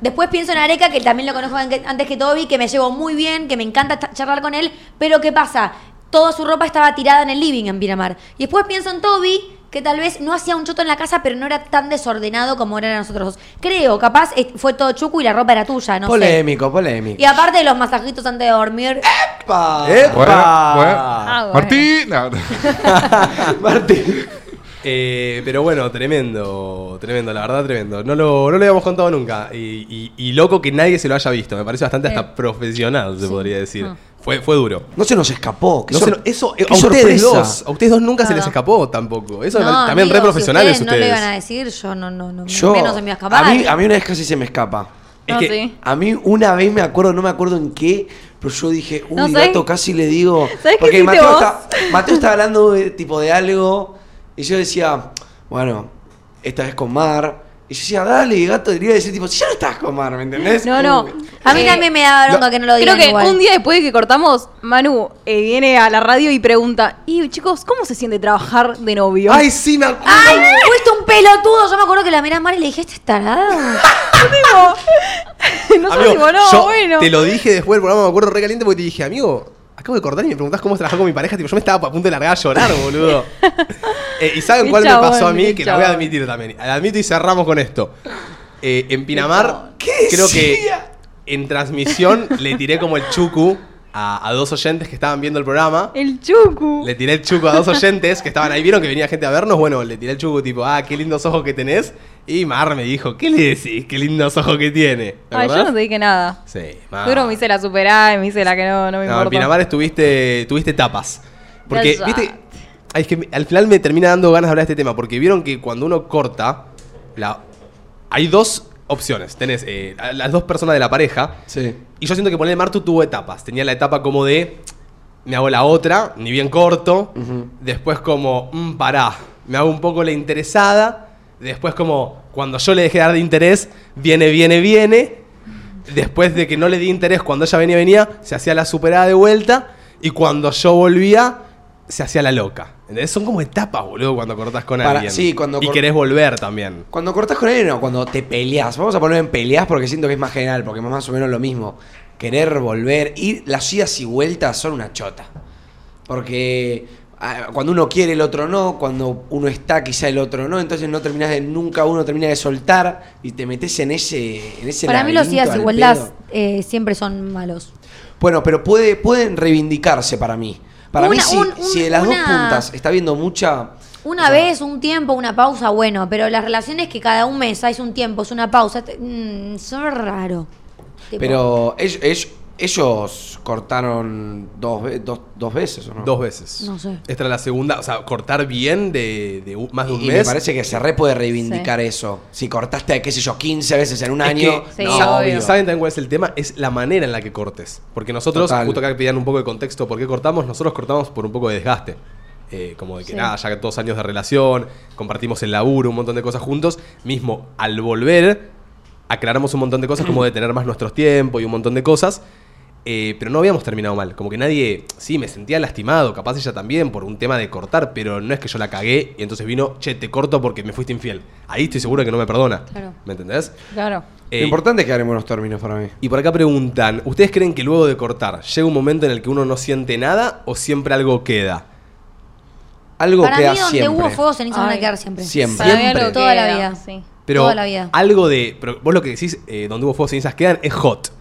[SPEAKER 2] Después pienso en Areca, que también lo conozco anque- antes que Toby, que me llevo muy bien, que me encanta ta- charlar con él. Pero ¿qué pasa? Toda su ropa estaba tirada en el living en Pinamar. Y después pienso en Toby, que tal vez no hacía un choto en la casa, pero no era tan desordenado como eran nosotros dos. Creo, capaz eh, fue todo chucu y la ropa era tuya, no sé.
[SPEAKER 3] polémico, polémico.
[SPEAKER 2] Y aparte de los masajitos antes de dormir.
[SPEAKER 3] ¡Epa!
[SPEAKER 1] Eh,
[SPEAKER 5] Bueno, bueno.
[SPEAKER 4] Ah, bueno.
[SPEAKER 5] Martín. No, no.
[SPEAKER 3] Martín.
[SPEAKER 1] Eh, pero bueno, tremendo, tremendo, la verdad, tremendo. No lo, no lo habíamos contado nunca. Y, y- y loco que nadie se lo haya visto. Me parece bastante
[SPEAKER 2] Eh,
[SPEAKER 1] hasta profesional, se podría decir.
[SPEAKER 2] Ah.
[SPEAKER 1] Fue, fue duro.
[SPEAKER 3] No se nos escapó. qué
[SPEAKER 1] No se
[SPEAKER 3] sor-
[SPEAKER 1] lo- eso, eh,
[SPEAKER 3] qué
[SPEAKER 1] a ustedes
[SPEAKER 3] sorpresa.
[SPEAKER 1] dos, a ustedes dos nunca se les
[SPEAKER 2] Nada.
[SPEAKER 1] escapó tampoco. Eso
[SPEAKER 2] No,
[SPEAKER 1] también
[SPEAKER 2] amigo,
[SPEAKER 1] re profesionales
[SPEAKER 2] si
[SPEAKER 1] ustedes.
[SPEAKER 2] No lo iban a decir, yo no, no, no.
[SPEAKER 3] Yo,
[SPEAKER 2] menos se me iba a
[SPEAKER 3] a,
[SPEAKER 2] escapar.
[SPEAKER 3] mí, a mí una vez casi se me escapa.
[SPEAKER 1] Es
[SPEAKER 4] no,
[SPEAKER 1] que-
[SPEAKER 4] sí.
[SPEAKER 3] A mí una vez me acuerdo, no me acuerdo en qué, pero yo dije, uy,
[SPEAKER 4] No sé.
[SPEAKER 3] gato, casi le digo.
[SPEAKER 4] ¿Sabes qué
[SPEAKER 3] Porque
[SPEAKER 4] hiciste
[SPEAKER 3] Mateo,
[SPEAKER 4] vos?
[SPEAKER 3] está- Mateo estaba hablando de, tipo de algo y yo decía, bueno, esta vez con Mar. Y yo decía, dale, gato, diría decir, tipo, si ya no estás con Mar, ¿me entendés?
[SPEAKER 4] No, no.
[SPEAKER 3] Uy.
[SPEAKER 2] A mí
[SPEAKER 4] Eh,
[SPEAKER 2] también me da bronca que no lo digan
[SPEAKER 4] Creo que
[SPEAKER 2] igual.
[SPEAKER 4] un día después de que cortamos, Manu eh, viene a la radio y pregunta, y chicos, ¿cómo se siente trabajar de novio?
[SPEAKER 1] ¡Ay, sí, me acuerdo!
[SPEAKER 2] ¡Ay, fuiste un pelotudo! Yo me acuerdo que la miré a Mari y le dije, este es tarado.
[SPEAKER 4] no sé
[SPEAKER 1] Amigo,
[SPEAKER 4] si vos no,
[SPEAKER 1] yo
[SPEAKER 4] bueno.
[SPEAKER 1] te lo dije después del programa, me acuerdo re caliente porque te dije, amigo, acabo de cortar y me preguntás cómo es trabajar con mi pareja. Tipo, yo me estaba a punto de largar a llorar, boludo. Eh, ¿Y saben
[SPEAKER 4] Qué
[SPEAKER 1] cuál me
[SPEAKER 4] chabón,
[SPEAKER 1] pasó a mí?
[SPEAKER 4] qué
[SPEAKER 1] Que la voy a
[SPEAKER 4] chabón.
[SPEAKER 1] admitir también. La admito y cerramos con esto. Eh, en Pinamar,
[SPEAKER 3] ¿Qué
[SPEAKER 1] creo que
[SPEAKER 3] decía?
[SPEAKER 1] en transmisión le tiré como el chucu a, a dos oyentes que estaban viendo el programa.
[SPEAKER 4] El chucu.
[SPEAKER 1] Le tiré el chuco a dos oyentes que estaban ahí, vieron que venía gente a vernos. Bueno, le tiré el chuco tipo, ah, qué lindos ojos que tenés. Y Mar me dijo, ¿qué le decís? Qué lindos ojos que tiene. ¿Te
[SPEAKER 4] Ay, yo
[SPEAKER 1] acordás?
[SPEAKER 4] no te dije nada.
[SPEAKER 1] Sí, Mar.
[SPEAKER 4] Seguro me hice la superá y me hice la que no, no me
[SPEAKER 1] No, en
[SPEAKER 4] importa.
[SPEAKER 1] Pinamar estuviste, tuviste tapas. Porque,
[SPEAKER 4] Exacto.
[SPEAKER 1] viste, ay, es que me- al final me termina dando ganas de hablar de este tema, porque vieron que cuando uno corta, la, hay dos opciones. Tenés eh, a las dos personas de la pareja,
[SPEAKER 3] Sí.
[SPEAKER 1] y yo siento que poner Martu tuvo etapas. Tenía la etapa como de. Me hago la otra, ni bien corto. Después como, mm, pará. Me hago un poco la interesada. Después como, cuando yo le dejé dar de interés, viene, viene, viene. Después de que no le di interés, cuando ella venía, venía, se hacía la superada de vuelta. Y cuando yo volvía, se hacía la loca. ¿Entendés? Son como etapas, boludo, cuando cortás con
[SPEAKER 3] Para-
[SPEAKER 1] alguien.
[SPEAKER 3] sí, cuando
[SPEAKER 1] y
[SPEAKER 3] cor-
[SPEAKER 1] querés volver también.
[SPEAKER 3] Cuando cortas con alguien, no, cuando te peleas. Vamos a poner en peleas porque siento que es más general, porque es más o menos lo mismo. Querer volver, ir, las idas y vueltas son una chota. Porque ah, cuando uno quiere el otro no, cuando uno está quizá el otro no, entonces no terminás de, nunca uno termina de soltar y te metes en ese, en ese
[SPEAKER 2] Para mí los
[SPEAKER 3] laberinto
[SPEAKER 2] días
[SPEAKER 3] al
[SPEAKER 2] igualdad
[SPEAKER 3] pedo.
[SPEAKER 2] siempre son malos.
[SPEAKER 3] Bueno, pero puede, pueden reivindicarse para mí. Para mí,
[SPEAKER 2] Una-
[SPEAKER 3] si,
[SPEAKER 2] un- un-
[SPEAKER 3] si de las dos
[SPEAKER 2] una-
[SPEAKER 3] puntas está viendo mucha.
[SPEAKER 2] Una vez, un tiempo, una pausa, bueno, pero las relaciones que cada un mes hay un tiempo, es una pausa, te- mm, son raro. Tipo,
[SPEAKER 3] Pero ellos, ellos, ellos cortaron dos, ve- dos, dos veces, ¿o no?
[SPEAKER 1] Dos veces.
[SPEAKER 2] No sé.
[SPEAKER 1] Esta era la segunda, o sea, cortar bien de, de u- más de un
[SPEAKER 3] Y
[SPEAKER 1] mes.
[SPEAKER 3] me parece que se re puede reivindicar eso. Si cortaste, qué sé yo, 15 veces en un año.
[SPEAKER 4] que-
[SPEAKER 3] no,
[SPEAKER 4] Sí, obvio.
[SPEAKER 1] ¿Y ¿Saben también cuál es el tema? Es la manera en la que cortes. Porque nosotros,
[SPEAKER 3] Total.
[SPEAKER 1] justo acá pedían un poco de contexto por qué cortamos, nosotros cortamos por un poco de desgaste. Eh, como de que
[SPEAKER 2] Sí.
[SPEAKER 1] nada, ya dos años de relación, compartimos el laburo, un montón de cosas juntos. Mismo, al volver, aclaramos un montón de cosas, como de tener más nuestros tiempos y un montón de cosas. Eh, pero no habíamos terminado mal. Como que nadie. Sí, me sentía lastimado, capaz ella también, por un tema de cortar, pero no es que yo la cagué y entonces vino, che, te corto porque me fuiste infiel. Ahí estoy seguro que no me perdona.
[SPEAKER 2] Claro.
[SPEAKER 1] ¿Me entendés?
[SPEAKER 4] Claro.
[SPEAKER 1] Eh,
[SPEAKER 3] Lo importante es quedar en buenos términos para mí.
[SPEAKER 1] y por acá preguntan, ¿ustedes creen que luego de cortar llega un momento en el que uno no siente nada o siempre algo queda?
[SPEAKER 3] Algo
[SPEAKER 2] para mí,
[SPEAKER 3] queda
[SPEAKER 2] donde
[SPEAKER 3] siempre.
[SPEAKER 2] hubo fuego, cenizas van a
[SPEAKER 4] Ay.
[SPEAKER 2] quedar siempre.
[SPEAKER 3] Siempre.
[SPEAKER 4] Para mí
[SPEAKER 1] Siempre.
[SPEAKER 4] algo
[SPEAKER 2] Toda
[SPEAKER 4] queda,
[SPEAKER 2] la vida.
[SPEAKER 4] Sí.
[SPEAKER 1] Pero
[SPEAKER 2] Toda la vida.
[SPEAKER 1] algo de... Pero vos lo que decís, eh, donde hubo fuego cenizas quedan, es hot.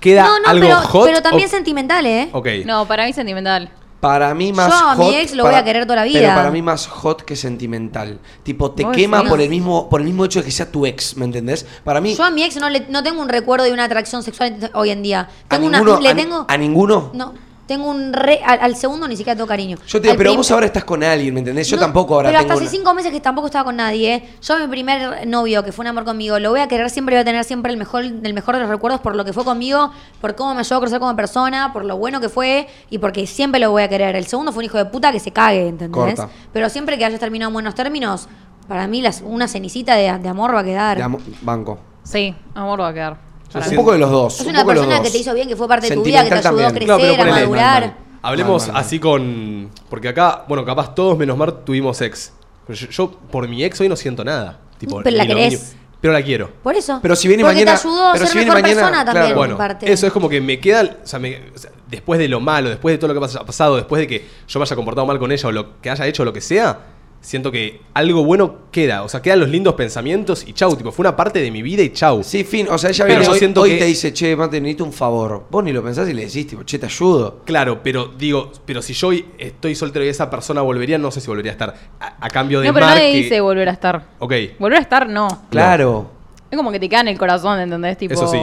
[SPEAKER 1] ¿Queda
[SPEAKER 2] no, no,
[SPEAKER 1] algo
[SPEAKER 2] pero,
[SPEAKER 1] hot?
[SPEAKER 2] pero también
[SPEAKER 1] o-
[SPEAKER 2] sentimental, ¿eh?
[SPEAKER 1] Ok.
[SPEAKER 4] No, para mí sentimental.
[SPEAKER 3] Para mí más
[SPEAKER 2] Yo a mi
[SPEAKER 3] hot,
[SPEAKER 2] ex lo
[SPEAKER 3] para-
[SPEAKER 2] voy a querer toda la vida.
[SPEAKER 3] Pero para mí más hot que sentimental. Tipo, te
[SPEAKER 4] Vos
[SPEAKER 3] quema
[SPEAKER 4] decís.
[SPEAKER 3] por el mismo por el mismo hecho de que sea tu ex, ¿me entendés? Para mí
[SPEAKER 2] Yo a mi ex no, le, no tengo un recuerdo de una atracción sexual ent- hoy en día.
[SPEAKER 3] a
[SPEAKER 2] Tengo una,
[SPEAKER 3] ninguno
[SPEAKER 2] le
[SPEAKER 3] a, ni-
[SPEAKER 2] tengo,
[SPEAKER 3] a ninguno.
[SPEAKER 2] no, tengo un re, al, al segundo ni siquiera tengo cariño.
[SPEAKER 3] Yo te digo,
[SPEAKER 2] Al
[SPEAKER 3] pero
[SPEAKER 2] prim-
[SPEAKER 3] vos ahora estás con alguien, ¿me entendés? Eh, Yo
[SPEAKER 2] No,
[SPEAKER 3] tampoco ahora
[SPEAKER 2] Pero
[SPEAKER 3] tengo
[SPEAKER 2] hasta hace
[SPEAKER 3] una-
[SPEAKER 2] cinco meses que tampoco estaba con nadie. ¿eh? Yo a mi primer novio, que fue un amor conmigo, lo voy a querer siempre, voy a tener siempre el mejor, el mejor de los recuerdos por lo que fue conmigo, por cómo me ayudó a crecer como persona, por lo bueno que fue y porque siempre lo voy a querer. El segundo fue un hijo de puta que se cague, ¿entendés?
[SPEAKER 3] Corta.
[SPEAKER 2] Pero siempre que hayas terminado en buenos términos, para mí las, una cenicita de, de amor va a quedar.
[SPEAKER 3] de amo- banco.
[SPEAKER 4] Sí, amor va a quedar. Para
[SPEAKER 3] un
[SPEAKER 4] mí.
[SPEAKER 3] poco de los dos.
[SPEAKER 2] Es
[SPEAKER 3] un
[SPEAKER 2] una
[SPEAKER 3] poco de los
[SPEAKER 2] persona
[SPEAKER 3] dos.
[SPEAKER 2] que te hizo bien, que fue parte de tu vida, que te ayudó
[SPEAKER 3] Sentimental
[SPEAKER 2] a
[SPEAKER 3] también.
[SPEAKER 2] crecer, a
[SPEAKER 1] ponele-
[SPEAKER 2] madurar.
[SPEAKER 3] Mal, mal.
[SPEAKER 1] Hablemos
[SPEAKER 3] Mal, mal, mal.
[SPEAKER 1] así con... Porque acá, bueno, capaz todos menos Mar tuvimos ex. Pero yo, yo por mi ex hoy no siento nada. Tipo,
[SPEAKER 2] Pero la
[SPEAKER 1] ni lo
[SPEAKER 2] querés.
[SPEAKER 1] mínimo. Pero la quiero.
[SPEAKER 2] Por eso.
[SPEAKER 3] Pero si viene
[SPEAKER 2] Porque
[SPEAKER 3] mañana-
[SPEAKER 2] te ayudó a
[SPEAKER 3] pero
[SPEAKER 2] ser
[SPEAKER 3] si viene
[SPEAKER 2] mejor
[SPEAKER 3] mañana,
[SPEAKER 2] persona también,
[SPEAKER 3] claro.
[SPEAKER 2] en
[SPEAKER 1] Bueno,
[SPEAKER 2] parte.
[SPEAKER 1] eso es como que me queda, o sea, me- o sea, después de lo malo, después de todo lo que ha pas- pasado, después de que yo me haya comportado mal con ella o lo que haya hecho o lo que sea, siento que algo bueno queda, o sea, quedan los lindos pensamientos y chau, tipo, fue una parte de mi vida y chau.
[SPEAKER 3] Sí, fin, o sea, ella
[SPEAKER 1] Pero
[SPEAKER 3] viene
[SPEAKER 1] yo
[SPEAKER 3] hoy,
[SPEAKER 1] siento
[SPEAKER 3] hoy
[SPEAKER 1] que-
[SPEAKER 3] te dice, "Che, mate, necesito un favor." Vos ni lo pensás y le decís, tipo, "Che, te ayudo."
[SPEAKER 1] Claro, pero digo, pero si yo hoy estoy soltero y esa persona volvería, no sé si volvería a estar a, a cambio de
[SPEAKER 4] No, pero
[SPEAKER 1] Mar,
[SPEAKER 4] nadie
[SPEAKER 1] que-
[SPEAKER 4] dice volver a estar.
[SPEAKER 1] Ok.
[SPEAKER 4] Volver a estar, no.
[SPEAKER 3] Claro.
[SPEAKER 4] Es como que te queda en el corazón, ¿entendés? Tipo,
[SPEAKER 1] Eso sí.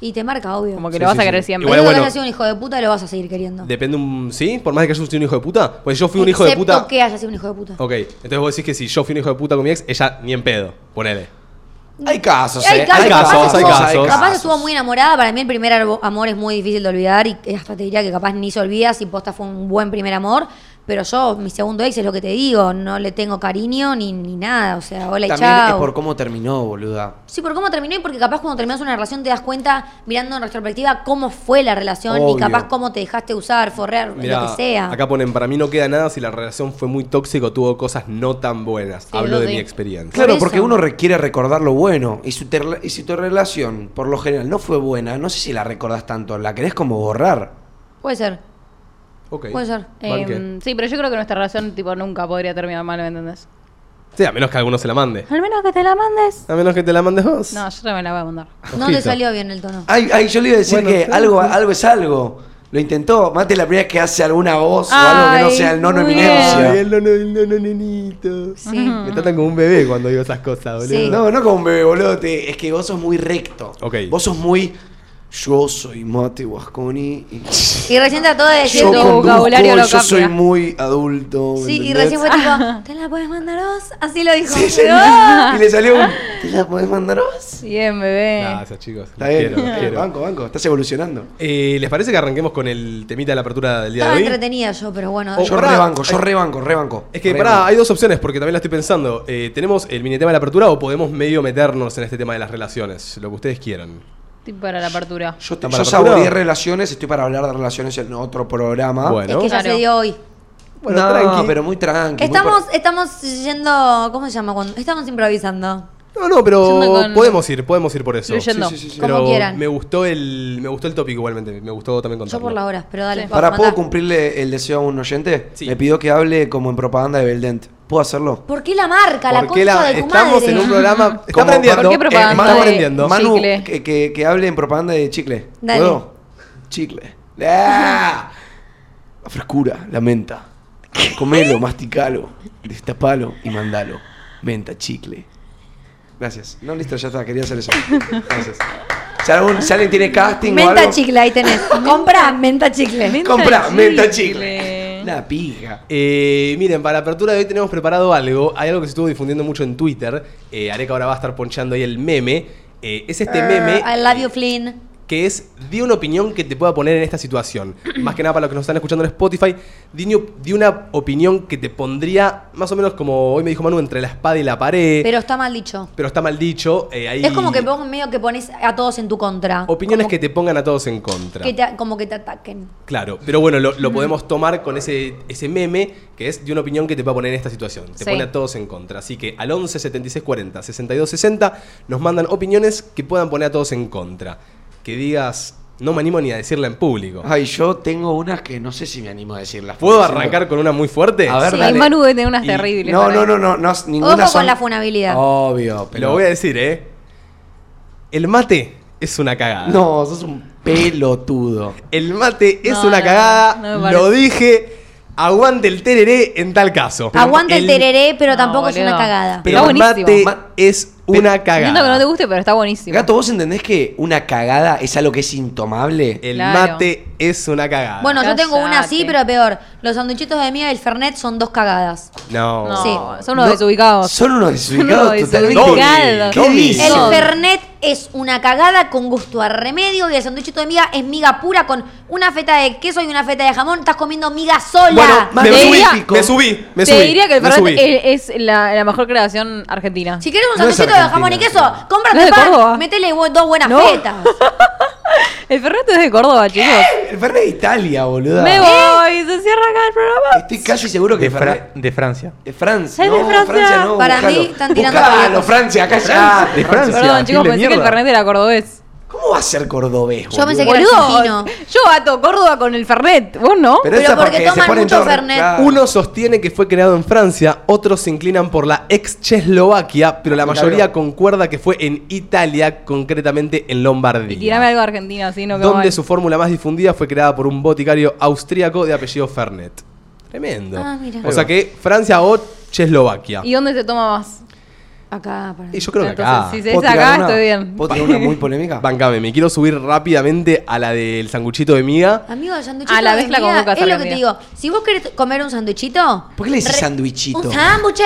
[SPEAKER 2] Y te marca, obvio.
[SPEAKER 4] Como que
[SPEAKER 1] Sí,
[SPEAKER 4] lo vas
[SPEAKER 1] sí,
[SPEAKER 4] a
[SPEAKER 1] sí.
[SPEAKER 4] querer siempre.
[SPEAKER 1] Igual,
[SPEAKER 2] Digo que
[SPEAKER 1] bueno.
[SPEAKER 2] hayas sido un hijo de puta, lo vas a seguir queriendo.
[SPEAKER 1] Depende un sí, por más de que yo soy un hijo de puta, pues si yo fui un hijo de
[SPEAKER 2] Excepto
[SPEAKER 1] puta.
[SPEAKER 2] que haya sido un hijo de puta.
[SPEAKER 1] Ok, entonces vos decís que si yo fui un hijo de puta con mi ex, ella ni en pedo, ponele.
[SPEAKER 3] Hay casos,
[SPEAKER 2] Hay
[SPEAKER 3] eh,
[SPEAKER 2] casos,
[SPEAKER 1] casos,
[SPEAKER 2] capaz
[SPEAKER 1] hay
[SPEAKER 2] estuvo-
[SPEAKER 1] casos.
[SPEAKER 2] Capaz estuvo muy enamorada. Para mí el primer arbo- amor es muy difícil de olvidar y hasta te diría que capaz ni se olvida si posta fue un buen primer amor. Pero yo, mi segundo ex es lo que te digo, no le tengo cariño ni, ni nada. O sea, hola y
[SPEAKER 3] También es
[SPEAKER 2] chao.
[SPEAKER 3] por cómo terminó, boluda.
[SPEAKER 2] Sí, por cómo terminó y porque capaz cuando terminas una relación te das cuenta, mirando en retrospectiva, cómo fue la relación
[SPEAKER 3] Obvio.
[SPEAKER 2] y capaz cómo te dejaste usar, forrear,
[SPEAKER 1] Mirá,
[SPEAKER 2] lo que sea.
[SPEAKER 1] Acá ponen, para mí no queda nada si la relación fue muy tóxica o tuvo cosas no tan buenas.
[SPEAKER 4] Sí,
[SPEAKER 1] Hablo
[SPEAKER 4] eso
[SPEAKER 1] de
[SPEAKER 4] sí.
[SPEAKER 1] mi experiencia.
[SPEAKER 3] Claro,
[SPEAKER 2] eso.
[SPEAKER 3] porque uno requiere recordar lo bueno. Y si, te, y si tu relación, por lo general, no fue buena, no sé si la recordás tanto, la querés como borrar.
[SPEAKER 2] Puede ser,
[SPEAKER 1] Ok.
[SPEAKER 2] puede ser.
[SPEAKER 1] Banque.
[SPEAKER 4] Em, sí, pero yo creo que nuestra relación tipo nunca podría terminar mal, ¿me entendés?
[SPEAKER 1] Sí, a menos que alguno se la mande.
[SPEAKER 4] Al menos que te la mandes.
[SPEAKER 1] A menos que te la mandes vos.
[SPEAKER 4] No, yo no me la voy a mandar.
[SPEAKER 2] No
[SPEAKER 1] Ojito.
[SPEAKER 2] te salió bien el tono.
[SPEAKER 3] Ay, ay, yo le iba a decir
[SPEAKER 1] Bueno,
[SPEAKER 3] que
[SPEAKER 1] sí,
[SPEAKER 3] algo,
[SPEAKER 1] sí.
[SPEAKER 3] algo es algo. Lo intentó. Mate la primera vez que hace alguna voz o algo que no
[SPEAKER 4] Ay,
[SPEAKER 3] sea el nono
[SPEAKER 4] muy
[SPEAKER 3] eminencia.
[SPEAKER 1] Ay, el nono, el nono nenito.
[SPEAKER 2] Sí.
[SPEAKER 1] Me tratan como un bebé cuando digo esas cosas, boludo.
[SPEAKER 2] Sí.
[SPEAKER 3] No, no como un bebé, boludo. te- es que vos sos muy recto.
[SPEAKER 1] Ok.
[SPEAKER 3] Vos sos muy. Yo soy Mate Guasconi. y
[SPEAKER 2] Y recién trató de decir
[SPEAKER 3] Yo
[SPEAKER 4] tu
[SPEAKER 3] conduzco,
[SPEAKER 4] vocabulario lo
[SPEAKER 3] yo soy
[SPEAKER 4] cambia.
[SPEAKER 3] muy adulto. ¿me
[SPEAKER 2] Sí, y
[SPEAKER 3] entendés?
[SPEAKER 2] recién fue tipo, ¿te la puedes mandar vos? Así lo dijo.
[SPEAKER 3] Sí, sí.
[SPEAKER 2] ¡Ah!
[SPEAKER 3] Y le salió un. ¿Te la podés mandar vos?
[SPEAKER 4] Bien,
[SPEAKER 2] Eh.
[SPEAKER 4] bebé.
[SPEAKER 1] Gracias, chicos.
[SPEAKER 3] Está
[SPEAKER 1] Los
[SPEAKER 3] bien,
[SPEAKER 1] quiero, los
[SPEAKER 3] ok,
[SPEAKER 1] quiero.
[SPEAKER 3] banco, banco, estás evolucionando.
[SPEAKER 1] Eh, ¿Les parece que arranquemos con el temita de la apertura del día
[SPEAKER 2] Estaba
[SPEAKER 1] de hoy?
[SPEAKER 2] entretenida yo, pero bueno.
[SPEAKER 1] Oh,
[SPEAKER 3] yo
[SPEAKER 1] pará,
[SPEAKER 3] rebanco, yo
[SPEAKER 1] hay-
[SPEAKER 3] rebanco, rebanco.
[SPEAKER 1] Es que,
[SPEAKER 3] rebanco.
[SPEAKER 1] pará, hay dos opciones, porque también la estoy pensando. Eh, ¿Tenemos el mini tema de la apertura o podemos medio meternos en este tema de las relaciones? Lo que ustedes quieran.
[SPEAKER 4] Estoy para la apertura.
[SPEAKER 3] Yo,
[SPEAKER 1] ¿Están
[SPEAKER 3] yo
[SPEAKER 1] para
[SPEAKER 3] saboreé
[SPEAKER 1] apertura?
[SPEAKER 3] relaciones, estoy para hablar de relaciones en otro programa.
[SPEAKER 1] Bueno.
[SPEAKER 2] es que ya
[SPEAKER 4] Claro.
[SPEAKER 2] se dio hoy.
[SPEAKER 1] Bueno,
[SPEAKER 3] no,
[SPEAKER 1] tranqui.
[SPEAKER 3] pero muy tranqui. muy
[SPEAKER 2] Estamos,
[SPEAKER 3] por-
[SPEAKER 2] estamos yendo, ¿cómo se llama? cuando Estamos improvisando.
[SPEAKER 1] No, no, pero
[SPEAKER 4] Yendo con-
[SPEAKER 1] podemos ir, podemos ir por eso.
[SPEAKER 4] Fluyendo.
[SPEAKER 3] Sí, sí, sí, sí.
[SPEAKER 1] Pero
[SPEAKER 2] Como quieran.
[SPEAKER 1] Me gustó el, me gustó el tópico igualmente, me gustó también
[SPEAKER 2] Yo
[SPEAKER 1] contarlo.
[SPEAKER 2] por las horas, pero dale.
[SPEAKER 4] Sí.
[SPEAKER 2] vamos,
[SPEAKER 3] Para, ¿puedo
[SPEAKER 2] mandá.
[SPEAKER 3] cumplirle el deseo a un oyente?
[SPEAKER 1] Sí.
[SPEAKER 3] Me pidió que hable como en propaganda de Beldent. ¿Puedo hacerlo?
[SPEAKER 2] ¿Por qué la marca, la
[SPEAKER 1] ¿Por qué
[SPEAKER 2] concha
[SPEAKER 1] la-
[SPEAKER 2] de tu
[SPEAKER 1] estamos
[SPEAKER 2] madre?
[SPEAKER 1] en un programa. Está
[SPEAKER 3] Como-
[SPEAKER 1] aprendiendo.
[SPEAKER 4] ¿Por qué
[SPEAKER 1] eh,
[SPEAKER 4] propaganda
[SPEAKER 1] Manu,
[SPEAKER 4] de-
[SPEAKER 1] aprendiendo.
[SPEAKER 3] Manu,
[SPEAKER 4] Chicle.
[SPEAKER 3] que, que- que hable en propaganda de chicle.
[SPEAKER 2] Dale.
[SPEAKER 3] ¿Puedo? Chicle. ¡Ah! La frescura, la menta. Comelo, masticalo, destapalo y mandalo. Menta, chicle. Gracias. No, listo, ya está. Quería hacer eso. Gracias. Si, algún- si alguien tiene casting o
[SPEAKER 2] Menta
[SPEAKER 3] algo,
[SPEAKER 2] chicle, ahí tenés. Compra menta chicle.
[SPEAKER 3] Comprá, menta
[SPEAKER 4] chicle.
[SPEAKER 3] chicle. La pija.
[SPEAKER 1] Eh, miren, para la apertura de hoy tenemos preparado algo. Hay algo que se estuvo difundiendo mucho en Twitter. Eh, Areca ahora va a estar ponchando ahí el meme. Eh, es este meme
[SPEAKER 2] Ah,
[SPEAKER 1] Eh,
[SPEAKER 2] I love you, Flynn.
[SPEAKER 1] que es di una opinión que te pueda poner en esta situación. Más que nada para los que nos están escuchando en Spotify, di, ni- di una opinión que te pondría más o menos como hoy me dijo Manu entre la espada y la pared.
[SPEAKER 2] Pero está mal dicho.
[SPEAKER 1] pero está mal dicho. eh, ahí
[SPEAKER 2] Es como que vos medio que pones a todos en tu contra.
[SPEAKER 1] opiniones
[SPEAKER 2] Como
[SPEAKER 1] que te pongan a todos en contra.
[SPEAKER 2] que te- como que te ataquen.
[SPEAKER 1] Claro, pero bueno, lo,
[SPEAKER 4] Mm.
[SPEAKER 1] lo podemos tomar con ese, ese meme que es de una opinión que te va a poner en esta situación. Te
[SPEAKER 4] Sí.
[SPEAKER 1] pone a todos en contra. Así que al 11 76 40 62 60 nos mandan opiniones que puedan poner a todos en contra. Que digas, no me animo ni a decirla en público.
[SPEAKER 3] Ay, yo tengo unas que no sé si me animo a decirlas.
[SPEAKER 1] ¿Puedo
[SPEAKER 3] porque siento-
[SPEAKER 1] arrancar con una muy fuerte?
[SPEAKER 3] A ver,
[SPEAKER 4] Sí,
[SPEAKER 3] dale.
[SPEAKER 4] Manu debe tener unas
[SPEAKER 1] Y-
[SPEAKER 4] terribles.
[SPEAKER 3] No,
[SPEAKER 4] para
[SPEAKER 3] no,
[SPEAKER 4] él.
[SPEAKER 3] no, no, no, ninguna
[SPEAKER 2] Ojo
[SPEAKER 3] son-
[SPEAKER 2] con la funabilidad.
[SPEAKER 3] Obvio, pero...
[SPEAKER 1] Lo voy a decir, ¿eh? El mate es una cagada.
[SPEAKER 3] No, sos un pelotudo.
[SPEAKER 1] El mate es
[SPEAKER 4] No,
[SPEAKER 1] una
[SPEAKER 4] no,
[SPEAKER 1] cagada.
[SPEAKER 4] no me
[SPEAKER 1] lo
[SPEAKER 4] parece.
[SPEAKER 1] dije. Aguante el tereré en tal caso.
[SPEAKER 2] Aguanta el, tereré, pero
[SPEAKER 4] No,
[SPEAKER 2] tampoco es una
[SPEAKER 4] boludo.
[SPEAKER 2] cagada.
[SPEAKER 4] Pero-
[SPEAKER 1] El
[SPEAKER 4] Ah. Está
[SPEAKER 1] mate
[SPEAKER 4] buenísimo.
[SPEAKER 3] Ma-
[SPEAKER 1] es
[SPEAKER 3] Pe-
[SPEAKER 1] una cagada.
[SPEAKER 4] Entiendo que no te guste, pero está buenísimo.
[SPEAKER 3] Gato, ¿vos entendés que una cagada es algo que es intomable?
[SPEAKER 1] El
[SPEAKER 4] Claro.
[SPEAKER 1] mate es una cagada.
[SPEAKER 2] Bueno, yo tengo una así,
[SPEAKER 4] Cállate.
[SPEAKER 2] pero peor. Los sanduchitos de miel y el Fernet son dos cagadas.
[SPEAKER 1] no.
[SPEAKER 4] No,
[SPEAKER 2] Sí.
[SPEAKER 4] son unos
[SPEAKER 3] No,
[SPEAKER 4] desubicados.
[SPEAKER 3] Son unos desubicados
[SPEAKER 4] unos
[SPEAKER 3] totalmente.
[SPEAKER 4] desubicados.
[SPEAKER 3] ¿Qué dices?
[SPEAKER 2] El
[SPEAKER 4] Son.
[SPEAKER 2] Fernet es una cagada con gusto a remedio y el sanduchito de miga es miga pura con una feta de queso y una feta de jamón. Estás comiendo miga sola.
[SPEAKER 1] Bueno,
[SPEAKER 3] más
[SPEAKER 1] me,
[SPEAKER 4] te
[SPEAKER 1] subí,
[SPEAKER 4] diría-
[SPEAKER 1] me subí, me
[SPEAKER 4] Te
[SPEAKER 1] subí,
[SPEAKER 4] diría que el
[SPEAKER 1] me
[SPEAKER 4] Fernet
[SPEAKER 1] subí.
[SPEAKER 4] es, es la, la mejor creación argentina.
[SPEAKER 2] si quieres un
[SPEAKER 3] No es
[SPEAKER 2] sanduchito de
[SPEAKER 3] Argentina,
[SPEAKER 2] jamón y queso,
[SPEAKER 3] no.
[SPEAKER 4] No
[SPEAKER 2] cómprate
[SPEAKER 4] es de Córdoba.
[SPEAKER 2] pan, métele bu- dos buenas
[SPEAKER 4] No.
[SPEAKER 2] fetas.
[SPEAKER 4] El Fernet es de Córdoba, chicos.
[SPEAKER 3] El Fernet de Italia, boluda.
[SPEAKER 4] Me voy, se cierra acá el programa.
[SPEAKER 3] Estoy casi seguro que
[SPEAKER 6] De,
[SPEAKER 3] el
[SPEAKER 6] Fra-
[SPEAKER 3] Fernet...
[SPEAKER 6] de Francia.
[SPEAKER 3] De Francia.
[SPEAKER 4] Es de
[SPEAKER 3] No,
[SPEAKER 4] Francia.
[SPEAKER 3] no.
[SPEAKER 2] Para
[SPEAKER 3] buscalo.
[SPEAKER 2] mí están tirando
[SPEAKER 3] Buscalo,
[SPEAKER 2] palos.
[SPEAKER 3] Francia, acá ya.
[SPEAKER 6] De Francia.
[SPEAKER 4] Perdón, chicos,
[SPEAKER 6] Gil de
[SPEAKER 4] pensé que el
[SPEAKER 6] mierda.
[SPEAKER 4] Fernet era cordobés.
[SPEAKER 3] ¿Cómo va a ser cordobés,
[SPEAKER 2] Yo pensé que era
[SPEAKER 4] Boludo,
[SPEAKER 2] argentino.
[SPEAKER 4] yo ato Córdoba con el Fernet, vos no.
[SPEAKER 2] Pero
[SPEAKER 3] esa
[SPEAKER 2] porque toman
[SPEAKER 3] ponen
[SPEAKER 2] mucho
[SPEAKER 3] todos-
[SPEAKER 2] Fernet.
[SPEAKER 3] Claro.
[SPEAKER 1] Unos sostienen Ah. que fue creado en Francia, otros se inclinan por la ex Cheslovaquia, pero la
[SPEAKER 3] Claro.
[SPEAKER 1] mayoría concuerda que fue en Italia, concretamente en
[SPEAKER 4] Y tirame
[SPEAKER 1] Lombardía.
[SPEAKER 4] algo argentino, así no quedó
[SPEAKER 1] Donde
[SPEAKER 4] mal.
[SPEAKER 1] su fórmula más difundida fue creada por un boticario austríaco de apellido Fernet. Tremendo.
[SPEAKER 2] Ah, mira.
[SPEAKER 1] O sea que Francia o Cheslovaquia.
[SPEAKER 4] ¿Y dónde se toma más?
[SPEAKER 2] Acá, para.
[SPEAKER 1] Y yo creo que
[SPEAKER 4] Entonces,
[SPEAKER 1] acá.
[SPEAKER 4] si se es
[SPEAKER 3] ¿Puedo tirar
[SPEAKER 4] acá,
[SPEAKER 3] una?
[SPEAKER 4] estoy bien.
[SPEAKER 3] ¿Puedo tirar una muy polémica?
[SPEAKER 1] Ah. Bancame, me quiero subir rápidamente a la del sanguchito de miga.
[SPEAKER 2] Amigo, el sanduchito
[SPEAKER 4] A Ah, la
[SPEAKER 2] de
[SPEAKER 4] mezcla
[SPEAKER 2] miga
[SPEAKER 4] con Lucas
[SPEAKER 2] Es lo que
[SPEAKER 4] Argentina.
[SPEAKER 2] te digo. Si vos querés comer un sanduchito.
[SPEAKER 3] ¿Por qué le dices
[SPEAKER 2] re-
[SPEAKER 3] sanduichito?
[SPEAKER 2] Un sándwich.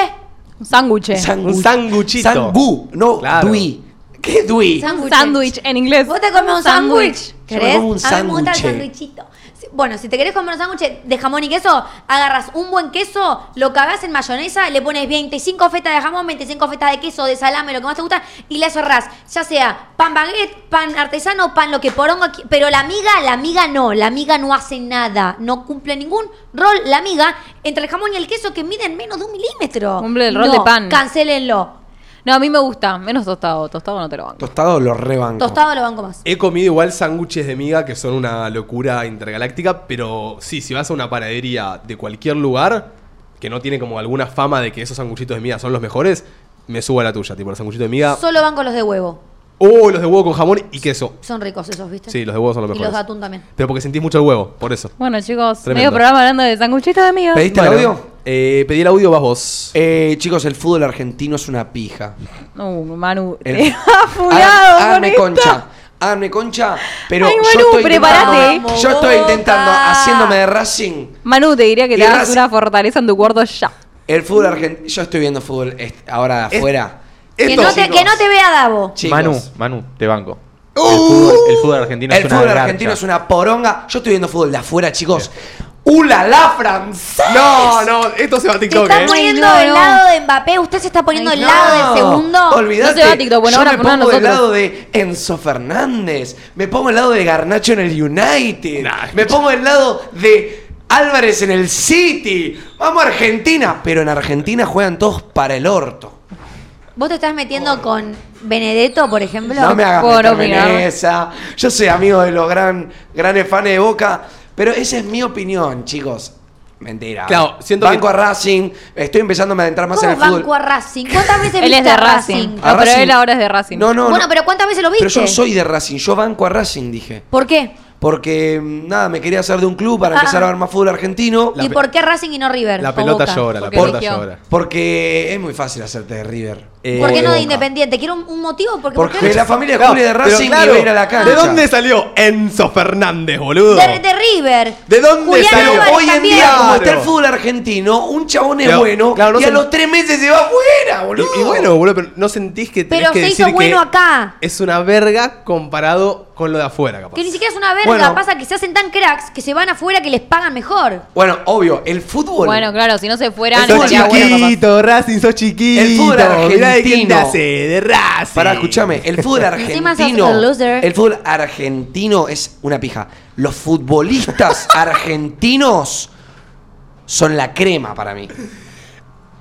[SPEAKER 4] Un sándwich.
[SPEAKER 3] Sangu-
[SPEAKER 1] Un sanguchito.
[SPEAKER 3] Sangu, no
[SPEAKER 1] Claro.
[SPEAKER 3] dui. ¿Qué es dui?
[SPEAKER 4] Un sándwich en inglés.
[SPEAKER 2] ¿Vos te comes un sándwich?
[SPEAKER 3] Yo me como un
[SPEAKER 2] A mí me gusta el
[SPEAKER 3] sándwich.
[SPEAKER 2] sándwichito. Si- Bueno, si te querés comer un sándwich de jamón y queso, agarras un buen queso, lo cagás en mayonesa, le pones 25 fetas de jamón, 25 fetas de queso, de salame, lo que más te gusta, y le zorrás. Ya sea pan baguette, pan artesano, pan lo que porongo. qui- Pero la miga, la miga no. La miga no hace nada. No cumple ningún rol la miga entre el jamón y el queso que miden menos de un milímetro.
[SPEAKER 4] Cumple el rol
[SPEAKER 2] No,
[SPEAKER 4] de pan.
[SPEAKER 2] Cancélenlo.
[SPEAKER 4] No, a mí me gusta. Menos tostado. Tostado no te lo banco.
[SPEAKER 3] Tostado lo rebanco.
[SPEAKER 2] Tostado lo banco más.
[SPEAKER 1] He comido igual sándwiches de miga que son una locura intergaláctica, pero sí, si vas a una panadería de cualquier lugar que no tiene como alguna fama de que esos sanguchitos de miga son los mejores, me subo a la tuya, tipo el sanguchito de miga.
[SPEAKER 2] Solo banco los de huevo.
[SPEAKER 1] Oh, los de huevo con jamón y queso.
[SPEAKER 2] Son ricos esos, ¿viste?
[SPEAKER 1] Sí, los de huevo son los
[SPEAKER 2] Y los
[SPEAKER 1] mejores.
[SPEAKER 2] de atún también.
[SPEAKER 1] Pero porque sentís mucho el huevo, por eso.
[SPEAKER 4] Bueno, chicos,
[SPEAKER 1] Tremendo.
[SPEAKER 4] medio programa hablando de sanguchitos de amiga.
[SPEAKER 3] ¿Pediste el
[SPEAKER 1] Bueno,
[SPEAKER 3] audio?
[SPEAKER 1] eh, pedí el audio, vas vos.
[SPEAKER 3] Eh, chicos, el fútbol argentino es una pija.
[SPEAKER 4] No, Uh, Manu,
[SPEAKER 3] El-
[SPEAKER 4] te ha fulado
[SPEAKER 3] Háganme-
[SPEAKER 4] con
[SPEAKER 3] háganme
[SPEAKER 4] esto.
[SPEAKER 3] concha. Háganme concha. Pero
[SPEAKER 4] Ay,
[SPEAKER 3] yo
[SPEAKER 4] Manu,
[SPEAKER 3] estoy
[SPEAKER 4] prepárate.
[SPEAKER 3] intentando- Yo estoy
[SPEAKER 2] Boca.
[SPEAKER 3] intentando, haciéndome de Racing.
[SPEAKER 4] Manu, te diría que te
[SPEAKER 3] Y
[SPEAKER 4] hagas
[SPEAKER 3] ahora-
[SPEAKER 4] una fortaleza en tu cuarto ya.
[SPEAKER 3] El fútbol argentino. Yo estoy viendo fútbol est- ahora
[SPEAKER 1] Es-
[SPEAKER 3] afuera.
[SPEAKER 2] Que
[SPEAKER 1] Esto,
[SPEAKER 2] no, te,
[SPEAKER 3] chicos.
[SPEAKER 2] que no te vea Davo.
[SPEAKER 3] Chicos,
[SPEAKER 6] Manu, Manu, te banco. El fútbol, Uh. el fútbol argentino
[SPEAKER 3] el
[SPEAKER 6] es una
[SPEAKER 3] fútbol
[SPEAKER 6] garcha.
[SPEAKER 3] argentino es una poronga. Yo estoy viendo fútbol de afuera, chicos. ¡Ula la francés!
[SPEAKER 1] No, Ah, no, esto se va a
[SPEAKER 2] Se
[SPEAKER 1] TikTok,
[SPEAKER 2] está
[SPEAKER 1] eh.
[SPEAKER 2] poniendo
[SPEAKER 4] no,
[SPEAKER 2] del
[SPEAKER 4] no.
[SPEAKER 2] lado de Mbappé. Usted se está poniendo
[SPEAKER 4] Ay,
[SPEAKER 2] del
[SPEAKER 4] no.
[SPEAKER 2] lado del segundo.
[SPEAKER 3] Olvidate.
[SPEAKER 4] No se va TikTok, bueno,
[SPEAKER 3] yo
[SPEAKER 4] ahora
[SPEAKER 3] me
[SPEAKER 4] ponemos
[SPEAKER 3] pongo del
[SPEAKER 4] nosotros.
[SPEAKER 3] lado de Enzo Fernández. Me pongo del lado de Garnacho en el United. me pongo del lado de Álvarez en el City. Vamos a Argentina. Pero en Argentina juegan todos para el orto.
[SPEAKER 2] Vos te estás metiendo con Benedetto, por ejemplo.
[SPEAKER 3] No me hagas
[SPEAKER 4] por
[SPEAKER 3] meterme en
[SPEAKER 4] opinar.
[SPEAKER 3] esa. Yo soy amigo de los gran, grandes fans de Boca, pero esa es mi opinión, chicos. Mentira.
[SPEAKER 1] Claro, siento
[SPEAKER 3] Banco a
[SPEAKER 1] que-
[SPEAKER 3] Racing, estoy empezando a adentrar más en
[SPEAKER 2] ¿Cómo
[SPEAKER 3] el fútbol.
[SPEAKER 2] banco a Racing? ¿Cuántas veces
[SPEAKER 4] Él
[SPEAKER 2] viste
[SPEAKER 4] es de
[SPEAKER 2] a
[SPEAKER 4] Racing.
[SPEAKER 3] ¿A
[SPEAKER 4] No, pero
[SPEAKER 3] Racing?
[SPEAKER 4] él ahora es de Racing.
[SPEAKER 3] No, no,
[SPEAKER 2] bueno,
[SPEAKER 3] no.
[SPEAKER 2] pero ¿cuántas veces lo viste?
[SPEAKER 3] Pero yo no soy de Racing, yo banco a Racing, dije.
[SPEAKER 2] ¿Por qué?
[SPEAKER 3] Porque mm, nada, me quería hacer de un club para empezar
[SPEAKER 2] Ah.
[SPEAKER 3] a ver más fútbol argentino.
[SPEAKER 1] La
[SPEAKER 2] ¿Y
[SPEAKER 1] pe-
[SPEAKER 2] por qué Racing y no River?
[SPEAKER 1] La
[SPEAKER 2] o
[SPEAKER 1] pelota
[SPEAKER 2] Boca?
[SPEAKER 1] llora, la
[SPEAKER 4] porque
[SPEAKER 1] pelota
[SPEAKER 4] eligió.
[SPEAKER 1] llora.
[SPEAKER 3] Porque es muy fácil hacerte de River.
[SPEAKER 1] Eh,
[SPEAKER 2] ¿Por
[SPEAKER 3] O
[SPEAKER 2] qué no de
[SPEAKER 3] Boca.
[SPEAKER 2] Independiente? Quiero un, un motivo. Porque, ¿por qué
[SPEAKER 3] Porque
[SPEAKER 2] no-
[SPEAKER 3] la familia de
[SPEAKER 1] Claro,
[SPEAKER 3] Julia de
[SPEAKER 1] pero
[SPEAKER 3] Racing
[SPEAKER 1] claro,
[SPEAKER 3] iba a ir a la cancha.
[SPEAKER 1] ¿De dónde salió Enzo Fernández, boludo?
[SPEAKER 2] de, de River.
[SPEAKER 1] ¿De dónde
[SPEAKER 2] Julián
[SPEAKER 1] salió?
[SPEAKER 2] Álvarez
[SPEAKER 3] Hoy en
[SPEAKER 2] también.
[SPEAKER 3] día, como
[SPEAKER 1] Claro.
[SPEAKER 3] está el fútbol argentino, un chabón es
[SPEAKER 1] Claro,
[SPEAKER 3] bueno
[SPEAKER 1] claro, no
[SPEAKER 3] y a
[SPEAKER 1] se-
[SPEAKER 3] los tres meses se va afuera, boludo.
[SPEAKER 1] Y, y bueno, boludo, pero no sentís que tenés
[SPEAKER 2] Pero
[SPEAKER 1] que
[SPEAKER 2] se
[SPEAKER 1] decir
[SPEAKER 2] hizo bueno
[SPEAKER 1] que
[SPEAKER 2] acá.
[SPEAKER 1] Es una verga comparado con lo de afuera, capaz.
[SPEAKER 2] Que ni siquiera es una verga.
[SPEAKER 3] Bueno.
[SPEAKER 2] Pasa que se hacen tan cracks que se van afuera que les pagan mejor.
[SPEAKER 3] Bueno, obvio, el fútbol.
[SPEAKER 4] Bueno, claro, si no se fueran,
[SPEAKER 3] Eso
[SPEAKER 1] Sos
[SPEAKER 4] estaría bueno, capaz.
[SPEAKER 1] chiquito, Racing, sos chiquito.
[SPEAKER 3] El fútbol
[SPEAKER 1] Mirá de quién te
[SPEAKER 3] argentino.
[SPEAKER 1] hace, de Racing.
[SPEAKER 3] Pará, escúchame, el fútbol
[SPEAKER 2] Encima sos
[SPEAKER 3] argentino.
[SPEAKER 2] un loser.
[SPEAKER 3] El fútbol argentino es una pija. Los futbolistas argentinos son la crema para mí.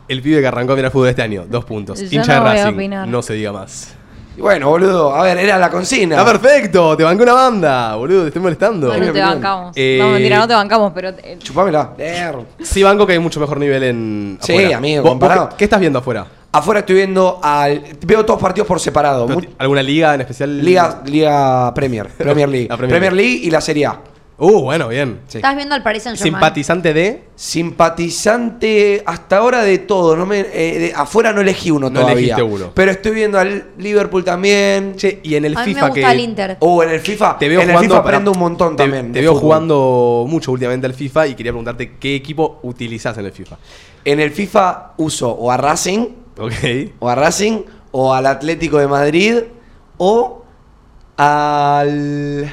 [SPEAKER 1] El pibe que arrancó a mirar fútbol este año, dos puntos.
[SPEAKER 4] Yo
[SPEAKER 1] Hincha
[SPEAKER 4] no
[SPEAKER 1] de
[SPEAKER 4] voy a
[SPEAKER 1] Racing,
[SPEAKER 4] opinar.
[SPEAKER 1] no se diga más.
[SPEAKER 3] Y bueno, boludo, a ver, era la consigna.
[SPEAKER 1] Está perfecto, te bancó una banda, boludo, te estoy molestando.
[SPEAKER 4] Bueno,
[SPEAKER 3] mi
[SPEAKER 4] te
[SPEAKER 3] opinión.
[SPEAKER 4] bancamos.
[SPEAKER 1] Eh,
[SPEAKER 4] No, mentira, no te bancamos, pero eh,
[SPEAKER 3] Chupámela.
[SPEAKER 1] Sí, banco que hay mucho mejor nivel en
[SPEAKER 3] Sí,
[SPEAKER 1] afuera.
[SPEAKER 3] amigo,
[SPEAKER 1] Vos- vos
[SPEAKER 3] comparado.
[SPEAKER 1] qué, qué estás viendo afuera?
[SPEAKER 3] Afuera estoy viendo al. Veo todos partidos por separado.
[SPEAKER 1] Pero
[SPEAKER 3] Mu-
[SPEAKER 1] ti- ¿Alguna liga en especial?
[SPEAKER 3] Liga, Liga Premier. Premier League.
[SPEAKER 1] La
[SPEAKER 3] Premier.
[SPEAKER 1] Premier
[SPEAKER 3] League y la Serie A.
[SPEAKER 1] Uh, bueno, bien.
[SPEAKER 3] Sí.
[SPEAKER 2] Estás viendo al Paris Saint-Germain.
[SPEAKER 1] Simpatizante de...
[SPEAKER 3] Simpatizante hasta ahora de todo. No me, eh, de- afuera no elegí uno
[SPEAKER 1] No
[SPEAKER 3] todavía.
[SPEAKER 1] elegiste uno.
[SPEAKER 3] Pero estoy viendo al Liverpool también.
[SPEAKER 1] Che, y en el
[SPEAKER 2] A mí me
[SPEAKER 1] FIFA
[SPEAKER 2] gusta
[SPEAKER 1] que...
[SPEAKER 2] el Inter.
[SPEAKER 3] Oh, en el FIFA.
[SPEAKER 1] Te veo
[SPEAKER 3] en el
[SPEAKER 1] jugando...
[SPEAKER 3] FIFA
[SPEAKER 1] pará,
[SPEAKER 3] aprendo un montón
[SPEAKER 1] te-
[SPEAKER 3] también.
[SPEAKER 1] Te
[SPEAKER 3] de
[SPEAKER 1] veo
[SPEAKER 3] fútbol.
[SPEAKER 1] jugando mucho últimamente al FIFA y quería preguntarte qué equipo utilizás en el FIFA.
[SPEAKER 3] En el FIFA uso o a Racing,
[SPEAKER 1] Ok.
[SPEAKER 3] o a Racing, o al Atlético de Madrid, o al.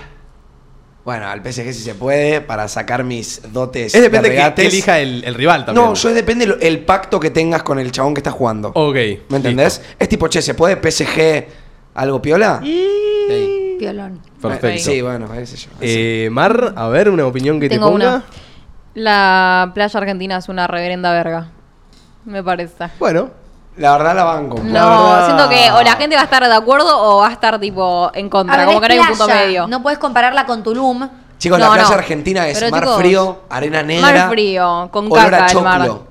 [SPEAKER 3] Bueno, al PSG si se puede, para sacar mis dotes.
[SPEAKER 1] Es depende
[SPEAKER 3] de
[SPEAKER 1] de que,
[SPEAKER 3] regates.
[SPEAKER 1] elija el, el rival también.
[SPEAKER 3] No, yo es depende lo- el pacto que tengas con el chabón que estás jugando.
[SPEAKER 1] Ok.
[SPEAKER 3] ¿Me entendés? Es tipo, che, ¿se puede PSG algo piola? Sí.
[SPEAKER 2] Piolón.
[SPEAKER 1] Perfecto.
[SPEAKER 3] Sí, bueno, qué sé yo.
[SPEAKER 1] Eh, Mar, a ver, una opinión que
[SPEAKER 4] tengo
[SPEAKER 1] te ponga.
[SPEAKER 4] una. La playa argentina es una reverenda verga. Me parece.
[SPEAKER 1] Bueno.
[SPEAKER 3] La verdad la banco.
[SPEAKER 4] No,
[SPEAKER 1] verdad-
[SPEAKER 4] siento que o la gente va a estar de acuerdo o va a estar tipo en
[SPEAKER 2] A
[SPEAKER 4] contra,
[SPEAKER 2] ver,
[SPEAKER 4] como
[SPEAKER 2] es
[SPEAKER 4] que no hay un
[SPEAKER 2] playa.
[SPEAKER 4] punto medio.
[SPEAKER 2] No puedes compararla con Tulum.
[SPEAKER 3] Chicos, la
[SPEAKER 4] No,
[SPEAKER 3] playa
[SPEAKER 4] no.
[SPEAKER 3] argentina es
[SPEAKER 4] Pero,
[SPEAKER 3] mar
[SPEAKER 4] chicos,
[SPEAKER 3] frío, arena negra.
[SPEAKER 4] mar frío, con
[SPEAKER 3] olor
[SPEAKER 4] caca
[SPEAKER 3] a
[SPEAKER 4] el mar.
[SPEAKER 3] choclo.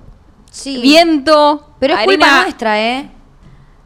[SPEAKER 2] Sí.
[SPEAKER 4] Viento,
[SPEAKER 2] Pero es
[SPEAKER 4] arena.
[SPEAKER 2] culpa nuestra, ¿eh?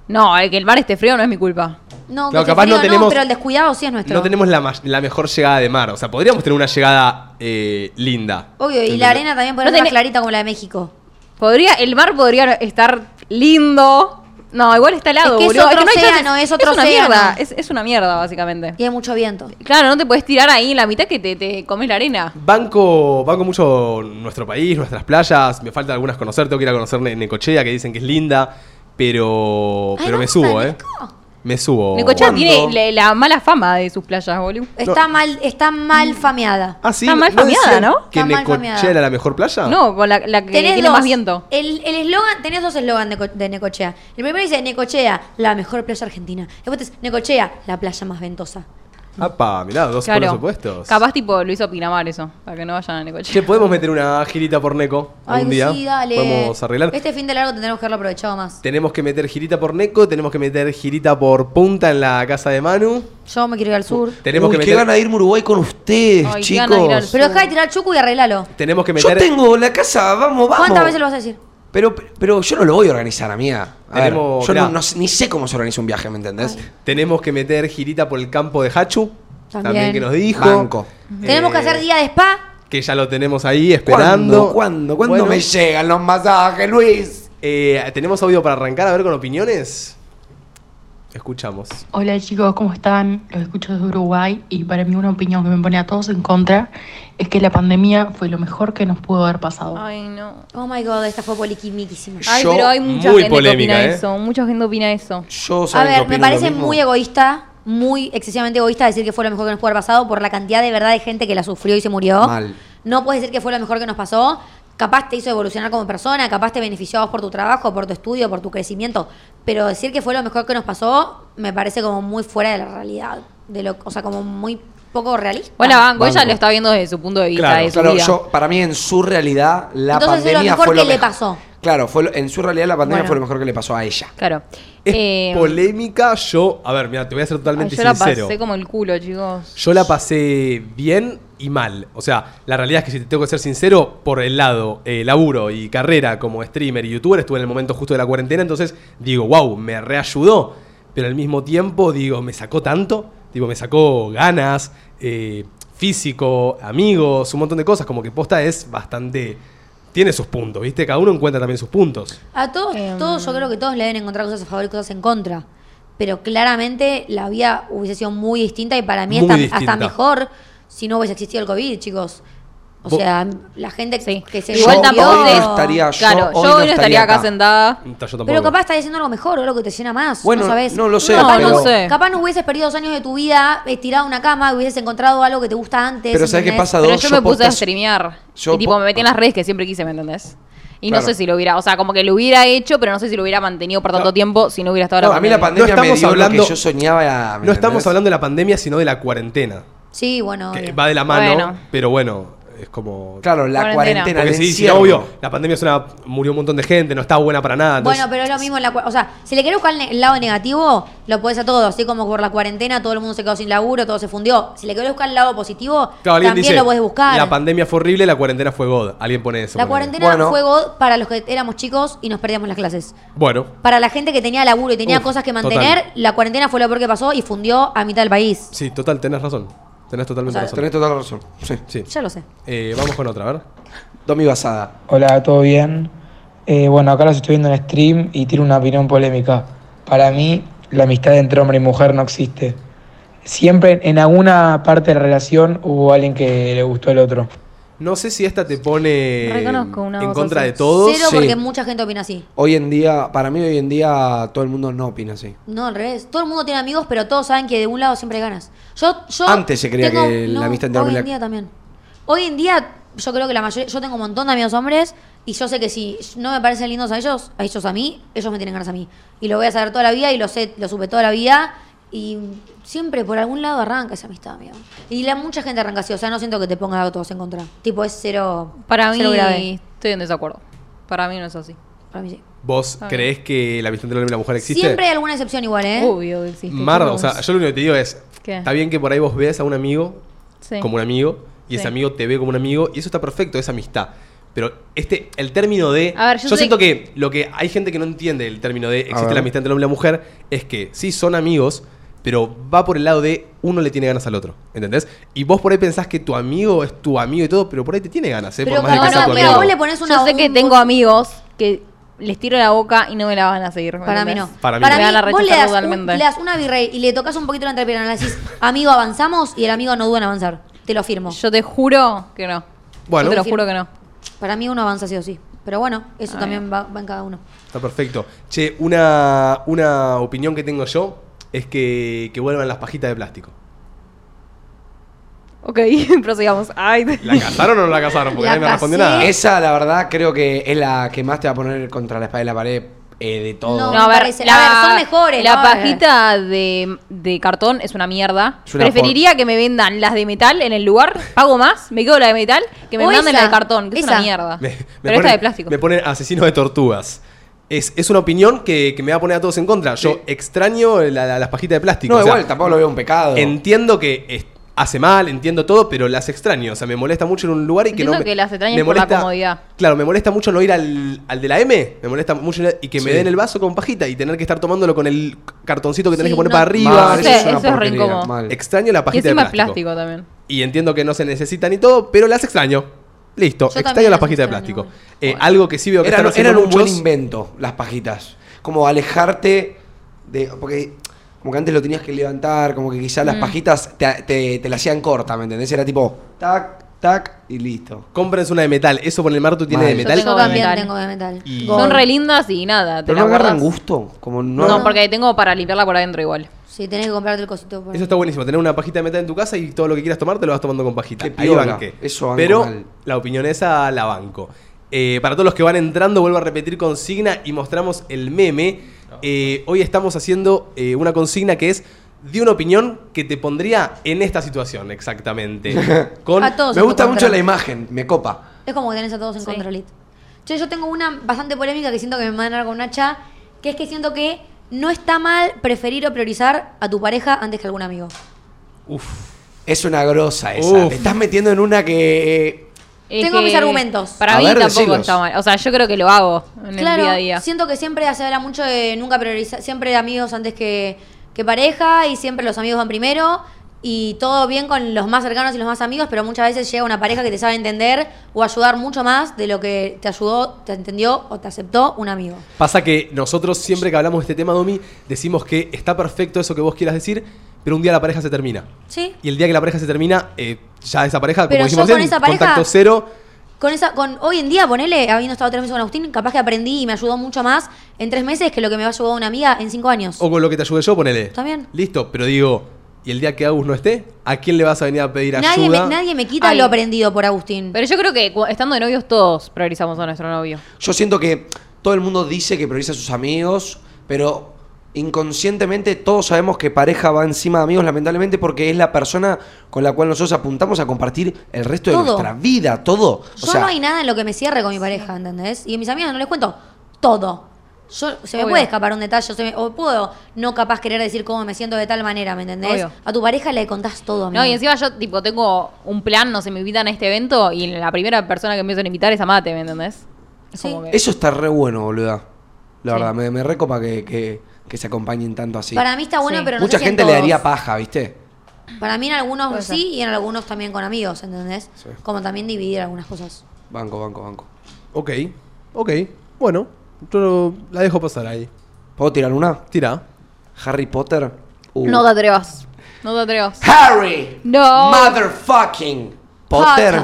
[SPEAKER 4] No, el que el mar esté frío no es mi culpa.
[SPEAKER 2] No,
[SPEAKER 1] Claro,
[SPEAKER 2] que
[SPEAKER 1] capaz
[SPEAKER 2] frío
[SPEAKER 1] no tenemos-
[SPEAKER 2] pero el descuidado sí es nuestro.
[SPEAKER 1] No tenemos la, ma- la mejor llegada de mar. O sea, podríamos tener una llegada eh, linda.
[SPEAKER 2] Obvio, y
[SPEAKER 1] ¿Entendés?
[SPEAKER 2] la arena también puede
[SPEAKER 4] No
[SPEAKER 2] ser
[SPEAKER 4] tenés-
[SPEAKER 2] clarita como la de México.
[SPEAKER 4] Podría, el mar podría estar lindo. No, igual está
[SPEAKER 2] Es
[SPEAKER 4] helado,
[SPEAKER 2] que es
[SPEAKER 4] boludo.
[SPEAKER 2] otro
[SPEAKER 4] no hay chances.
[SPEAKER 2] océano, es otro
[SPEAKER 4] una
[SPEAKER 2] océano.
[SPEAKER 4] mierda, es, es una mierda básicamente.
[SPEAKER 2] Tiene mucho viento.
[SPEAKER 4] Claro, no te puedes tirar ahí en la mitad que te, te comes la arena.
[SPEAKER 1] Banco, banco mucho nuestro país, nuestras playas. Me faltan algunas conocer. Tengo que ir a conocer Ne- Necochea, que dicen que es linda. Pero,
[SPEAKER 2] Ay,
[SPEAKER 1] pero me
[SPEAKER 2] vamos
[SPEAKER 1] subo,
[SPEAKER 2] a
[SPEAKER 1] ¿eh?
[SPEAKER 2] Neco.
[SPEAKER 1] Me subo.
[SPEAKER 4] Necochea
[SPEAKER 3] ¿Cuándo?
[SPEAKER 4] tiene la, la mala fama de sus playas, boludo.
[SPEAKER 2] Está mal, está mal fameada.
[SPEAKER 1] Ah, sí.
[SPEAKER 4] Está mal fameada,
[SPEAKER 1] decían
[SPEAKER 4] ¿no?
[SPEAKER 1] ¿Que
[SPEAKER 2] Está mal
[SPEAKER 1] Necochea
[SPEAKER 2] fameada.
[SPEAKER 1] era la mejor playa?
[SPEAKER 4] No, con la, la que tiene más viento.
[SPEAKER 2] El el eslogan, tenés dos eslogan de, Co- de Necochea. El primero dice Necochea, la mejor playa argentina. Después tenés Necochea, la playa más ventosa.
[SPEAKER 1] Apa, mirá, dos por
[SPEAKER 4] Claro.
[SPEAKER 1] polos opuestos.
[SPEAKER 4] Capaz tipo lo hizo Pinamar eso, para que no vayan a Necochea.
[SPEAKER 1] Che, podemos meter una girita por Neco algún día.
[SPEAKER 2] sí, dale.
[SPEAKER 1] Podemos arreglar.
[SPEAKER 2] Este fin de largo tendremos que haberlo aprovechado más.
[SPEAKER 1] Tenemos que meter girita por Neco, tenemos que meter girita por Punta en la casa de Manu.
[SPEAKER 2] Yo me quiero ir al sur.
[SPEAKER 1] Tenemos
[SPEAKER 3] Uy,
[SPEAKER 1] que
[SPEAKER 3] qué
[SPEAKER 1] meter.
[SPEAKER 3] gana de irme a Uruguay con ustedes,
[SPEAKER 4] Ay, qué gana de ir al
[SPEAKER 3] chicos.
[SPEAKER 2] Pero deja de tirar chucu y arreglalo.
[SPEAKER 1] Tenemos que
[SPEAKER 3] Yo
[SPEAKER 1] meter.
[SPEAKER 3] tengo la casa, vamos, vamos. Eh,
[SPEAKER 2] ¿Cuántas veces lo vas a decir?
[SPEAKER 3] Pero, pero yo no lo voy a organizar, amiga. A ver,
[SPEAKER 1] Tenemos-
[SPEAKER 3] yo no-
[SPEAKER 1] mirá.
[SPEAKER 3] no sé- ni sé cómo se organiza un viaje, ¿me entendés?
[SPEAKER 1] Tenemos que meter girita por el campo de Hachu. También,
[SPEAKER 2] También. Eh,
[SPEAKER 1] que nos dijo.
[SPEAKER 3] Banco.
[SPEAKER 2] Tenemos que hacer día de spa.
[SPEAKER 1] Que ya lo tenemos ahí esperando.
[SPEAKER 3] ¿Cuándo? ¿Cuándo? ¿Cuándo
[SPEAKER 1] Bueno,
[SPEAKER 3] me llegan los masajes, Luis?
[SPEAKER 1] eh, Tenemos audio para arrancar, a ver con opiniones. Escuchamos.
[SPEAKER 7] Hola chicos, ¿cómo están? Los escucho desde Uruguay y para mí una opinión que me pone a todos en contra es que la pandemia fue lo mejor que nos pudo haber pasado.
[SPEAKER 4] Ay, no.
[SPEAKER 2] Oh my god, esta fue poliquimiquísima.
[SPEAKER 4] Ay,
[SPEAKER 3] Yo-
[SPEAKER 4] pero hay mucha
[SPEAKER 1] muy
[SPEAKER 4] gente
[SPEAKER 1] polémica,
[SPEAKER 4] que opina
[SPEAKER 1] ¿eh?
[SPEAKER 4] eso. Mucha gente opina eso.
[SPEAKER 3] Yo
[SPEAKER 2] A
[SPEAKER 3] ¿saben qué
[SPEAKER 2] ver, me
[SPEAKER 3] opino lo
[SPEAKER 2] parece
[SPEAKER 3] mismo?
[SPEAKER 2] muy egoísta, muy excesivamente egoísta decir que fue lo mejor que nos pudo haber pasado por la cantidad de verdad de gente que la sufrió y se murió.
[SPEAKER 3] Mal.
[SPEAKER 2] No puedes decir que fue lo mejor que nos pasó. Capaz te hizo evolucionar como persona, capaz te benefició a vos por tu trabajo, por tu estudio, por tu crecimiento. Pero decir que fue lo mejor que nos pasó me parece como muy fuera de la realidad. De lo, o sea, como muy poco realista.
[SPEAKER 4] Hola, Banco, ella
[SPEAKER 3] Banco.
[SPEAKER 4] lo está viendo desde su punto de vista,
[SPEAKER 1] Claro,
[SPEAKER 4] de su
[SPEAKER 3] Claro,
[SPEAKER 4] vida.
[SPEAKER 3] yo, para mí en su realidad la
[SPEAKER 2] Entonces es lo
[SPEAKER 3] pandemia
[SPEAKER 2] mejor
[SPEAKER 3] fue lo
[SPEAKER 2] que le
[SPEAKER 3] mejor.
[SPEAKER 2] pasó.
[SPEAKER 3] Claro, fue lo- en su realidad la pandemia
[SPEAKER 4] Bueno.
[SPEAKER 3] fue lo mejor que le pasó a ella.
[SPEAKER 4] Claro.
[SPEAKER 1] Es
[SPEAKER 4] Eh,
[SPEAKER 1] polémica, yo. A ver, mira, te voy a ser totalmente
[SPEAKER 4] ay, yo la
[SPEAKER 1] sincero.
[SPEAKER 4] pasé como el culo, chicos.
[SPEAKER 1] Yo la pasé bien y mal. O sea, la realidad es que si te tengo que ser sincero, por el lado eh, laburo y carrera como streamer y youtuber, estuve en el momento justo de la cuarentena, entonces digo, wow, me reayudó. Pero al mismo tiempo digo, me sacó tanto, digo, me sacó ganas, eh, físico, amigos, un montón de cosas, como que posta es bastante... Tiene sus puntos, ¿viste? Cada uno encuentra también sus puntos.
[SPEAKER 2] A todos,
[SPEAKER 4] Em.
[SPEAKER 2] todos yo creo que todos le deben encontrar cosas a favor y cosas en contra. Pero claramente la vida hubiese sido muy distinta y para mí
[SPEAKER 1] Muy
[SPEAKER 2] hasta,
[SPEAKER 1] distinta.
[SPEAKER 2] hasta mejor si no hubiese existido el COVID, chicos. O
[SPEAKER 1] Vos-
[SPEAKER 2] sea, la gente que-
[SPEAKER 4] Sí.
[SPEAKER 2] que se
[SPEAKER 4] Igual
[SPEAKER 2] volvió-
[SPEAKER 4] tampoco
[SPEAKER 3] hoy
[SPEAKER 4] te-
[SPEAKER 3] no estaría, yo
[SPEAKER 4] claro, yo
[SPEAKER 3] hoy no
[SPEAKER 4] hoy no estaría
[SPEAKER 3] estaría
[SPEAKER 4] acá
[SPEAKER 3] acá.
[SPEAKER 4] sentada.
[SPEAKER 1] Yo tampoco-
[SPEAKER 2] Pero capaz estás haciendo algo mejor, algo que te llena más.
[SPEAKER 3] Bueno,
[SPEAKER 2] no sabes.
[SPEAKER 3] no lo sé,
[SPEAKER 4] No,
[SPEAKER 2] capaz,
[SPEAKER 4] pero-
[SPEAKER 2] no,
[SPEAKER 4] no sé.
[SPEAKER 2] capaz no hubieses perdido dos años de tu vida eh, tirado en una cama, hubieses encontrado algo que te gusta antes.
[SPEAKER 3] Pero ¿sabes qué
[SPEAKER 2] ¿entendés?
[SPEAKER 3] pasa?
[SPEAKER 4] Pero
[SPEAKER 3] dos,
[SPEAKER 4] yo,
[SPEAKER 3] yo
[SPEAKER 4] me puse a
[SPEAKER 3] postas-
[SPEAKER 4] streamear.
[SPEAKER 3] yo
[SPEAKER 4] y tipo,
[SPEAKER 3] po-
[SPEAKER 4] me metí en las redes que siempre quise, ¿me entendés? Y no
[SPEAKER 3] Claro.
[SPEAKER 4] sé si lo hubiera, o sea, como que lo hubiera hecho, pero no sé si lo hubiera mantenido por tanto
[SPEAKER 1] No.
[SPEAKER 4] tiempo si no hubiera estado
[SPEAKER 3] No,
[SPEAKER 4] la
[SPEAKER 3] a mí la pandemia
[SPEAKER 4] pandemia.
[SPEAKER 1] No
[SPEAKER 3] me
[SPEAKER 1] estamos
[SPEAKER 3] dio lo
[SPEAKER 1] hablando-
[SPEAKER 3] que yo soñaba. ¿me
[SPEAKER 1] No estamos
[SPEAKER 3] entendés?
[SPEAKER 1] hablando de la pandemia, sino de la cuarentena.
[SPEAKER 2] Sí, bueno.
[SPEAKER 1] Que
[SPEAKER 2] obvio.
[SPEAKER 1] va de la mano,
[SPEAKER 4] Bueno.
[SPEAKER 1] pero bueno, es como...
[SPEAKER 3] Claro, la
[SPEAKER 4] Cuarentena.
[SPEAKER 3] cuarentena.
[SPEAKER 1] Porque
[SPEAKER 3] el
[SPEAKER 1] sí, sí,
[SPEAKER 3] encierro.
[SPEAKER 1] obvio, la pandemia es una, murió un montón de gente, no está buena para nada. entonces-
[SPEAKER 2] Bueno, pero es lo mismo en la cua- O sea, si le querés buscar el, ne- el lado negativo, lo podés a todos. Así como por la cuarentena todo el mundo se quedó sin laburo, todo se fundió. Si le querés buscar el lado positivo,
[SPEAKER 1] Claro, alguien
[SPEAKER 2] también
[SPEAKER 1] dice,
[SPEAKER 2] lo podés buscar.
[SPEAKER 1] La pandemia fue horrible, la cuarentena fue God. Alguien pone eso.
[SPEAKER 2] La
[SPEAKER 1] ponele.
[SPEAKER 2] cuarentena
[SPEAKER 3] Bueno.
[SPEAKER 2] fue God para los que éramos chicos y nos perdíamos las clases.
[SPEAKER 1] Bueno,
[SPEAKER 2] Para la gente que tenía laburo y tenía
[SPEAKER 1] Uf,
[SPEAKER 2] cosas que mantener,
[SPEAKER 1] total.
[SPEAKER 2] la cuarentena fue lo peor que pasó y fundió a mitad del país.
[SPEAKER 1] sí, total, tenés razón. Tenés totalmente razón.
[SPEAKER 3] Tenés total razón. Sí.
[SPEAKER 1] Sí.
[SPEAKER 2] Ya lo sé.
[SPEAKER 1] Eh, vamos con otra, a ver.
[SPEAKER 3] Domi Basada.
[SPEAKER 8] Hola, ¿todo bien? Eh, bueno, acá los estoy viendo en stream y tiro una opinión polémica. Para mí, la amistad entre hombre y mujer no existe. Siempre en alguna parte de la relación hubo alguien que le gustó al otro.
[SPEAKER 1] No sé si esta te pone
[SPEAKER 4] Reconozco una
[SPEAKER 1] en
[SPEAKER 4] voz
[SPEAKER 1] contra
[SPEAKER 4] así.
[SPEAKER 1] de todos.
[SPEAKER 2] Cero
[SPEAKER 3] sí.
[SPEAKER 2] porque mucha gente opina así.
[SPEAKER 3] Hoy en día, para mí hoy en día todo el mundo no opina así.
[SPEAKER 2] No, al revés. Todo el mundo tiene amigos, pero todos saben que de un lado siempre hay ganas. Yo, yo
[SPEAKER 3] Antes se creía que la amistad entre
[SPEAKER 2] Hoy
[SPEAKER 3] hombres
[SPEAKER 2] en
[SPEAKER 3] la-
[SPEAKER 2] día también. Hoy en día, yo creo que la mayoría. Yo tengo un montón de amigos hombres y yo sé que si no me parecen lindos a ellos, a ellos a mí, ellos me tienen ganas a mí. Y lo voy a saber toda la vida y lo sé, lo supe toda la vida. Y siempre por algún lado arranca esa amistad, amigo. Y la mucha gente arranca así. O sea, no siento que te ponga a todos en contra. Tipo, es cero.
[SPEAKER 4] Para mí,
[SPEAKER 2] cero grave.
[SPEAKER 4] estoy en desacuerdo. Para mí no es así.
[SPEAKER 2] Para mí sí.
[SPEAKER 1] ¿Vos creés que la amistad entre el hombre y la mujer existe?
[SPEAKER 2] Siempre hay alguna excepción igual, ¿eh?
[SPEAKER 4] Obvio que existe.
[SPEAKER 1] Mar, o
[SPEAKER 4] chicos.
[SPEAKER 1] sea, yo lo único que te digo es,
[SPEAKER 4] ¿Qué?
[SPEAKER 1] está bien que por ahí vos ves a un amigo
[SPEAKER 4] Sí.
[SPEAKER 1] como un amigo y ese
[SPEAKER 4] Sí.
[SPEAKER 1] amigo te ve como un amigo y eso está perfecto, es amistad. Pero este, el término de...
[SPEAKER 4] A ver, yo
[SPEAKER 1] yo
[SPEAKER 4] sé-
[SPEAKER 1] siento que lo que hay gente que no entiende el término de existe
[SPEAKER 3] ver.
[SPEAKER 1] la amistad entre el hombre y la mujer es que sí son amigos, pero va por el lado de uno le tiene ganas al otro, ¿entendés? Y vos por ahí pensás que tu amigo es tu amigo y todo, pero por ahí te tiene ganas, ¿eh?
[SPEAKER 2] Pero
[SPEAKER 1] por más de
[SPEAKER 2] cada
[SPEAKER 1] que sea
[SPEAKER 2] uno-
[SPEAKER 1] tu
[SPEAKER 2] pero
[SPEAKER 1] amigo.
[SPEAKER 2] vos le ponés una.
[SPEAKER 4] yo sé que
[SPEAKER 2] un-
[SPEAKER 4] tengo amigos que les tiro la boca y no me la van a seguir. ¿me
[SPEAKER 2] Para mí no.
[SPEAKER 4] entendés?
[SPEAKER 1] Para mí
[SPEAKER 4] Me van a
[SPEAKER 2] vos le
[SPEAKER 4] rechazar
[SPEAKER 2] das, un-
[SPEAKER 4] totalmente.
[SPEAKER 2] le das una virrey y le tocas un poquito la entrepierna y le decís, amigo, avanzamos y el amigo no duda en avanzar. Te lo firmo.
[SPEAKER 4] Yo te juro que no.
[SPEAKER 1] Bueno.
[SPEAKER 4] Yo te lo juro que no.
[SPEAKER 2] Para mí uno avanza sí o sí. Pero bueno, eso también va, va en cada uno.
[SPEAKER 1] Está perfecto. Che, una, una opinión que tengo yo es que, que vuelvan las pajitas de plástico.
[SPEAKER 4] Ok, prosigamos. Ay, te-
[SPEAKER 1] ¿La casaron o no la casaron? Porque
[SPEAKER 2] La
[SPEAKER 1] nadie me respondió
[SPEAKER 2] casé.
[SPEAKER 1] nada.
[SPEAKER 3] Esa, la verdad, creo que es la que más te va a poner contra la espada y la pared eh, de todo.
[SPEAKER 2] No, me parece- a ver, son mejores,
[SPEAKER 4] La
[SPEAKER 2] ¿no?
[SPEAKER 4] pajita de, de cartón es una mierda.
[SPEAKER 3] Es una
[SPEAKER 4] Preferiría que me vendan las de metal en el lugar. Pago más, me quedo la de metal, que me
[SPEAKER 2] O
[SPEAKER 4] manden la
[SPEAKER 2] esa,
[SPEAKER 4] de cartón, que es
[SPEAKER 2] esa.
[SPEAKER 4] una mierda.
[SPEAKER 1] Me- me
[SPEAKER 4] Pero esta
[SPEAKER 1] ponen-
[SPEAKER 4] de plástico.
[SPEAKER 1] Me ponen asesino de tortugas. Es, es una opinión que, que me va a poner a todos en contra. Yo extraño la- la- las pajitas de plástico.
[SPEAKER 3] No,
[SPEAKER 1] O sea,
[SPEAKER 3] igual, tampoco lo veo un pecado.
[SPEAKER 1] Entiendo que es- hace mal, entiendo todo, pero las extraño. O sea, me molesta mucho en un lugar y que
[SPEAKER 4] Entiendo
[SPEAKER 1] no. me-
[SPEAKER 4] que las extrañes
[SPEAKER 1] me
[SPEAKER 4] por la comodidad.
[SPEAKER 1] Claro, me molesta mucho no ir al, al de la M. Me molesta mucho ir- y que me
[SPEAKER 3] Sí.
[SPEAKER 1] den el vaso con pajita y tener que estar tomándolo con el cartoncito que tenés
[SPEAKER 2] Sí,
[SPEAKER 1] que poner
[SPEAKER 2] no.
[SPEAKER 1] para
[SPEAKER 3] Mal,
[SPEAKER 1] arriba.
[SPEAKER 4] Sí, eso es re
[SPEAKER 3] porquería,
[SPEAKER 4] incómodo.
[SPEAKER 3] mal.
[SPEAKER 1] Extraño la
[SPEAKER 4] y
[SPEAKER 1] pajita de
[SPEAKER 4] encima es
[SPEAKER 1] plástico.
[SPEAKER 4] plástico también.
[SPEAKER 1] Y entiendo que no se necesitan y todo, pero las extraño.
[SPEAKER 2] Yo
[SPEAKER 1] Listo, extraño
[SPEAKER 2] también
[SPEAKER 1] las
[SPEAKER 2] las
[SPEAKER 1] pajitas de
[SPEAKER 2] extraño,
[SPEAKER 1] plástico. Eh, Algo que sí veo que
[SPEAKER 3] Eran,
[SPEAKER 1] están haciendo
[SPEAKER 3] eran un buen
[SPEAKER 1] muchos-
[SPEAKER 3] invento, las pajitas. Como alejarte de. Porque como que antes lo tenías que levantar, como que quizás
[SPEAKER 4] Mm.
[SPEAKER 3] las pajitas te, te, te la hacían corta, ¿me entendés? Era tipo, tac, tac y listo.
[SPEAKER 1] Cómprense una de metal. Eso por el marto tiene
[SPEAKER 3] Mal.
[SPEAKER 1] de
[SPEAKER 3] Yo
[SPEAKER 1] metal.
[SPEAKER 2] Yo
[SPEAKER 4] Tengo de
[SPEAKER 2] también
[SPEAKER 4] metal.
[SPEAKER 2] tengo de metal.
[SPEAKER 1] Y-
[SPEAKER 2] Gold.
[SPEAKER 4] Son re lindas y nada. te
[SPEAKER 3] Pero
[SPEAKER 4] la
[SPEAKER 3] no agarran
[SPEAKER 4] guardas.
[SPEAKER 3] gusto. Como no,
[SPEAKER 4] No, porque tengo para limpiarla por adentro igual.
[SPEAKER 2] Sí, tenés que comprarte el cosito. por
[SPEAKER 1] Eso
[SPEAKER 2] ahí.
[SPEAKER 1] está buenísimo. Tener una pajita de metal en tu casa y todo lo que quieras tomar te lo vas tomando con pajita.
[SPEAKER 3] Qué
[SPEAKER 1] Ahí
[SPEAKER 3] piola.
[SPEAKER 1] banqué.
[SPEAKER 3] Eso banco
[SPEAKER 1] Pero
[SPEAKER 3] mal.
[SPEAKER 1] la opinión esa la banco. Eh, para todos los que van entrando, vuelvo a repetir consigna y mostramos el meme. Eh, hoy estamos haciendo eh, una consigna que es de una opinión que te pondría en esta situación, exactamente. Con
[SPEAKER 2] A todos.
[SPEAKER 3] Me gusta
[SPEAKER 2] Contra.
[SPEAKER 3] mucho la imagen, me copa.
[SPEAKER 2] Es como que tenés a todos en control. Che, Yo, yo tengo una bastante polémica que siento que me van a dar con una hacha, que es que siento que no está mal preferir o priorizar a tu pareja antes que algún amigo.
[SPEAKER 3] Es una grosa esa.
[SPEAKER 1] Uf.
[SPEAKER 3] Te estás metiendo en una que. eh,
[SPEAKER 4] Es
[SPEAKER 2] Tengo
[SPEAKER 4] que
[SPEAKER 2] mis argumentos.
[SPEAKER 4] Para
[SPEAKER 3] A
[SPEAKER 4] mí
[SPEAKER 3] ver,
[SPEAKER 4] tampoco
[SPEAKER 3] decilos.
[SPEAKER 4] está mal. O sea, yo creo que lo hago en el
[SPEAKER 2] Claro,
[SPEAKER 4] día a día.
[SPEAKER 2] siento que siempre se habla mucho de nunca priorizar, siempre amigos antes que, que pareja y siempre los amigos van primero y todo bien con los más cercanos y los más amigos, pero muchas veces llega una pareja que te sabe entender o ayudar mucho más de lo que te ayudó, te entendió o te aceptó un amigo.
[SPEAKER 1] Pasa que nosotros siempre que hablamos de este tema, Domi, decimos que está perfecto eso que vos quieras decir, pero un día la pareja se termina.
[SPEAKER 2] ¿Sí?
[SPEAKER 1] Y el día que la pareja se termina, eh, ya esa pareja,
[SPEAKER 2] Pero
[SPEAKER 1] como
[SPEAKER 2] yo
[SPEAKER 1] dijimos
[SPEAKER 2] con
[SPEAKER 1] recién,
[SPEAKER 2] esa pareja-
[SPEAKER 1] contacto cero.
[SPEAKER 2] Con esa, con hoy en día, ponele, habiendo estado tres meses con Agustín, capaz que aprendí y me ayudó mucho más en tres meses que lo que me va a ayudar una amiga en cinco años.
[SPEAKER 1] O con lo que te ayude yo, ponele.
[SPEAKER 2] Está bien.
[SPEAKER 1] Listo, pero digo, y el día que Agus no esté, ¿a quién le vas a venir a pedir
[SPEAKER 2] Nadie me,
[SPEAKER 1] ayuda?
[SPEAKER 2] nadie me quita
[SPEAKER 4] Ay.
[SPEAKER 2] lo aprendido por Agustín.
[SPEAKER 4] Pero yo creo que cu- estando de novios todos priorizamos a nuestro novio.
[SPEAKER 3] Yo siento que todo el mundo dice que prioriza a sus amigos, pero inconscientemente todos sabemos que pareja va encima de amigos, lamentablemente, porque es la persona con la cual nosotros apuntamos a compartir el resto
[SPEAKER 2] Todo.
[SPEAKER 3] de nuestra vida, todo. O
[SPEAKER 2] Yo
[SPEAKER 3] sea,
[SPEAKER 2] no hay nada en lo que me cierre con mi pareja, ¿entendés? Y a mis amigas no les cuento todo. Yo, se me
[SPEAKER 4] Obvio.
[SPEAKER 2] puede escapar un detalle, se me- o puedo no capaz querer decir cómo me siento de tal manera, ¿me entendés?
[SPEAKER 4] Obvio.
[SPEAKER 2] A tu pareja le contás todo, amigo.
[SPEAKER 4] No, y encima yo, tipo, tengo un plan, no sé, me invitan a este evento y la primera persona que me empiezan a invitar es a Mate, ¿me entendés? Es
[SPEAKER 2] Sí.
[SPEAKER 4] como que-
[SPEAKER 3] eso está re bueno, boluda. La
[SPEAKER 4] Sí.
[SPEAKER 3] verdad, me, me recopa que, que- que se acompañen tanto así.
[SPEAKER 2] Para mí está bueno,
[SPEAKER 4] Sí.
[SPEAKER 2] pero no
[SPEAKER 3] Mucha
[SPEAKER 2] sé si en
[SPEAKER 3] gente le
[SPEAKER 2] todos.
[SPEAKER 3] daría paja, ¿viste?
[SPEAKER 2] Para mí en
[SPEAKER 4] Puede
[SPEAKER 2] algunos
[SPEAKER 4] ser.
[SPEAKER 2] sí y en algunos también con amigos, ¿entendés? Como también dividir algunas cosas.
[SPEAKER 3] Banco, banco, banco.
[SPEAKER 1] Ok, ok. Bueno, yo la dejo pasar ahí.
[SPEAKER 3] ¿Puedo tirar una?
[SPEAKER 1] Tira.
[SPEAKER 3] Harry Potter. Uh.
[SPEAKER 4] No te atrevas. No te atrevas.
[SPEAKER 3] Harry.
[SPEAKER 4] No.
[SPEAKER 3] Motherfucking Potter.
[SPEAKER 2] Potter.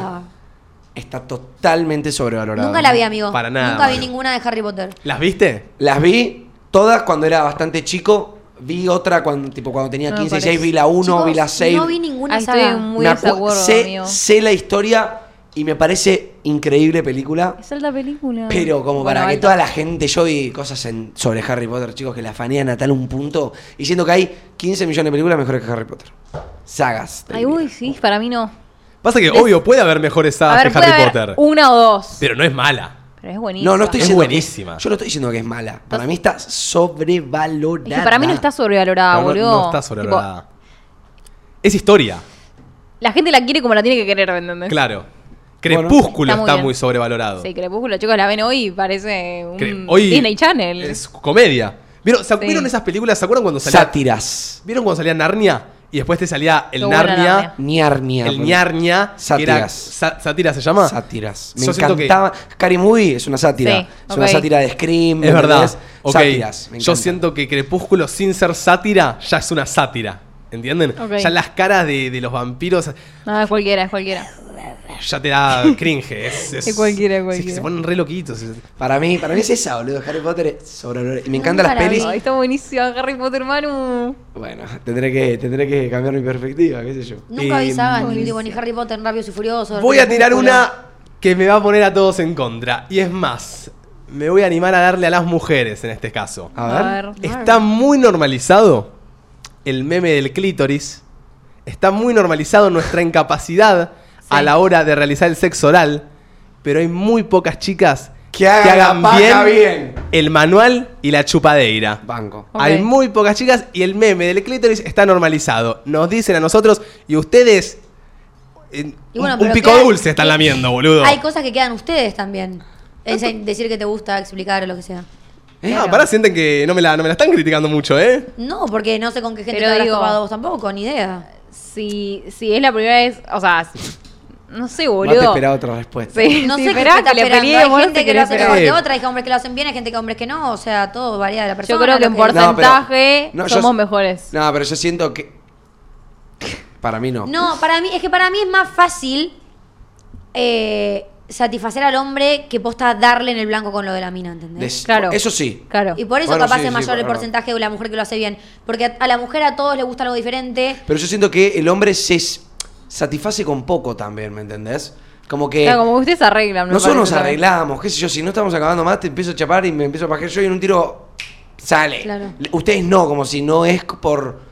[SPEAKER 3] Está totalmente sobrevalorado.
[SPEAKER 2] Nunca la vi, amigo.
[SPEAKER 1] Para nada,
[SPEAKER 2] Nunca vi
[SPEAKER 1] amigo.
[SPEAKER 2] ninguna de Harry Potter.
[SPEAKER 1] ¿Las viste?
[SPEAKER 3] Las vi todas cuando era bastante chico. Vi otra cuando, tipo, cuando tenía
[SPEAKER 4] No me
[SPEAKER 3] 15,
[SPEAKER 4] parece.
[SPEAKER 3] 16. Vi la 1,
[SPEAKER 2] Chicos,
[SPEAKER 3] vi la 6.
[SPEAKER 2] No vi ninguna
[SPEAKER 4] Ahí
[SPEAKER 2] saga.
[SPEAKER 4] estoy muy
[SPEAKER 3] Me acu-
[SPEAKER 4] desacuerdo,
[SPEAKER 3] sé,
[SPEAKER 4] amigo.
[SPEAKER 3] sé la historia y me parece increíble película.
[SPEAKER 4] Es alta película.
[SPEAKER 3] Pero como
[SPEAKER 4] Bueno,
[SPEAKER 3] para que
[SPEAKER 4] ahí
[SPEAKER 3] toda
[SPEAKER 4] está.
[SPEAKER 3] la gente, yo vi cosas en- sobre Harry Potter, chicos, que la fanean a tal un punto, diciendo que hay 15 millones de películas mejores que Harry Potter. Sagas. te
[SPEAKER 4] Ay,
[SPEAKER 3] diría.
[SPEAKER 4] uy, sí, para mí no.
[SPEAKER 1] Pasa que,
[SPEAKER 4] Des-
[SPEAKER 1] obvio, puede haber mejores sagas
[SPEAKER 4] a ver,
[SPEAKER 1] que
[SPEAKER 4] puede
[SPEAKER 1] Harry
[SPEAKER 4] haber
[SPEAKER 1] Potter.
[SPEAKER 4] una o dos.
[SPEAKER 1] Pero no es mala.
[SPEAKER 4] Pero es buenísima.
[SPEAKER 3] No, no estoy
[SPEAKER 1] Es
[SPEAKER 3] diciendo. que-
[SPEAKER 1] buenísima.
[SPEAKER 3] yo no estoy diciendo que es mala. Para mí está sobrevalorada.
[SPEAKER 4] Es que para mí no está sobrevalorada,
[SPEAKER 1] Pero no-
[SPEAKER 4] Ah, boludo.
[SPEAKER 1] no, está
[SPEAKER 4] Tipo,
[SPEAKER 1] sobrevalorada. es historia,
[SPEAKER 4] la gente la quiere como la tiene que querer, ¿me entendés?
[SPEAKER 1] claro.
[SPEAKER 3] Bueno.
[SPEAKER 1] Crepúsculo
[SPEAKER 4] Está
[SPEAKER 1] está
[SPEAKER 4] muy
[SPEAKER 1] muy,
[SPEAKER 4] bien.
[SPEAKER 1] sobrevalorado.
[SPEAKER 4] Sí, Crepúsculo, chicos, la ven hoy y parece un
[SPEAKER 1] Cre- Hoy
[SPEAKER 4] Disney Channel.
[SPEAKER 1] Es comedia. ¿Vieron, se-
[SPEAKER 4] Sí.
[SPEAKER 1] ¿vieron esas películas? ¿Se acuerdan cuando salía?
[SPEAKER 3] Sátiras.
[SPEAKER 1] ¿Vieron cuando salía Narnia? Y después te salía el
[SPEAKER 4] Qué buena
[SPEAKER 1] Narnia,
[SPEAKER 4] Narnia.
[SPEAKER 3] Ñarnia.
[SPEAKER 1] el
[SPEAKER 3] boludo.
[SPEAKER 1] Ñarnia. que era-
[SPEAKER 3] Sátiras.
[SPEAKER 1] sa- ¿Sátira se llama?
[SPEAKER 3] Sátiras. Me
[SPEAKER 1] Yo siento que-
[SPEAKER 3] encantaba. Scary Movie es una sátira.
[SPEAKER 4] Sí,
[SPEAKER 3] Es una
[SPEAKER 4] ok.
[SPEAKER 3] sátira de Scream.
[SPEAKER 1] Es verdad.
[SPEAKER 3] ¿entendés?
[SPEAKER 1] Ok.
[SPEAKER 3] Sátiras. me
[SPEAKER 1] Yo
[SPEAKER 3] encanta.
[SPEAKER 1] siento que Crepúsculo, sin ser sátira, ya es una sátira. ¿Entienden?
[SPEAKER 4] Ok.
[SPEAKER 1] Ya las caras de, de los vampiros
[SPEAKER 4] No, es cualquiera, es cualquiera.
[SPEAKER 1] ya te da cringe. Es,
[SPEAKER 4] Es cualquiera,
[SPEAKER 1] sí,
[SPEAKER 4] cualquiera.
[SPEAKER 1] se ponen re loquitos.
[SPEAKER 3] Para mí, para mí es esa, boludo. Harry Potter es sobrevalorado. Y me encantan
[SPEAKER 2] Nunca
[SPEAKER 3] las
[SPEAKER 2] la vi.
[SPEAKER 3] pelis.
[SPEAKER 4] Ay, está buenísima Harry Potter, Manu.
[SPEAKER 3] Bueno, tendré que, tendré que cambiar mi perspectiva, qué sé yo.
[SPEAKER 2] Nunca vi
[SPEAKER 1] Eh,
[SPEAKER 2] sagas, ni, tipo, ni Harry Potter, ni Rápidos y Furiosos.
[SPEAKER 1] Voy a tirar
[SPEAKER 2] Crepúsculo.
[SPEAKER 1] una que me va a poner a todos en contra. Y es más, me voy a animar a darle a las mujeres en este caso.
[SPEAKER 3] A ver.
[SPEAKER 1] Está muy normalizado el meme del clítoris. Está muy normalizado nuestra incapacidad a la hora de realizar el sexo oral. Pero hay muy pocas chicas
[SPEAKER 3] Que hagan la paja bien.
[SPEAKER 1] el manual y la chupadeira.
[SPEAKER 3] Banco.
[SPEAKER 4] Ok.
[SPEAKER 1] Hay muy pocas chicas y el meme del clítoris está normalizado. Nos dicen a nosotros y ustedes. eh,
[SPEAKER 2] Y bueno,
[SPEAKER 1] un- un
[SPEAKER 2] pero
[SPEAKER 1] pico
[SPEAKER 2] queda-
[SPEAKER 1] dulce están lamiendo, boludo.
[SPEAKER 2] Hay cosas que quedan ustedes también. Es en decir que te gusta, explicar o lo que sea.
[SPEAKER 1] Ah, pará, sienten que no me, la, no me la están criticando mucho, ¿eh?
[SPEAKER 2] No, porque no sé con qué gente
[SPEAKER 4] Pero
[SPEAKER 2] te habrás
[SPEAKER 4] digo-
[SPEAKER 2] topado vos tampoco, ni idea.
[SPEAKER 4] Si, si es la primera vez, o sea, si- no sé, boludo.
[SPEAKER 3] No te esperaba otra respuesta.
[SPEAKER 4] Sí,
[SPEAKER 2] No
[SPEAKER 4] sí,
[SPEAKER 2] sé
[SPEAKER 4] esperá
[SPEAKER 2] qué está
[SPEAKER 4] que le
[SPEAKER 2] esperando.
[SPEAKER 4] pelee,
[SPEAKER 2] Hay
[SPEAKER 4] vos no
[SPEAKER 2] gente
[SPEAKER 4] te
[SPEAKER 2] que lo
[SPEAKER 4] querés
[SPEAKER 2] hace
[SPEAKER 4] pegar.
[SPEAKER 2] mejor que
[SPEAKER 1] esperar.
[SPEAKER 2] otra, hay hombres que lo hacen bien, hay gente que hombres que no. O sea, todo varía de la persona.
[SPEAKER 4] Yo creo que
[SPEAKER 2] lo
[SPEAKER 4] en porcentaje
[SPEAKER 3] No, pero- no, yo-
[SPEAKER 4] somos mejores.
[SPEAKER 3] No, pero yo siento que. Para mí no.
[SPEAKER 2] No, para mí, es que para mí es más fácil eh, satisfacer al hombre que posta darle en el blanco con lo de la mina, ¿entendés?
[SPEAKER 3] Des-
[SPEAKER 4] Claro.
[SPEAKER 3] Eso sí.
[SPEAKER 4] Claro.
[SPEAKER 2] Y por eso
[SPEAKER 3] Bueno,
[SPEAKER 2] capaz
[SPEAKER 3] sí,
[SPEAKER 2] es
[SPEAKER 3] sí,
[SPEAKER 2] mayor el
[SPEAKER 3] claro.
[SPEAKER 2] porcentaje de la mujer que lo hace bien. Porque a, a la mujer a todos le gusta algo diferente.
[SPEAKER 3] Pero yo siento que el hombre se s- satisface con poco también, ¿me entendés? Como que.
[SPEAKER 4] Claro, como que ustedes arreglan. me
[SPEAKER 3] nosotros
[SPEAKER 4] parece
[SPEAKER 3] nos
[SPEAKER 4] también.
[SPEAKER 3] arreglamos, qué sé yo, si no estamos acabando más, te empiezo a chapar y me empiezo a pajear yo y en un tiro sale.
[SPEAKER 2] Claro.
[SPEAKER 3] Le- Ustedes no, como si no es por.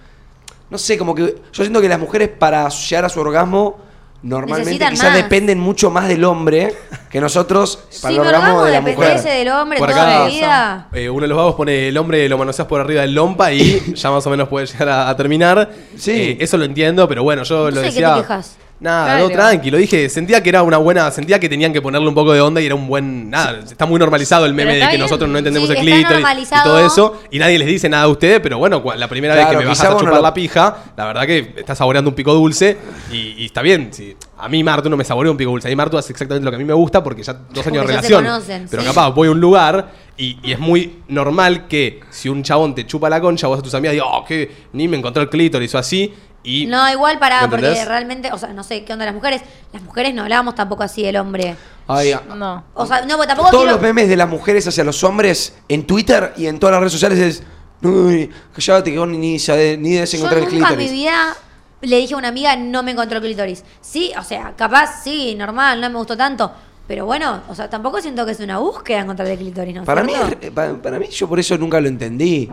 [SPEAKER 3] No sé, como que. Yo siento que las mujeres para llegar a su orgasmo normalmente
[SPEAKER 2] Necesitan
[SPEAKER 3] quizás
[SPEAKER 2] más.
[SPEAKER 3] dependen mucho más del hombre que nosotros
[SPEAKER 2] Si
[SPEAKER 3] valoramos
[SPEAKER 2] Bergamo
[SPEAKER 3] de la mujer.
[SPEAKER 2] dependiese del hombre
[SPEAKER 1] Por
[SPEAKER 2] toda
[SPEAKER 1] acá-
[SPEAKER 2] la vida.
[SPEAKER 1] Eh, uno de los vagos pone el hombre lo manoseas por arriba del lompa y ya más o menos puede llegar a, a terminar.
[SPEAKER 3] Sí.
[SPEAKER 1] Eh, eso lo entiendo, pero bueno, yo lo
[SPEAKER 2] Entonces, ¿de qué
[SPEAKER 1] decía.
[SPEAKER 2] te quejas?
[SPEAKER 1] Nada,
[SPEAKER 4] Claro.
[SPEAKER 1] no, tranqui, lo dije, sentía que era una buena, sentía que tenían que ponerle un poco de onda y era un buen, nada, está muy normalizado el meme
[SPEAKER 4] Pero
[SPEAKER 1] de que
[SPEAKER 4] está bien.
[SPEAKER 1] nosotros no entendemos
[SPEAKER 2] Sí,
[SPEAKER 1] el
[SPEAKER 2] está
[SPEAKER 1] clítoris y todo
[SPEAKER 2] normalizado.
[SPEAKER 1] eso, y nadie les dice nada a ustedes, pero bueno, cua- la primera vez
[SPEAKER 3] Claro,
[SPEAKER 1] que me bajas
[SPEAKER 3] quizá
[SPEAKER 1] a
[SPEAKER 3] vos no
[SPEAKER 1] chupar
[SPEAKER 3] lo-
[SPEAKER 1] la pija, la verdad que estás saboreando un pico dulce y, y está bien, si a mí Martu no me saborea un pico dulce, a mí Martu hace exactamente lo que a mí me gusta porque ya dos años
[SPEAKER 2] Porque
[SPEAKER 1] de
[SPEAKER 2] ya se
[SPEAKER 1] relación,
[SPEAKER 2] conocen,
[SPEAKER 1] pero
[SPEAKER 2] sí.
[SPEAKER 1] capaz "Ah, voy a un lugar y, y es muy normal que si un chabón te chupa la concha, vos a tus amigas digas, oh, que ni me encontró el clítoris o así, y...
[SPEAKER 2] No, igual
[SPEAKER 1] ¿me
[SPEAKER 2] pará, porque
[SPEAKER 1] entendés?
[SPEAKER 2] realmente, o sea, no sé qué onda las mujeres. Las mujeres no hablábamos tampoco así del hombre.
[SPEAKER 3] Ay, a-
[SPEAKER 4] No.
[SPEAKER 2] O sea, no, porque tampoco
[SPEAKER 3] Todos
[SPEAKER 2] quiero-
[SPEAKER 3] los memes de las mujeres hacia los hombres en Twitter y en todas las redes sociales es. Uy, callate que vos ni, ni, sabe- ni debes
[SPEAKER 2] Yo
[SPEAKER 3] encontrar el
[SPEAKER 2] nunca en mi
[SPEAKER 3] clítoris.
[SPEAKER 2] vida le dije a una amiga, no me encontró el clítoris. Sí, o sea, capaz, sí, normal, no me gustó tanto. Pero bueno, o sea, tampoco siento que es una búsqueda encontrar el clítoris, ¿no? es
[SPEAKER 3] Para mí,
[SPEAKER 2] cierto?
[SPEAKER 3] eh, pa- para, mí, yo por eso nunca lo entendí.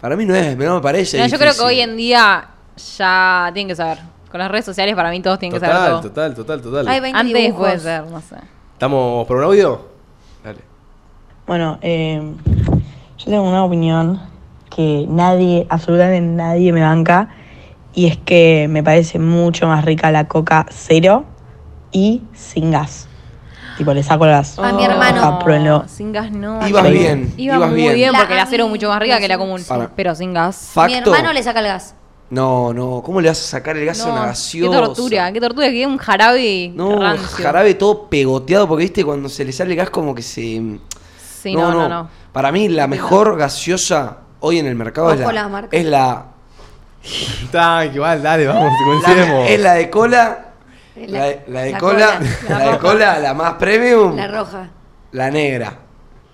[SPEAKER 3] Para mí no es, no me parece.
[SPEAKER 4] No, yo creo que
[SPEAKER 3] difícil.
[SPEAKER 4] hoy en día ya tienen que saber. Con las redes sociales para mí todos tienen que saber todo.
[SPEAKER 1] Total, total, total, total.
[SPEAKER 2] Hay 20
[SPEAKER 4] Antes
[SPEAKER 2] dibujos.
[SPEAKER 4] puede ser, no sé.
[SPEAKER 1] ¿Estamos por un audio? Dale.
[SPEAKER 9] Bueno, eh, yo tengo una opinión que nadie, absolutamente nadie me banca, y es que me parece mucho más rica la coca cero y sin gas. Tipo, le saco las.
[SPEAKER 2] A mi hermano.
[SPEAKER 9] Ojalá, pruébenlo.
[SPEAKER 4] Sin gas no.
[SPEAKER 3] Ah. Ibas
[SPEAKER 4] Ibas
[SPEAKER 3] bien, ibas
[SPEAKER 4] muy
[SPEAKER 3] bien.
[SPEAKER 4] bien,
[SPEAKER 2] La-
[SPEAKER 4] porque
[SPEAKER 2] a
[SPEAKER 4] la cero es
[SPEAKER 2] mí-
[SPEAKER 4] mucho más rica que la
[SPEAKER 2] sí,
[SPEAKER 4] común.
[SPEAKER 2] sí.
[SPEAKER 3] Para.
[SPEAKER 4] Pero sin gas.
[SPEAKER 3] Facto.
[SPEAKER 2] Mi hermano le saca el gas.
[SPEAKER 3] No, no, ¿cómo le vas a sacar el gas a
[SPEAKER 4] No,
[SPEAKER 3] una
[SPEAKER 4] qué
[SPEAKER 3] gaseosa?
[SPEAKER 4] tortura, qué tortura, que quede un jarabe
[SPEAKER 3] No,
[SPEAKER 4] rancio.
[SPEAKER 3] jarabe todo pegoteado, porque viste, cuando se le sale el gas como que se.
[SPEAKER 4] Sí, no, no, no.
[SPEAKER 3] Para mí, la mejor gaseosa hoy en el mercado es
[SPEAKER 2] Ojo
[SPEAKER 3] la,
[SPEAKER 2] la marca.
[SPEAKER 3] es la.
[SPEAKER 1] Está, igual, dale, vamos,
[SPEAKER 3] la-
[SPEAKER 1] comencemos.
[SPEAKER 3] es la de cola.
[SPEAKER 2] La-
[SPEAKER 3] La, de- la de
[SPEAKER 2] la
[SPEAKER 3] cola.
[SPEAKER 2] cola,
[SPEAKER 3] La,
[SPEAKER 2] la
[SPEAKER 3] de
[SPEAKER 2] roja.
[SPEAKER 3] cola, la más premium.
[SPEAKER 2] La
[SPEAKER 3] La,
[SPEAKER 2] roja.
[SPEAKER 3] negra.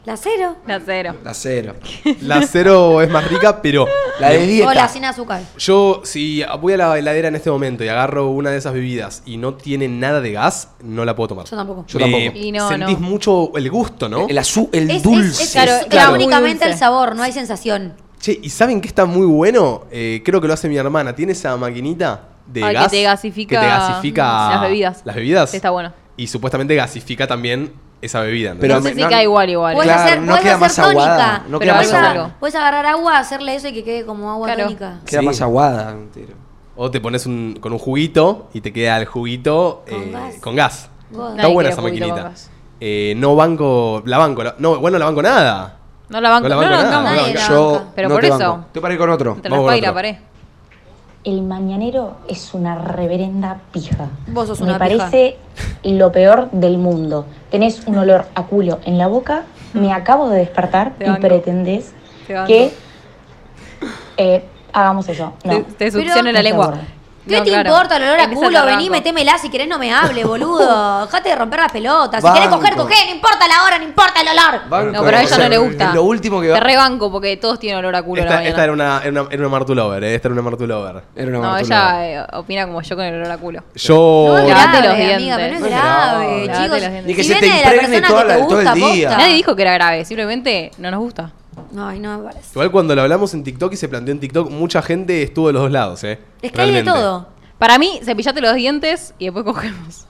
[SPEAKER 2] La cero.
[SPEAKER 4] La cero.
[SPEAKER 3] La cero.
[SPEAKER 1] La cero es más rica, pero
[SPEAKER 3] La de dieta.
[SPEAKER 2] O la sin azúcar.
[SPEAKER 1] yo si voy a la heladera en este momento y agarro una de esas bebidas y no tiene nada de gas, no la puedo tomar.
[SPEAKER 2] Yo tampoco.
[SPEAKER 3] Yo
[SPEAKER 1] Me-
[SPEAKER 3] tampoco.
[SPEAKER 4] Y no,
[SPEAKER 1] sentís
[SPEAKER 4] no.
[SPEAKER 1] mucho el gusto, ¿no?
[SPEAKER 3] El azul, el
[SPEAKER 2] Es, es-
[SPEAKER 3] dulce.
[SPEAKER 2] es- es
[SPEAKER 4] claro.
[SPEAKER 2] únicamente el
[SPEAKER 4] Dulce.
[SPEAKER 2] sabor, no hay sensación.
[SPEAKER 1] Che, ¿y saben qué está muy bueno? Eh, creo que lo hace mi hermana. Tiene esa maquinita de
[SPEAKER 4] Ay, que
[SPEAKER 1] gas.
[SPEAKER 4] te gasifica
[SPEAKER 1] que te gasifica
[SPEAKER 4] las bebidas.
[SPEAKER 1] Las bebidas.
[SPEAKER 4] Está bueno.
[SPEAKER 1] Y supuestamente gasifica también esa bebida. ¿no?
[SPEAKER 3] Pero
[SPEAKER 4] no sé
[SPEAKER 3] me-
[SPEAKER 4] si
[SPEAKER 3] no-
[SPEAKER 4] queda igual, igual.
[SPEAKER 2] Puedes
[SPEAKER 3] Claro,
[SPEAKER 2] hacer,
[SPEAKER 3] no
[SPEAKER 2] podés
[SPEAKER 3] queda
[SPEAKER 2] hacer
[SPEAKER 3] más
[SPEAKER 2] tónica.
[SPEAKER 3] aguada, no
[SPEAKER 2] Pero
[SPEAKER 4] queda más
[SPEAKER 2] podés a-
[SPEAKER 4] aguada.
[SPEAKER 2] podés agarrar agua, hacerle eso y que quede como agua
[SPEAKER 4] Claro.
[SPEAKER 2] tónica.
[SPEAKER 3] Queda
[SPEAKER 1] Sí.
[SPEAKER 3] más aguada. entero.
[SPEAKER 1] O te pones un- con un juguito y te queda el juguito eh,
[SPEAKER 2] Con gas.
[SPEAKER 1] con gas.
[SPEAKER 2] God.
[SPEAKER 1] Está
[SPEAKER 4] Nadie
[SPEAKER 1] buena
[SPEAKER 4] quiere
[SPEAKER 1] esa
[SPEAKER 4] juguito con
[SPEAKER 1] maquinita.
[SPEAKER 4] gas.
[SPEAKER 1] Eh, no banco. La banco. la- no, bueno, la banco nada.
[SPEAKER 4] ¿eh? No la banco,
[SPEAKER 1] No la
[SPEAKER 4] no la
[SPEAKER 1] banco
[SPEAKER 4] bancamos.
[SPEAKER 1] nada.
[SPEAKER 2] Nadie la
[SPEAKER 3] Yo
[SPEAKER 2] banca.
[SPEAKER 4] Pero
[SPEAKER 3] no
[SPEAKER 4] por
[SPEAKER 3] te
[SPEAKER 4] eso.
[SPEAKER 3] banco. Estoy para ir con otro.
[SPEAKER 4] Entre la
[SPEAKER 1] Vamos con
[SPEAKER 4] espalda y la
[SPEAKER 1] otro.
[SPEAKER 4] pared.
[SPEAKER 9] El mañanero es una reverenda pija.
[SPEAKER 2] Vos sos
[SPEAKER 9] Me
[SPEAKER 2] una pija.
[SPEAKER 9] parece lo peor del mundo. Tenés un olor a culo en la boca, me acabo de despertar
[SPEAKER 4] Te
[SPEAKER 9] y
[SPEAKER 4] banco.
[SPEAKER 9] pretendés
[SPEAKER 4] Te banco.
[SPEAKER 9] que eh, hagamos eso. No.
[SPEAKER 4] Te, te succiona
[SPEAKER 9] Pero-
[SPEAKER 4] la lengua.
[SPEAKER 2] ¿Qué
[SPEAKER 4] No,
[SPEAKER 2] te
[SPEAKER 4] claro.
[SPEAKER 2] importa el olor a
[SPEAKER 4] En esa te
[SPEAKER 2] culo? Vení,
[SPEAKER 4] banco.
[SPEAKER 2] metémela. Si querés, no me hable, boludo. Dejate de romper las pelotas. Si
[SPEAKER 3] Banco.
[SPEAKER 2] querés coger, coger. No importa la hora, no importa el olor.
[SPEAKER 3] Banco.
[SPEAKER 4] No, pero a ella no le gusta.
[SPEAKER 3] Es lo último que va.
[SPEAKER 4] Te rebanco porque todos tienen olor a culo a la
[SPEAKER 1] Esta,
[SPEAKER 4] mañana.
[SPEAKER 1] esta era una, era una, era una Martu Lover, eh, esta era una Martu Lover.
[SPEAKER 3] Era una
[SPEAKER 4] no,
[SPEAKER 3] martulada.
[SPEAKER 4] ella eh, opina como yo con el olor a culo.
[SPEAKER 1] Yo.
[SPEAKER 4] No, Lavate los dientes.
[SPEAKER 2] amiga, pero no
[SPEAKER 3] No
[SPEAKER 2] es
[SPEAKER 3] es
[SPEAKER 2] grave,
[SPEAKER 3] grave.
[SPEAKER 4] Lavate los
[SPEAKER 2] chicos.
[SPEAKER 4] dientes.
[SPEAKER 2] Si
[SPEAKER 3] Ni que se te
[SPEAKER 2] viene de la
[SPEAKER 3] impregne
[SPEAKER 2] persona
[SPEAKER 3] toda
[SPEAKER 2] que
[SPEAKER 3] la-
[SPEAKER 2] te
[SPEAKER 3] todo el
[SPEAKER 2] gusta,
[SPEAKER 3] día.
[SPEAKER 9] Ah.
[SPEAKER 2] posta.
[SPEAKER 4] Nadie dijo que era grave, simplemente no nos gusta.
[SPEAKER 2] Ay, no me parece.
[SPEAKER 1] Igual cuando lo hablamos en TikTok y se planteó en TikTok, mucha gente estuvo de los dos lados, ¿eh?
[SPEAKER 2] Es que hay de
[SPEAKER 1] Realmente.
[SPEAKER 2] todo.
[SPEAKER 4] Para mí, cepillate los dientes y después cogemos.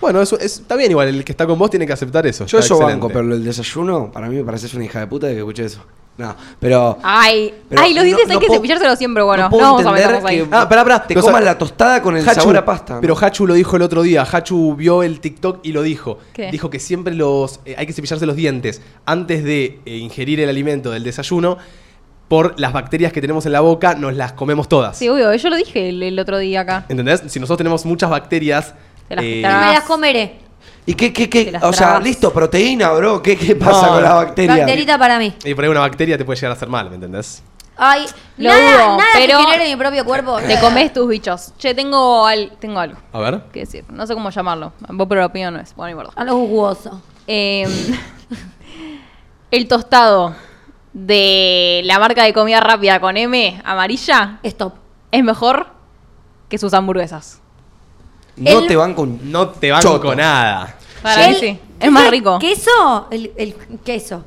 [SPEAKER 1] Bueno, eso es- está bien, igual el que está con vos tiene que aceptar eso.
[SPEAKER 3] Yo
[SPEAKER 1] está
[SPEAKER 3] eso
[SPEAKER 1] excelente.
[SPEAKER 3] banco, pero el desayuno, para mí me parece una hija de puta de que escuché eso. No, pero.
[SPEAKER 4] Ay,
[SPEAKER 3] pero
[SPEAKER 4] Ah. ay, los
[SPEAKER 3] no-
[SPEAKER 4] dientes
[SPEAKER 3] no
[SPEAKER 4] hay que
[SPEAKER 3] puedo-
[SPEAKER 4] cepillárselos siempre, bueno.
[SPEAKER 3] no
[SPEAKER 4] No,
[SPEAKER 3] puedo
[SPEAKER 4] vamos a
[SPEAKER 3] entender
[SPEAKER 4] meternos ahí.
[SPEAKER 3] que
[SPEAKER 1] Ah, pará, pará,
[SPEAKER 3] Te
[SPEAKER 1] pero
[SPEAKER 3] comas
[SPEAKER 1] sa-
[SPEAKER 3] la tostada con el
[SPEAKER 1] Hachu,
[SPEAKER 3] sabor a pasta. ¿no?
[SPEAKER 1] Pero Hachu lo dijo el otro día. Hachu vio el TikTok y lo dijo.
[SPEAKER 4] ¿Qué?
[SPEAKER 1] Dijo que siempre los eh, hay que cepillarse los dientes antes de eh, ingerir el alimento del desayuno. Por las bacterias que tenemos en la boca, nos las comemos todas.
[SPEAKER 4] Sí, obvio, yo lo dije el, el otro día acá.
[SPEAKER 1] ¿Entendés? Si nosotros tenemos muchas bacterias.
[SPEAKER 4] Te las
[SPEAKER 1] eh,
[SPEAKER 2] Y
[SPEAKER 4] quitas.
[SPEAKER 2] me las comeré.
[SPEAKER 3] ¿Y qué, qué,
[SPEAKER 4] Te
[SPEAKER 3] qué?
[SPEAKER 4] las
[SPEAKER 3] O sea,
[SPEAKER 4] trabas.
[SPEAKER 3] listo, proteína, bro. ¿Qué, qué pasa con la bacteria?
[SPEAKER 2] Bacterita para mí.
[SPEAKER 1] y por ahí una bacteria te puede llegar a hacer mal, ¿me entendés?
[SPEAKER 2] Ay,
[SPEAKER 4] Lo
[SPEAKER 2] nada,
[SPEAKER 4] dudo,
[SPEAKER 2] nada
[SPEAKER 4] pero-
[SPEAKER 2] que genere mi propio cuerpo.
[SPEAKER 4] Te comes tus bichos. Che, tengo, al, tengo algo
[SPEAKER 1] A ver.
[SPEAKER 4] que decir. No sé cómo llamarlo. Vos pero opinión no es. Bueno, no importa.
[SPEAKER 2] A lo jugoso.
[SPEAKER 4] Eh, el tostado de la marca de comida rápida con M amarilla
[SPEAKER 2] Stop.
[SPEAKER 4] es mejor que sus hamburguesas.
[SPEAKER 3] No
[SPEAKER 2] El-
[SPEAKER 3] te van con.
[SPEAKER 1] No te banco
[SPEAKER 3] Choto.
[SPEAKER 1] nada.
[SPEAKER 4] Para mí
[SPEAKER 2] El-
[SPEAKER 4] sí. Es más
[SPEAKER 2] ¿qué-
[SPEAKER 4] rico.
[SPEAKER 2] ¿Queso? El, el queso.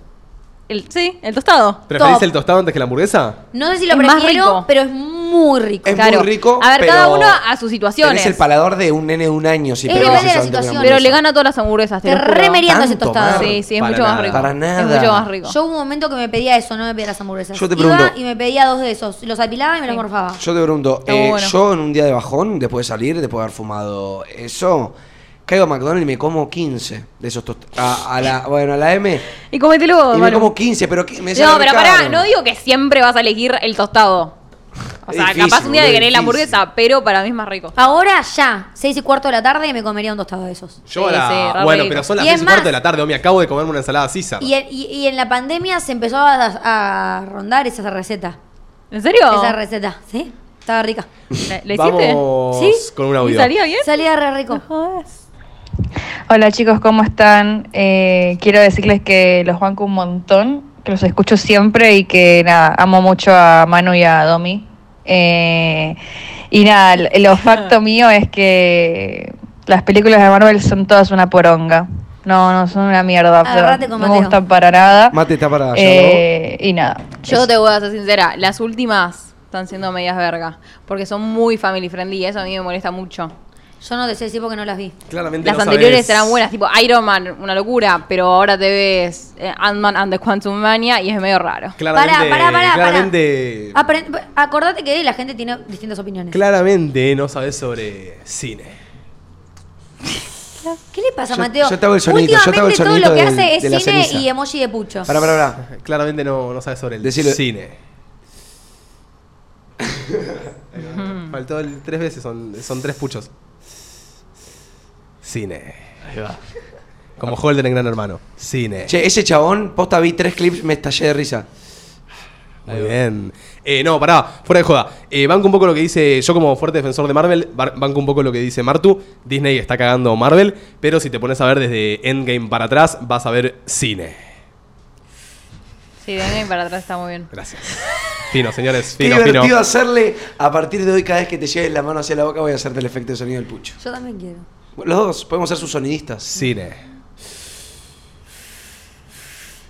[SPEAKER 4] El, sí, el tostado.
[SPEAKER 1] ¿Preferís
[SPEAKER 2] Top.
[SPEAKER 1] el tostado antes que la hamburguesa?
[SPEAKER 2] No sé si lo
[SPEAKER 4] Es más
[SPEAKER 2] prefiero,
[SPEAKER 4] rico.
[SPEAKER 2] pero es muy muy rico.
[SPEAKER 3] Es
[SPEAKER 4] Claro.
[SPEAKER 3] muy rico.
[SPEAKER 4] A ver,
[SPEAKER 3] pero
[SPEAKER 4] cada uno a sus situaciones.
[SPEAKER 3] Es el palador de un nene de un año. Si
[SPEAKER 2] Es
[SPEAKER 3] pedís
[SPEAKER 2] depende de
[SPEAKER 3] eso antes
[SPEAKER 2] la
[SPEAKER 3] de una
[SPEAKER 2] situación.
[SPEAKER 4] Pero
[SPEAKER 3] hamburguesa.
[SPEAKER 4] le gana a todas las hamburguesas, te
[SPEAKER 2] Te
[SPEAKER 4] lo juro.
[SPEAKER 2] remeriendo ese
[SPEAKER 3] Tanto,
[SPEAKER 2] tostado.
[SPEAKER 3] Mar.
[SPEAKER 4] Sí, sí, es
[SPEAKER 1] Para
[SPEAKER 4] mucho más
[SPEAKER 1] nada.
[SPEAKER 4] rico.
[SPEAKER 3] Para nada.
[SPEAKER 4] Es mucho más rico.
[SPEAKER 2] Yo hubo un momento que me pedía eso, no me pedía las hamburguesas.
[SPEAKER 3] Yo te
[SPEAKER 2] Iba
[SPEAKER 3] pregunto.
[SPEAKER 2] y me pedía dos de esos. Los apilaba y me los morfaba.
[SPEAKER 3] Yo te pregunto,
[SPEAKER 4] Está
[SPEAKER 3] eh,
[SPEAKER 4] bueno.
[SPEAKER 3] yo en un día de bajón, después de salir, después de haber fumado eso, caigo a McDonald's y me como 15 de esos tostados. A, a la, bueno, a la M.
[SPEAKER 4] Y comételo,
[SPEAKER 3] Y me
[SPEAKER 4] Manu.
[SPEAKER 3] como 15, pero qui- me sale
[SPEAKER 4] Oh, No,
[SPEAKER 3] re
[SPEAKER 4] pero pará,
[SPEAKER 3] caro.
[SPEAKER 4] no digo que siempre vas a elegir el tostado. O
[SPEAKER 3] Es
[SPEAKER 4] sea,
[SPEAKER 3] difícil,
[SPEAKER 4] capaz un día de
[SPEAKER 3] boludo,
[SPEAKER 4] querer la
[SPEAKER 3] difícil.
[SPEAKER 4] hamburguesa, pero para mí es más rico.
[SPEAKER 2] Ahora ya, seis y cuarto de la tarde, me comería un tostado de esos.
[SPEAKER 1] Yo a
[SPEAKER 4] Sí,
[SPEAKER 1] la-
[SPEAKER 4] sí, re
[SPEAKER 1] bueno,
[SPEAKER 4] rico.
[SPEAKER 1] pero son las
[SPEAKER 2] Y es
[SPEAKER 1] 6 y cuarto
[SPEAKER 2] más-
[SPEAKER 1] de la tarde, me acabo de comerme una ensalada César.
[SPEAKER 2] Y en, y- y en la pandemia se empezó a, a rondar esa receta.
[SPEAKER 4] ¿En serio?
[SPEAKER 2] Esa receta, ¿sí? Estaba rica.
[SPEAKER 4] ¿La, la hiciste?
[SPEAKER 1] Vamos
[SPEAKER 2] ¿Sí?
[SPEAKER 1] con un
[SPEAKER 4] ¿Y
[SPEAKER 1] audio.
[SPEAKER 4] salía bien?
[SPEAKER 2] Salía re rico.
[SPEAKER 4] Jodas.
[SPEAKER 7] Hola chicos, ¿cómo están? Eh, quiero decirles que los banco un montón, que los escucho siempre y que nada, amo mucho a Manu y a Domi. Eh, y nada, el el olfacto mío es que las películas de Marvel son todas una poronga. No, no son una
[SPEAKER 4] Ah,
[SPEAKER 7] mierda,
[SPEAKER 2] Agarrate
[SPEAKER 7] pero
[SPEAKER 2] con
[SPEAKER 7] no me
[SPEAKER 2] Mateo.
[SPEAKER 7] gustan para nada.
[SPEAKER 3] Mate está para allá,
[SPEAKER 7] Eh, y nada.
[SPEAKER 4] Yo te voy a ser sincera, las últimas están siendo medias verga, porque son muy family friendly y eso a mí me molesta mucho.
[SPEAKER 2] Yo no te sé decir porque no las vi.
[SPEAKER 1] Claramente
[SPEAKER 4] Las
[SPEAKER 1] no
[SPEAKER 4] anteriores
[SPEAKER 1] sabés.
[SPEAKER 4] eran buenas, tipo Iron Man, una locura, pero ahora te ves eh, Ant-Man and the Quantum Mania y es medio raro.
[SPEAKER 1] Claramente,
[SPEAKER 2] Pará, pará, pará, pará.
[SPEAKER 1] claramente,
[SPEAKER 4] Ah.
[SPEAKER 2] Apren- acordate que la gente tiene distintas opiniones.
[SPEAKER 1] claramente no sabes sobre cine.
[SPEAKER 2] ¿Qué le pasa,
[SPEAKER 3] Yo-
[SPEAKER 2] Mateo?
[SPEAKER 3] yo te hago el sonido, yo
[SPEAKER 2] Últimamente
[SPEAKER 3] te hago el
[SPEAKER 2] todo
[SPEAKER 3] sonido
[SPEAKER 2] lo que
[SPEAKER 3] del-
[SPEAKER 2] hace es
[SPEAKER 3] de la
[SPEAKER 2] cine
[SPEAKER 3] ceniza.
[SPEAKER 2] y emoji de pucho.
[SPEAKER 3] Pará, pará, pará.
[SPEAKER 1] Claramente no, no sabes sobre el
[SPEAKER 3] Decilo.
[SPEAKER 1] cine. Ahí va. Faltó el, tres veces, son, son tres puchos. Cine. Ahí va. Como Holden en Gran Hermano. Cine.
[SPEAKER 3] Che, ese chabón, posta vi tres clips, me estallé de risa.
[SPEAKER 1] Muy bien. Eh, no, pará, fuera de joda. Eh, banco un poco lo que dice, yo como fuerte defensor de Marvel, bar- banco un poco lo que dice Martu. Disney está cagando Marvel, pero si te pones a ver desde Endgame para atrás, vas a ver cine.
[SPEAKER 4] Sí, de ahí para atrás está muy bien.
[SPEAKER 1] Gracias. Fino, señores,
[SPEAKER 3] Qué
[SPEAKER 1] fino,
[SPEAKER 3] divertido
[SPEAKER 1] fino.
[SPEAKER 3] hacerle. A partir de hoy, cada vez que te lleves la mano hacia la boca, voy a hacerte el efecto de sonido del pucho.
[SPEAKER 2] Yo también quiero.
[SPEAKER 3] Los dos, podemos ser sus sonidistas.
[SPEAKER 1] Cine.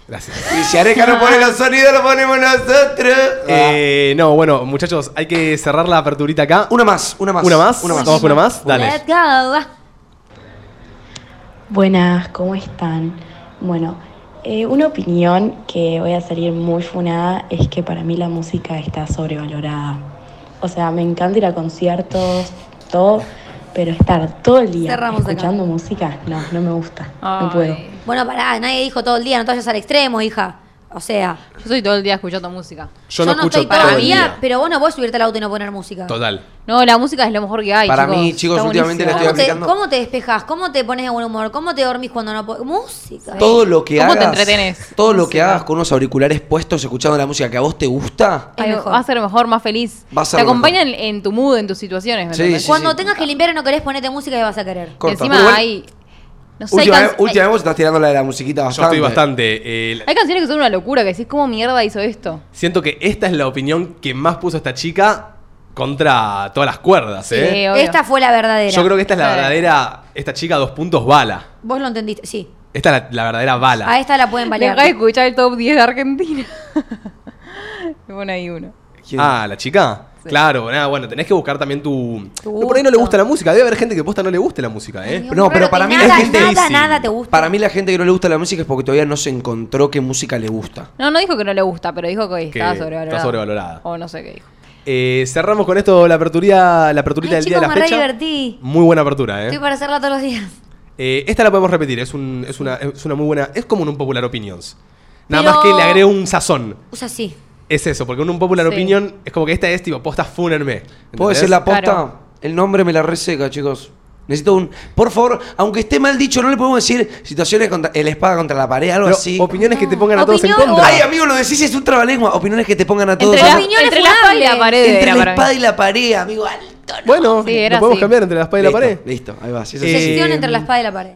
[SPEAKER 1] Gracias.
[SPEAKER 3] Y si Areca no pone los sonidos, lo ponemos nosotros.
[SPEAKER 1] Eh, no, bueno, muchachos, hay que cerrar la aperturita acá.
[SPEAKER 3] Ah, una más, una más.
[SPEAKER 1] ¿Una más? ¿Vamos con una más?
[SPEAKER 2] Let's
[SPEAKER 1] Dale.
[SPEAKER 2] go. va.
[SPEAKER 9] Buenas, ¿cómo están? Bueno, eh, una opinión que voy a salir muy funada es que para mí la música está sobrevalorada. O sea, me encanta ir a conciertos, todo, pero estar todo el día
[SPEAKER 2] Cerramos acá.
[SPEAKER 9] escuchando música, no, no me gusta, no
[SPEAKER 4] Ay.
[SPEAKER 9] puedo.
[SPEAKER 2] Bueno, pará, nadie dijo todo el día, no te vayas al extremo, hija. O sea,
[SPEAKER 4] Yo estoy todo el día escuchando música.
[SPEAKER 1] Yo no escucho
[SPEAKER 2] estoy todo el día,
[SPEAKER 1] día.
[SPEAKER 2] pero vos no podés subirte al auto y no poner música.
[SPEAKER 1] Total.
[SPEAKER 4] No, la música es lo mejor que hay.
[SPEAKER 3] Para
[SPEAKER 4] chicos.
[SPEAKER 3] mí, chicos,
[SPEAKER 4] Está
[SPEAKER 3] últimamente la
[SPEAKER 4] buenísimo.
[SPEAKER 2] ¿Cómo, te,
[SPEAKER 3] aplicando.
[SPEAKER 2] ¿Cómo te despejás? ¿Cómo te pones de buen humor? ¿Cómo te dormís cuando no podés? Música. eh?
[SPEAKER 3] Todo lo que
[SPEAKER 4] ¿Cómo te
[SPEAKER 3] hagas.
[SPEAKER 4] entretenés?
[SPEAKER 3] Todo lo que hagas con unos auriculares puestos, escuchando la música que a vos te gusta.
[SPEAKER 2] Es
[SPEAKER 4] Ay,
[SPEAKER 2] mejor.
[SPEAKER 4] eh, Va a ser mejor, más feliz.
[SPEAKER 3] Va a ser
[SPEAKER 4] te
[SPEAKER 3] mejor.
[SPEAKER 4] acompañan en tu mood, en tus situaciones. ¿me
[SPEAKER 3] Sí,
[SPEAKER 4] entendés?
[SPEAKER 3] sí,
[SPEAKER 2] cuando tengas que limpiar y no querés ponerte música y vas a querer.
[SPEAKER 3] Corta.
[SPEAKER 4] Encima
[SPEAKER 3] Igual,
[SPEAKER 4] hay. No sé, hay,
[SPEAKER 3] Última,
[SPEAKER 4] can-
[SPEAKER 3] última
[SPEAKER 4] hay-
[SPEAKER 3] vez vos estás tirando la de la musiquita
[SPEAKER 1] Yo
[SPEAKER 3] bastante.
[SPEAKER 1] estoy bastante. eh, la-
[SPEAKER 4] hay canciones que son una locura, que decís, ¿cómo mierda hizo esto?
[SPEAKER 1] Siento que esta es la opinión que más puso esta chica contra todas las cuerdas, ¿eh?
[SPEAKER 4] obvio.
[SPEAKER 2] Esta fue la verdadera.
[SPEAKER 1] Yo creo que esta es la
[SPEAKER 4] Sí.
[SPEAKER 1] verdadera. Esta chica, dos puntos bala.
[SPEAKER 2] Vos lo entendiste, sí.
[SPEAKER 1] Esta es la, la verdadera bala.
[SPEAKER 2] A esta la pueden
[SPEAKER 4] Le
[SPEAKER 2] balear.
[SPEAKER 4] acabas de escuchar el top 10 de Argentina. Y bueno, ahí uno.
[SPEAKER 3] ¿Quién?
[SPEAKER 1] Ah, la chica. Claro, nada, bueno, tenés que buscar también tu.
[SPEAKER 2] Tu
[SPEAKER 1] No, por ahí no le
[SPEAKER 2] gusto.
[SPEAKER 1] gusta la música. Debe haber gente que posta no le guste la música,
[SPEAKER 2] Ay,
[SPEAKER 1] ¿eh?
[SPEAKER 2] Dios,
[SPEAKER 3] No,
[SPEAKER 2] muy
[SPEAKER 3] pero
[SPEAKER 2] raro
[SPEAKER 3] para
[SPEAKER 2] que
[SPEAKER 3] mí la
[SPEAKER 2] nada,
[SPEAKER 3] gente
[SPEAKER 2] nada,
[SPEAKER 1] dice-
[SPEAKER 2] nada te gusta.
[SPEAKER 3] Para mí la gente que no le gusta la música es porque todavía no se encontró qué música le gusta.
[SPEAKER 4] No, no dijo que no le gusta, pero dijo que,
[SPEAKER 1] Que
[SPEAKER 4] estaba sobrevalorada.
[SPEAKER 1] está sobrevalorada.
[SPEAKER 4] O no sé qué dijo.
[SPEAKER 1] Eh, cerramos con esto la apertura, la aperturita
[SPEAKER 2] Ay,
[SPEAKER 1] del día
[SPEAKER 2] chicos,
[SPEAKER 1] de la
[SPEAKER 2] me re
[SPEAKER 1] fecha.
[SPEAKER 2] divertí.
[SPEAKER 1] Muy buena apertura,
[SPEAKER 2] Estoy
[SPEAKER 1] ¿eh?
[SPEAKER 2] para hacerla todos los días.
[SPEAKER 1] Eh, Esta la podemos repetir, es, un- es una, es una muy buena. Es como un Popular Opinions. Nada
[SPEAKER 2] Pero-
[SPEAKER 1] más que le agrego un sazón.
[SPEAKER 2] Usa así.
[SPEAKER 1] Es eso, porque un Popular
[SPEAKER 4] Sí.
[SPEAKER 1] Opinion es como que esta es tipo posta funerme.
[SPEAKER 3] ¿Puedo decir la posta?
[SPEAKER 4] Claro.
[SPEAKER 3] El nombre me la reseca, chicos. Necesito un. Por favor, aunque esté mal dicho, no le podemos decir situaciones contra. El espada contra la pared, algo así.
[SPEAKER 1] Opiniones que te pongan a todos en
[SPEAKER 2] Opinión-
[SPEAKER 1] contra.
[SPEAKER 3] Ay, amigo, lo decís, es un trabalengua. Opiniones que te pongan a todos.
[SPEAKER 4] Entre,
[SPEAKER 2] Todas
[SPEAKER 4] la,
[SPEAKER 2] las opiniones
[SPEAKER 4] entre la espada y la
[SPEAKER 2] funables.
[SPEAKER 4] pared.
[SPEAKER 3] Entre
[SPEAKER 4] era
[SPEAKER 3] la
[SPEAKER 4] para mí.
[SPEAKER 3] espada y la pared, amigo. Alto.
[SPEAKER 1] Bueno,
[SPEAKER 4] ah, Sí, era
[SPEAKER 1] lo podemos
[SPEAKER 4] así.
[SPEAKER 1] cambiar entre la espada y la
[SPEAKER 3] Listo,
[SPEAKER 1] pared.
[SPEAKER 3] Listo, ahí va. sí, sí, sí.
[SPEAKER 1] Eh,
[SPEAKER 2] Sección entre la espada y la pared.